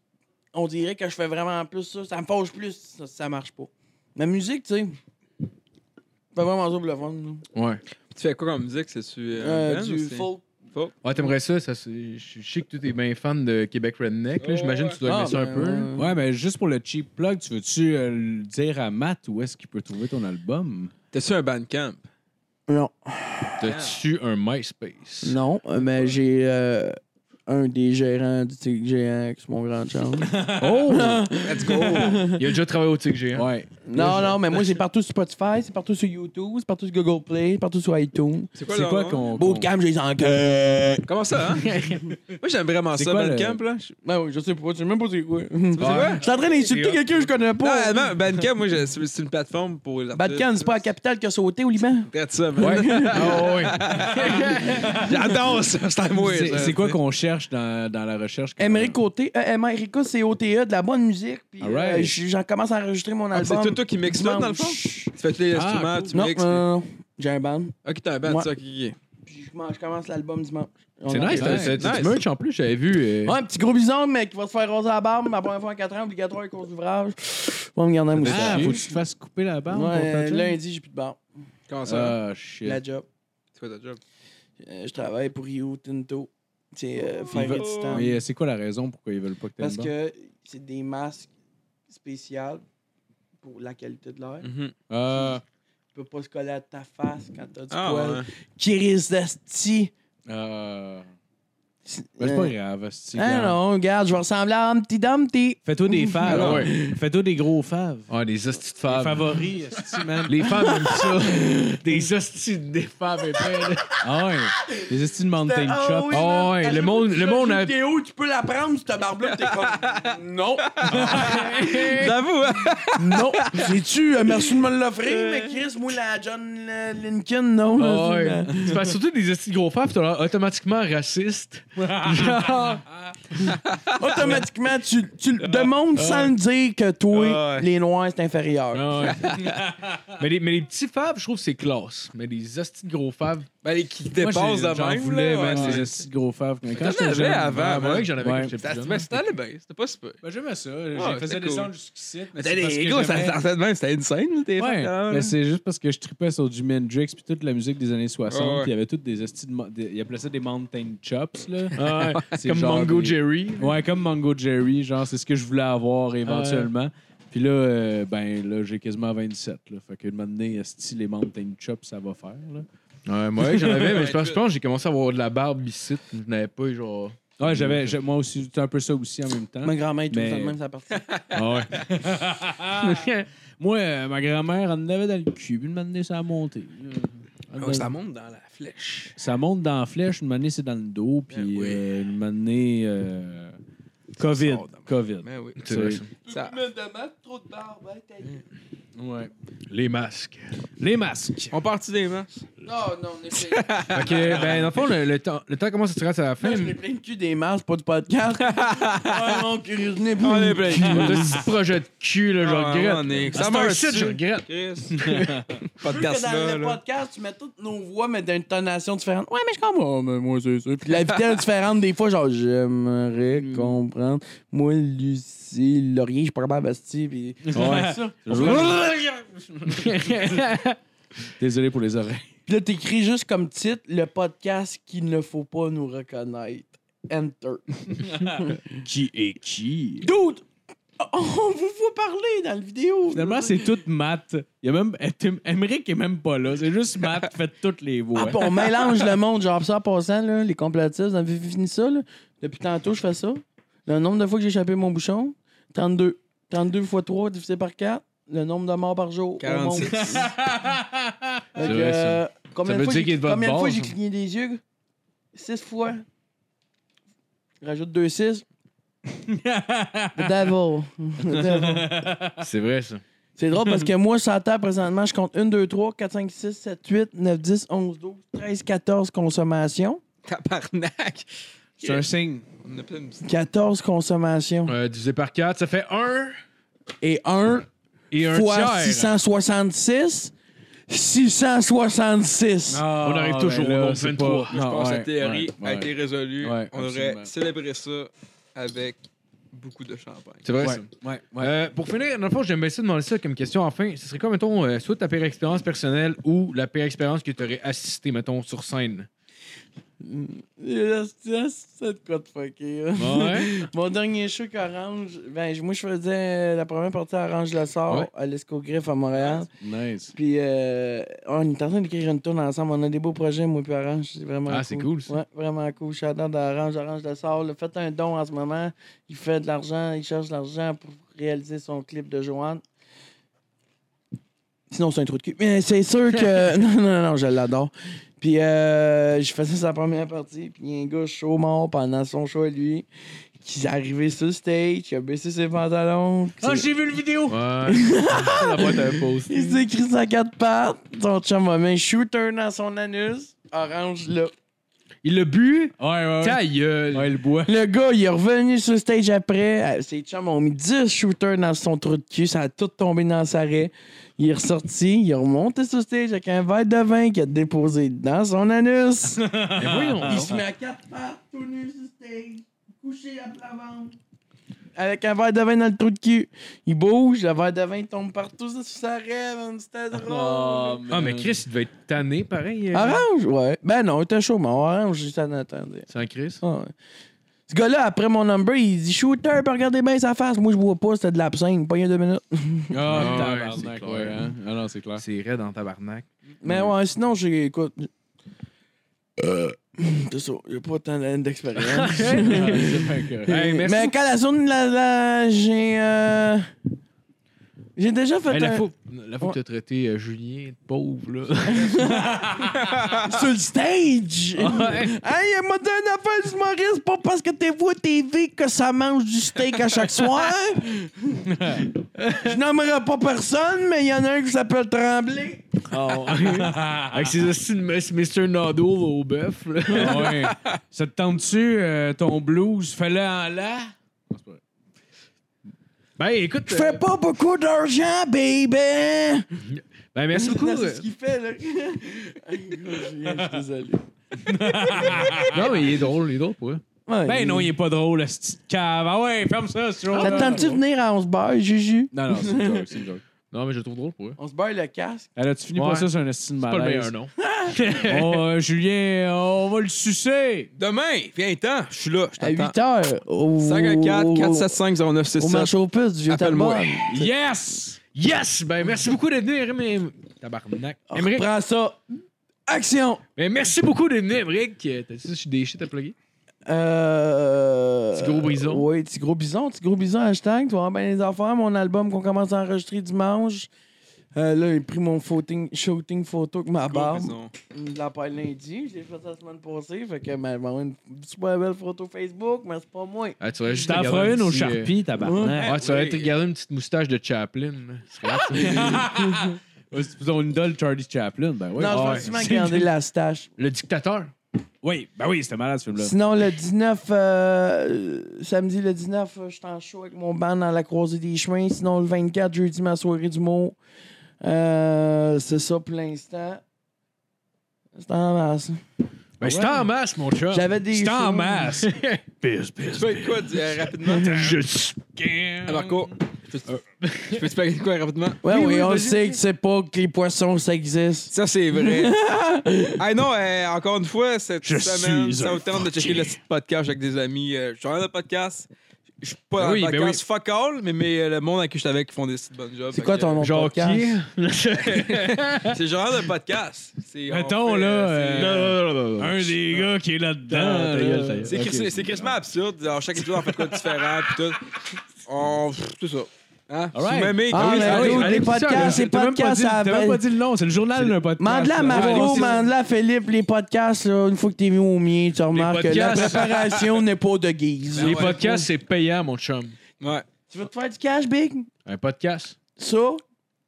Speaker 2: On dirait que je fais vraiment plus ça. Ça me fâche plus si ça, ça marche pas. La musique, tu sais, fais vraiment ça pour le fun. là.
Speaker 3: Ouais.
Speaker 4: Tu fais quoi comme musique? C'est-tu euh,
Speaker 2: Euh,
Speaker 4: un band ou
Speaker 2: du
Speaker 4: c'est-
Speaker 2: folk.
Speaker 3: Ouais, t'aimerais ça, ça c'est- je je sais que tu es bien fan de Québec Redneck, là.
Speaker 4: Oh,
Speaker 3: J'imagine que tu dois aimer
Speaker 2: Ah,
Speaker 3: ça un
Speaker 2: ben,
Speaker 3: peu.
Speaker 2: ouais.
Speaker 5: Ouais, mais juste pour le cheap plug, tu veux-tu euh, le dire à Matt où est-ce qu'il peut trouver ton album?
Speaker 4: T'as-tu un bandcamp?
Speaker 2: Non.
Speaker 3: Ah, ben. T'as-tu un MySpace?
Speaker 2: Euh, Non, euh, mais j'ai euh, un des gérants du Tic Géant qui est mon grand chum.
Speaker 3: Oh!
Speaker 4: Let's go!
Speaker 3: Il a déjà travaillé au Tic Géant.
Speaker 5: Ouais.
Speaker 2: non, non, mais moi, c'est partout sur Spotify, c'est partout sur YouTube, c'est partout sur Google Play, c'est partout sur iTunes. Euh.
Speaker 4: C'est
Speaker 5: C'est
Speaker 4: le
Speaker 5: quoi
Speaker 4: nom?
Speaker 5: qu'on. qu'on-
Speaker 2: Bootcamp, j'ai les enquête.
Speaker 4: Comment ça, hein? Moi, j'aime vraiment
Speaker 5: C'est
Speaker 4: ça,
Speaker 5: quoi, le-
Speaker 4: Bandcamp, là. Je-
Speaker 2: Ben oui, je sais pas, je sais même pas c'est quoi. Je
Speaker 4: C'est quoi?
Speaker 2: suis en train d'insulter quelqu'un que je connais
Speaker 4: Non,
Speaker 2: pas.
Speaker 4: vraiment, Bandcamp, moi, je- c'est c'est une plateforme pour les artistes.
Speaker 2: Badcan, Ah, c'est pas la capitale qui a sauté au Liban?
Speaker 4: Traite ça, man.
Speaker 3: Ouais. Ah, ouais.
Speaker 4: J'adore ça, c'est à moi.
Speaker 5: C'est
Speaker 4: ça.
Speaker 5: c'est quoi qu'on cherche dans, dans la recherche?
Speaker 2: Émeric Côté, E-M-R-I-K, c'est O-T-E, de la bonne musique. Puis euh,
Speaker 5: Alright.
Speaker 2: j- j'en commence à enregistrer mon
Speaker 4: Ah,
Speaker 2: album.
Speaker 4: C'est toi, toi qui mixes tout, dans le fond?
Speaker 2: Dimanche.
Speaker 4: Tu fais tous les
Speaker 5: Ah,
Speaker 4: instruments,
Speaker 5: cool.
Speaker 4: tu
Speaker 2: Non,
Speaker 4: mixes.
Speaker 2: euh, j'ai un band.
Speaker 4: Ok, t'as un band,
Speaker 2: Ouais.
Speaker 4: ça, qui est.
Speaker 2: Puis je commence- je commence l'album dimanche. On
Speaker 3: C'est
Speaker 2: en-
Speaker 3: nice, t'as-
Speaker 5: Ouais,
Speaker 3: c'est c'est du
Speaker 4: nice.
Speaker 3: merch en plus, j'avais vu. euh,
Speaker 2: Ouais, un petit gros bison, mais qui va se faire raser la barbe, ma première fois en 4 ans, obligatoire, cours d'ouvrage. On va me garder un
Speaker 5: Ah,
Speaker 2: moustache.
Speaker 5: faut que tu te fasses couper la barbe? pour
Speaker 2: ouais,
Speaker 5: ta job?
Speaker 2: lundi, j'ai plus de barbe.
Speaker 4: Comment ça?
Speaker 5: Ah,
Speaker 2: La
Speaker 5: shit.
Speaker 2: job.
Speaker 4: C'est quoi ta job?
Speaker 2: Euh, je travaille pour Rio Tinto. C'est euh, faire
Speaker 5: va-
Speaker 2: rétitant.
Speaker 5: Mais c'est quoi la raison pourquoi ils veulent pas que t'aies
Speaker 2: Parce
Speaker 5: une barbe?
Speaker 2: que c'est des masques spéciales pour la qualité de l'air.
Speaker 5: Ah,
Speaker 2: Tu peux pas se coller à ta face quand t'as du
Speaker 4: Ah,
Speaker 2: poil.
Speaker 4: ouais.
Speaker 2: Kiris d'Asti.
Speaker 5: ah. Mais c'est pas grave, c'est
Speaker 2: Ah non, regarde, je vais ressembler à Humpty Dumpty.
Speaker 5: Fais-toi des faves.
Speaker 3: Ah ouais.
Speaker 5: Fais-toi des gros faves.
Speaker 3: Ah, des hosties de
Speaker 5: Des
Speaker 3: femmes.
Speaker 5: favoris, esti, man.
Speaker 3: Les femmes aiment ça. des hosties de des femmes épais.
Speaker 5: Ah ouais. Des esti de mountain
Speaker 2: Ah
Speaker 5: chop.
Speaker 2: oui,
Speaker 3: Ah
Speaker 2: man.
Speaker 3: ouais,
Speaker 2: À
Speaker 3: le
Speaker 2: chaque
Speaker 3: monde-
Speaker 2: fois que
Speaker 3: le
Speaker 2: tu fais un
Speaker 3: monde
Speaker 2: jeu
Speaker 3: a-
Speaker 2: vidéo, tu peux la prendre, cette barbe-là, pis t'es comme. Non.
Speaker 4: J'avoue, hein?
Speaker 2: Non. Sais-tu, euh, merci de me l'offrir, mais Chris, moi, la John euh, Lincoln, non. là,
Speaker 3: Ah
Speaker 2: c'est-
Speaker 3: ouais. C'est parce que surtout des hosties de gros femmes, t'as l'air automatiquement raciste. Genre,
Speaker 2: Automatiquement, tu, tu le demandes sans le dire que toi,
Speaker 4: Ah ouais.
Speaker 2: les Noirs, c'est inférieur.
Speaker 3: Ah ouais. mais, les, mais les petits faves, je trouve que c'est classe. Mais les hosties de gros faves.
Speaker 4: Ben, les qui
Speaker 5: Moi,
Speaker 4: dépassent
Speaker 5: j'ai-
Speaker 4: de
Speaker 5: j'en
Speaker 4: même.
Speaker 5: voulais,
Speaker 4: là,
Speaker 5: man,
Speaker 4: ouais,
Speaker 5: ces
Speaker 4: c'est-
Speaker 5: esti de gros faves. Mais quand
Speaker 4: T'en
Speaker 5: j'étais
Speaker 4: avais
Speaker 5: jeune,
Speaker 4: avant,
Speaker 3: moi, que j'en avais
Speaker 5: Ouais.
Speaker 3: quand j'étais
Speaker 4: ça-
Speaker 3: plus
Speaker 4: Mais
Speaker 3: jeune.
Speaker 4: c'était allé bien, c'était pas super.
Speaker 5: Ben, j'aimais ça.
Speaker 4: Ouais,
Speaker 5: J'ai
Speaker 4: c'était
Speaker 5: faisais des
Speaker 4: cool.
Speaker 5: descendre jusqu'ici. Mais c'est
Speaker 4: T'as
Speaker 5: parce
Speaker 4: les
Speaker 5: que
Speaker 4: gars, ça
Speaker 5: j'aimais-
Speaker 4: sortait de même, c'était insane, tes hein.
Speaker 5: Ouais,
Speaker 4: faves,
Speaker 5: mais
Speaker 4: là.
Speaker 5: c'est juste parce que je tripais sur du Hendrix puis toute la musique des années 60,
Speaker 4: Ouais, ouais.
Speaker 5: puis il y avait toutes des hosties de mo- des- ils appelaient ça des mountain chops là.
Speaker 3: Ah ouais.
Speaker 5: C'est
Speaker 3: Comme
Speaker 5: genre
Speaker 3: Mongo
Speaker 5: des-
Speaker 3: Jerry.
Speaker 5: Ouais, comme Mango Jerry, genre c'est ce que je voulais avoir éventuellement. Puis là euh, ben là j'ai quasiment 27 là, fait que de m'amener esti les mountain chops ça va faire là.
Speaker 3: Ouais, moi, ouais, j'en avais, mais je pense, je pense que j'ai commencé à avoir de la barbe ici. Je n'avais pas, genre.
Speaker 5: Ouais, j'avais j'ai- moi aussi c'était un peu ça aussi en même temps.
Speaker 2: Ma grand-mère, tout
Speaker 5: Mais-
Speaker 2: ça de même, ça partie.
Speaker 5: Ah ouais. moi euh, ma grand-mère elle en avait dans le cul, puis de m'amener ça a monté.
Speaker 4: Ah Ouais, Ça monte dans la flèche.
Speaker 5: Ça monte dans la flèche, une manée c'est dans le dos, puis
Speaker 4: Ben oui.
Speaker 5: euh, une manée. euh, COVID.
Speaker 4: sort de même.
Speaker 5: COVID.
Speaker 4: Mais Ben oui.
Speaker 3: C'est vrai, ça.
Speaker 4: Ça-
Speaker 2: demande trop de barbe,
Speaker 5: Ouais.
Speaker 3: Les masques.
Speaker 5: Les masques.
Speaker 4: On part-tu des masques?
Speaker 2: Non, non, on est
Speaker 3: Ok, ben, dans le fond, le, le temps, le temps commence à se tirer à la fin.
Speaker 2: Je l'ai plein de cul des masses, pas du podcast. Ah non, Chris, je n'ai plus.
Speaker 4: On est plein.
Speaker 3: De ce projet de cul, là, je
Speaker 4: Ah,
Speaker 3: regrette.
Speaker 4: on est-
Speaker 3: Ah,
Speaker 4: ça
Speaker 3: c'est un
Speaker 4: meurt
Speaker 3: site, je
Speaker 4: dessus.
Speaker 3: regrette.
Speaker 4: Pas de
Speaker 2: Parce que dans
Speaker 4: là.
Speaker 2: le
Speaker 4: là.
Speaker 2: podcast, tu mets toutes nos voix, mais d'une tonation différente. Ouais, mais je comprends. Ah, mais moi, c'est ça. Puis la vitesse différente, des fois, genre, j'aimerais
Speaker 4: Mm.
Speaker 2: comprendre. Moi, Lucie, Laurier, je suis pas capable de Bastille. Puis...
Speaker 5: Ouais. Désolé pour les oreilles.
Speaker 2: puis là, t'écris juste comme titre le podcast qu'il ne faut pas nous reconnaître. Enter.
Speaker 5: Qui est qui?
Speaker 2: Dude! Oh, On vous voit parler dans la vidéo.
Speaker 5: Finalement, c'est tout Matt. Il y a même. Tim- Emmerich est même pas là. C'est juste Matt qui fait toutes les
Speaker 2: Ah,
Speaker 3: hein.
Speaker 5: voix.
Speaker 2: puis on mélange le monde, genre ça en passant, là, les complotistes. Vous avez fini ça, là? Depuis tantôt, je fais ça. Le nombre de fois que j'ai échappé mon bouchon, 32. 32 fois 3 divisé par 4, le nombre de morts par jour.
Speaker 4: 46.
Speaker 2: On monte. Fait que,
Speaker 3: vrai, ça.
Speaker 2: euh, combien
Speaker 3: Ça
Speaker 2: de
Speaker 3: veut
Speaker 2: fois
Speaker 3: dire
Speaker 2: j'ai-
Speaker 3: qu'il est de hein. votre
Speaker 2: combien de fois
Speaker 3: bord,
Speaker 2: j'ai
Speaker 3: ça.
Speaker 2: cligné des yeux? 6 fois. Rajoute 2, 6. The devil. The devil.
Speaker 3: C'est vrai, ça.
Speaker 2: C'est drôle parce que moi, sur la table, présentement, je compte 1, 2, 3, 4, 5, 6, 7, 8, 9, 10, 11, 12, 13, 14 consommations.
Speaker 4: Tabarnak!
Speaker 5: C'est un signe.
Speaker 4: On a plein de petites-
Speaker 2: 14 consommations.
Speaker 3: Euh, divisé par 4, ça fait 1
Speaker 2: Et 1
Speaker 3: et 1
Speaker 2: fois
Speaker 3: tiers.
Speaker 2: 666, 666.
Speaker 5: Ah,
Speaker 3: On arrive
Speaker 5: ben
Speaker 3: toujours au
Speaker 5: là,
Speaker 3: nombre
Speaker 5: c'est
Speaker 3: 23.
Speaker 5: pas-
Speaker 4: Je pense que
Speaker 5: Ah, ouais,
Speaker 4: la théorie
Speaker 5: ouais,
Speaker 4: a
Speaker 5: ouais.
Speaker 4: été résolue.
Speaker 5: Ouais,
Speaker 4: on
Speaker 5: absolument.
Speaker 4: aurait célébré ça avec beaucoup de champagne.
Speaker 3: C'est vrai,
Speaker 5: Ouais,
Speaker 3: ça.
Speaker 5: ouais, ouais.
Speaker 3: Euh, pour finir, dans le fond, j'aime bien ça demander ça comme question. Enfin, ce serait quoi, mettons, euh, soit ta pire expérience personnelle ou la pire expérience que tu aurais assistée, mettons, sur scène?
Speaker 2: Euh, C'est c'est de quoi de fucké. là.
Speaker 3: Ouais.
Speaker 2: Mon dernier show qu'Orange, ben, moi, je faisais euh, la première partie à Orange Le Sort
Speaker 3: Ouais.
Speaker 2: à l'Escogriffe à Montréal.
Speaker 5: Nice.
Speaker 2: Puis euh, on est en train d'écrire une tourne ensemble. On a des beaux projets, moi puis Orange. C'est vraiment
Speaker 3: Ah, c'est cool, ça.
Speaker 2: Ouais, vraiment cool. J'adore d'Orange, Orange de Sort. là. Faites un don en ce moment. Il fait de l'argent, il cherche de l'argent pour réaliser son clip de Joanne. Sinon, c'est un trou de cul. Mais c'est sûr que. non, non, non, je l'adore. Puis euh, je faisais sa première partie, puis il y a un gars chaud mort pendant son show à lui, qui est arrivé sur le stage, qui a baissé ses pantalons.
Speaker 5: Ah, j'ai vu le vidéo!
Speaker 3: Ouais.
Speaker 5: Ah,
Speaker 3: Ça va être un post.
Speaker 2: Il s'est écrit sa quatre pattes. Son chum a mis un shooter dans son anus. Orange là.
Speaker 3: Il l'a bu.
Speaker 5: Ouais, ouais, ouais.
Speaker 3: Ta gueule.
Speaker 5: Ouais, le bois.
Speaker 2: Le gars, il est revenu sur le stage après. Euh, Ses chums ont mis 10 shooters dans son trou de cul. Ça a tout tombé dans sa raie. Il est ressorti. Il est remonté sur le stage avec un verre de vin qu'il a déposé dans son anus.
Speaker 3: Mais voyons
Speaker 5: Ah.
Speaker 2: il
Speaker 3: donc.
Speaker 2: se met à quatre pattes, tout nu sur le stage, couché à plat ventre. Avec un verre de vin dans le trou de cul. Il bouge, le verre de vin tombe partout sur sa raie. man. C'était drôle.
Speaker 3: Ah, mais Chris, il devait être tanné, pareil. euh,
Speaker 2: Orange, ouais. Ben non, il était chaud, mais Orange, juste à attendait.
Speaker 3: Sans Chris.
Speaker 2: Ah, Ce gars-là, après mon number, il dit Shooter, puis regardez bien sa face. Moi, je vois pas, c'était de l'absinthe, pas il y a deux minutes.
Speaker 5: Ah,
Speaker 3: Ah, ouais,
Speaker 5: tabarnak,
Speaker 3: c'est
Speaker 5: ouais.
Speaker 3: clair.
Speaker 5: hein. Ah non, c'est clair.
Speaker 3: Mm. C'est raide en tabarnak.
Speaker 2: Mais ouais, sinon, j'ai. Écoute. euh, C'est ça, il n'y a pas tant d'années d'expérience.
Speaker 3: Hey, merci.
Speaker 2: Mais quand la zone, là, là, j'ai. euh, J'ai déjà fait
Speaker 3: Hey, Ben, la
Speaker 5: euh,
Speaker 2: un.
Speaker 3: fois la fois que t'as traité euh, Julien de pauvre, là.
Speaker 2: sur le stage. Hey, elle m'a donné une affaire d'humoriste pas parce que t'es voix TV que ça mange du steak à chaque soir. Je nommerai pas personne, mais il y en a un qui s'appelle Tremblay.
Speaker 5: Ah,
Speaker 3: Avec ses astuces Mr. Noddle au bœuf, là.
Speaker 5: ouais. Ça te tente-tu, euh, ton blues? Fais-le en là.
Speaker 3: Ben, écoute.
Speaker 2: Je
Speaker 3: euh,
Speaker 2: fais pas beaucoup d'argent, baby.
Speaker 3: ben, merci beaucoup.
Speaker 2: Non, C'est
Speaker 3: euh,
Speaker 2: ce qu'il fait, là. Je suis désolé.
Speaker 3: Non, mais il est drôle, il est drôle, ouais.
Speaker 2: Ouais.
Speaker 5: Ben non, il est pas drôle, le petit cave. Ah ouais, ferme ça, c'est drôle.
Speaker 2: T'attends-tu venir à On se barre, Juju?
Speaker 5: Non, non, c'est une joke, c'est une joke.
Speaker 3: Non, mais je le trouve drôle, pour eux.
Speaker 2: On se barre le casque.
Speaker 5: Alors, tu finis
Speaker 3: Ouais.
Speaker 5: pas ça sur un estime
Speaker 3: C'est pas le meilleur
Speaker 5: malaise.
Speaker 3: nom.
Speaker 5: Oh, euh, Julien, on va le sucer.
Speaker 4: Demain, viens-t'en, je suis là, je
Speaker 2: À
Speaker 4: t'attends.
Speaker 2: 8 h. Au...
Speaker 4: 514 475
Speaker 2: Au
Speaker 4: 0967
Speaker 2: marché aux puces du vieux
Speaker 4: Appelle-moi.
Speaker 2: Talbot.
Speaker 5: Yes!
Speaker 3: Yes! Ben, merci beaucoup d'être venu, Émeric. Tabarnak.
Speaker 5: Oh,
Speaker 2: On
Speaker 3: Émeric,
Speaker 2: reprend ça. Action!
Speaker 3: ben, merci beaucoup d'être venu, Émeric. Euh, T'as-tu je suis des shit à plugger?
Speaker 2: Euh...
Speaker 3: Petit gros bison.
Speaker 2: Oui, petit gros bison. Petit gros bison, hashtag. Tu vas avoir bien les affaires. Mon album qu'on commence à enregistrer dimanche. Euh, là, j'ai pris mon photing- shooting photo avec ma barbe. de la paille lundi. Je l'ai fait la semaine passée. Fait que m'a m'a une super belle photo Facebook, mais c'est pas moi.
Speaker 3: Ah, tu aurais
Speaker 5: Je
Speaker 3: juste
Speaker 5: t'en
Speaker 3: à garder
Speaker 5: ferai une
Speaker 3: un
Speaker 5: au
Speaker 3: petit, euh,
Speaker 5: Sharpie, tabarnak.
Speaker 3: Ah, tu aurais
Speaker 4: Oui.
Speaker 3: gardé une petite moustache de Chaplin. C'est vrai, ça.
Speaker 5: Ouais, C'est ton idole Charlie Chaplin, ben oui.
Speaker 2: non,
Speaker 3: ouais.
Speaker 2: je vais sûrement garder la stache.
Speaker 3: le dictateur.
Speaker 5: Oui, ben oui, c'était malade ce film-là.
Speaker 2: Sinon, le 19, euh, euh, samedi le 19, euh, je suis en show avec mon band dans la croisée des chemins. Sinon, le 24, jeudi, ma soirée du mot. Euh, c'est ça pour l'instant. C'est en masse.
Speaker 3: Ben, c'est en masse, mon chat.
Speaker 2: J'avais des.
Speaker 5: C'est en
Speaker 2: shows.
Speaker 5: masse.
Speaker 4: Tu peux être quoi euh, rapidement?
Speaker 3: Je suis.
Speaker 4: Ah, Marco, je peux- je peux expliquer quoi rapidement?
Speaker 2: Ouais,
Speaker 5: Oui,
Speaker 2: oui,
Speaker 5: oui,
Speaker 2: on
Speaker 5: vas-y,
Speaker 2: sait
Speaker 5: vas-y.
Speaker 2: que c'est pas que les poissons, ça existe.
Speaker 4: Ça, c'est vrai. ah non, euh, encore une fois, cette
Speaker 5: Je
Speaker 4: semaine,
Speaker 5: suis
Speaker 4: ça
Speaker 5: un
Speaker 4: autant de checker le petit podcast avec des amis. Euh, je suis dans le podcast. Je suis pas dans
Speaker 3: Oui,
Speaker 4: le
Speaker 3: ben
Speaker 4: podcast fuck all, mais, mais euh, le monde à qui je suis avec font des petits bonnes jobs.
Speaker 2: C'est
Speaker 4: Fait
Speaker 2: quoi
Speaker 4: que,
Speaker 2: ton nom de
Speaker 3: Genre qui?
Speaker 2: podcast?
Speaker 4: euh, C'est genre le podcast. C'est- on
Speaker 5: Mettons,
Speaker 4: fait,
Speaker 5: là,
Speaker 4: euh, c'est-
Speaker 5: euh,
Speaker 3: non, non, non.
Speaker 5: Un des gars qui est là-dedans.
Speaker 3: Ah, ta
Speaker 5: là.
Speaker 3: gueule, ta gueule.
Speaker 4: C'est
Speaker 3: Ok,
Speaker 4: Christ- c'est crissement absurde. Genre, chaque épisode, on fait quoi de différent, puis tout. On... pff, Tout ça. Hein?
Speaker 5: All right.
Speaker 4: Si vous m'aimez,
Speaker 2: Ah,
Speaker 4: oui,
Speaker 2: mais
Speaker 4: allez,
Speaker 2: oui,
Speaker 4: allez,
Speaker 2: les
Speaker 4: écoutez ça, là.
Speaker 2: podcasts, c'est
Speaker 5: T'as même pas
Speaker 2: podcast
Speaker 5: dit-
Speaker 2: à
Speaker 5: t'as même pas
Speaker 2: la
Speaker 5: dit le nom, c'est le journal d'un podcast.
Speaker 2: Mandela
Speaker 5: là.
Speaker 2: Marco,
Speaker 5: Ouais,
Speaker 2: Mandela Philippe, les podcasts, là, une fois que t'es venu au mien, tu remarques que la
Speaker 3: podcasts.
Speaker 2: préparation n'est pas de guise.
Speaker 4: Ah
Speaker 3: Les
Speaker 4: ouais.
Speaker 3: podcasts, c'est payant, mon chum.
Speaker 4: Ouais.
Speaker 2: Tu veux te faire du cash, Big?
Speaker 3: Un podcast.
Speaker 2: Ça,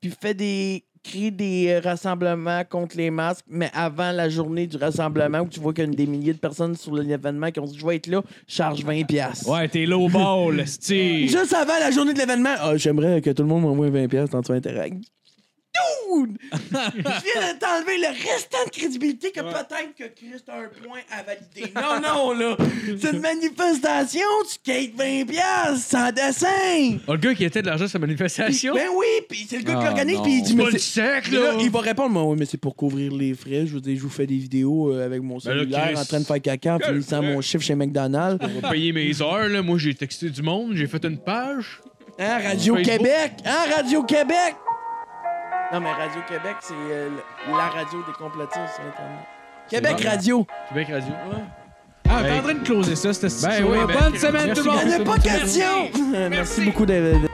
Speaker 2: puis fais des. Crée des euh, rassemblements contre les masques, mais avant la journée du rassemblement où tu vois qu'il y a des milliers de personnes sur l'événement qui ont dit Je vais être là, charge 20$. piastres.
Speaker 5: Ouais, t'es low ball, style.
Speaker 2: Juste avant la journée de l'événement, ah, j'aimerais que tout le monde m'envoie 20$ piastres dans son interact. Dude! Je viens de t'enlever le restant de crédibilité que
Speaker 4: Ouais.
Speaker 2: peut-être que Chris a un point à valider. Non, non, là! C'est une manifestation, tu quittes 20$ piastres sans dessin!
Speaker 3: Ah, le gars qui était de l'argent, sa manifestation.
Speaker 2: Ben oui, puis c'est le gars qui
Speaker 5: Ah,
Speaker 2: l'organise,
Speaker 5: non.
Speaker 2: puis il dit,
Speaker 3: C'est
Speaker 2: mais
Speaker 3: pas du
Speaker 2: c'est-
Speaker 3: sac,
Speaker 2: Puis là,
Speaker 3: là.
Speaker 2: il va répondre, mais, oui, mais c'est pour couvrir les frais. Je veux dire, je vous fais des vidéos euh, avec mon
Speaker 3: Ben là,
Speaker 2: cellulaire
Speaker 3: Chris-
Speaker 2: en train de faire caca en
Speaker 4: Quel
Speaker 2: finissant
Speaker 4: frais?
Speaker 2: mon chiffre chez McDonald's.
Speaker 3: On va payer mes heures, là. Moi, j'ai texté du monde, j'ai fait une page.
Speaker 2: Hein, Radio-Québec?
Speaker 3: Facebook.
Speaker 2: Hein, Radio-Québec? Non, mais Radio-Québec, c'est euh, la radio des complotistes sur Internet. Québec
Speaker 3: vrai.
Speaker 2: Radio.
Speaker 3: Québec Radio.
Speaker 5: Ah, t'es en train de closer ça, c'était
Speaker 3: Ben oui, ben,
Speaker 5: Bonne semaine, tout le
Speaker 2: Il
Speaker 5: monde.
Speaker 2: n'y en a pas question! Merci beaucoup, David.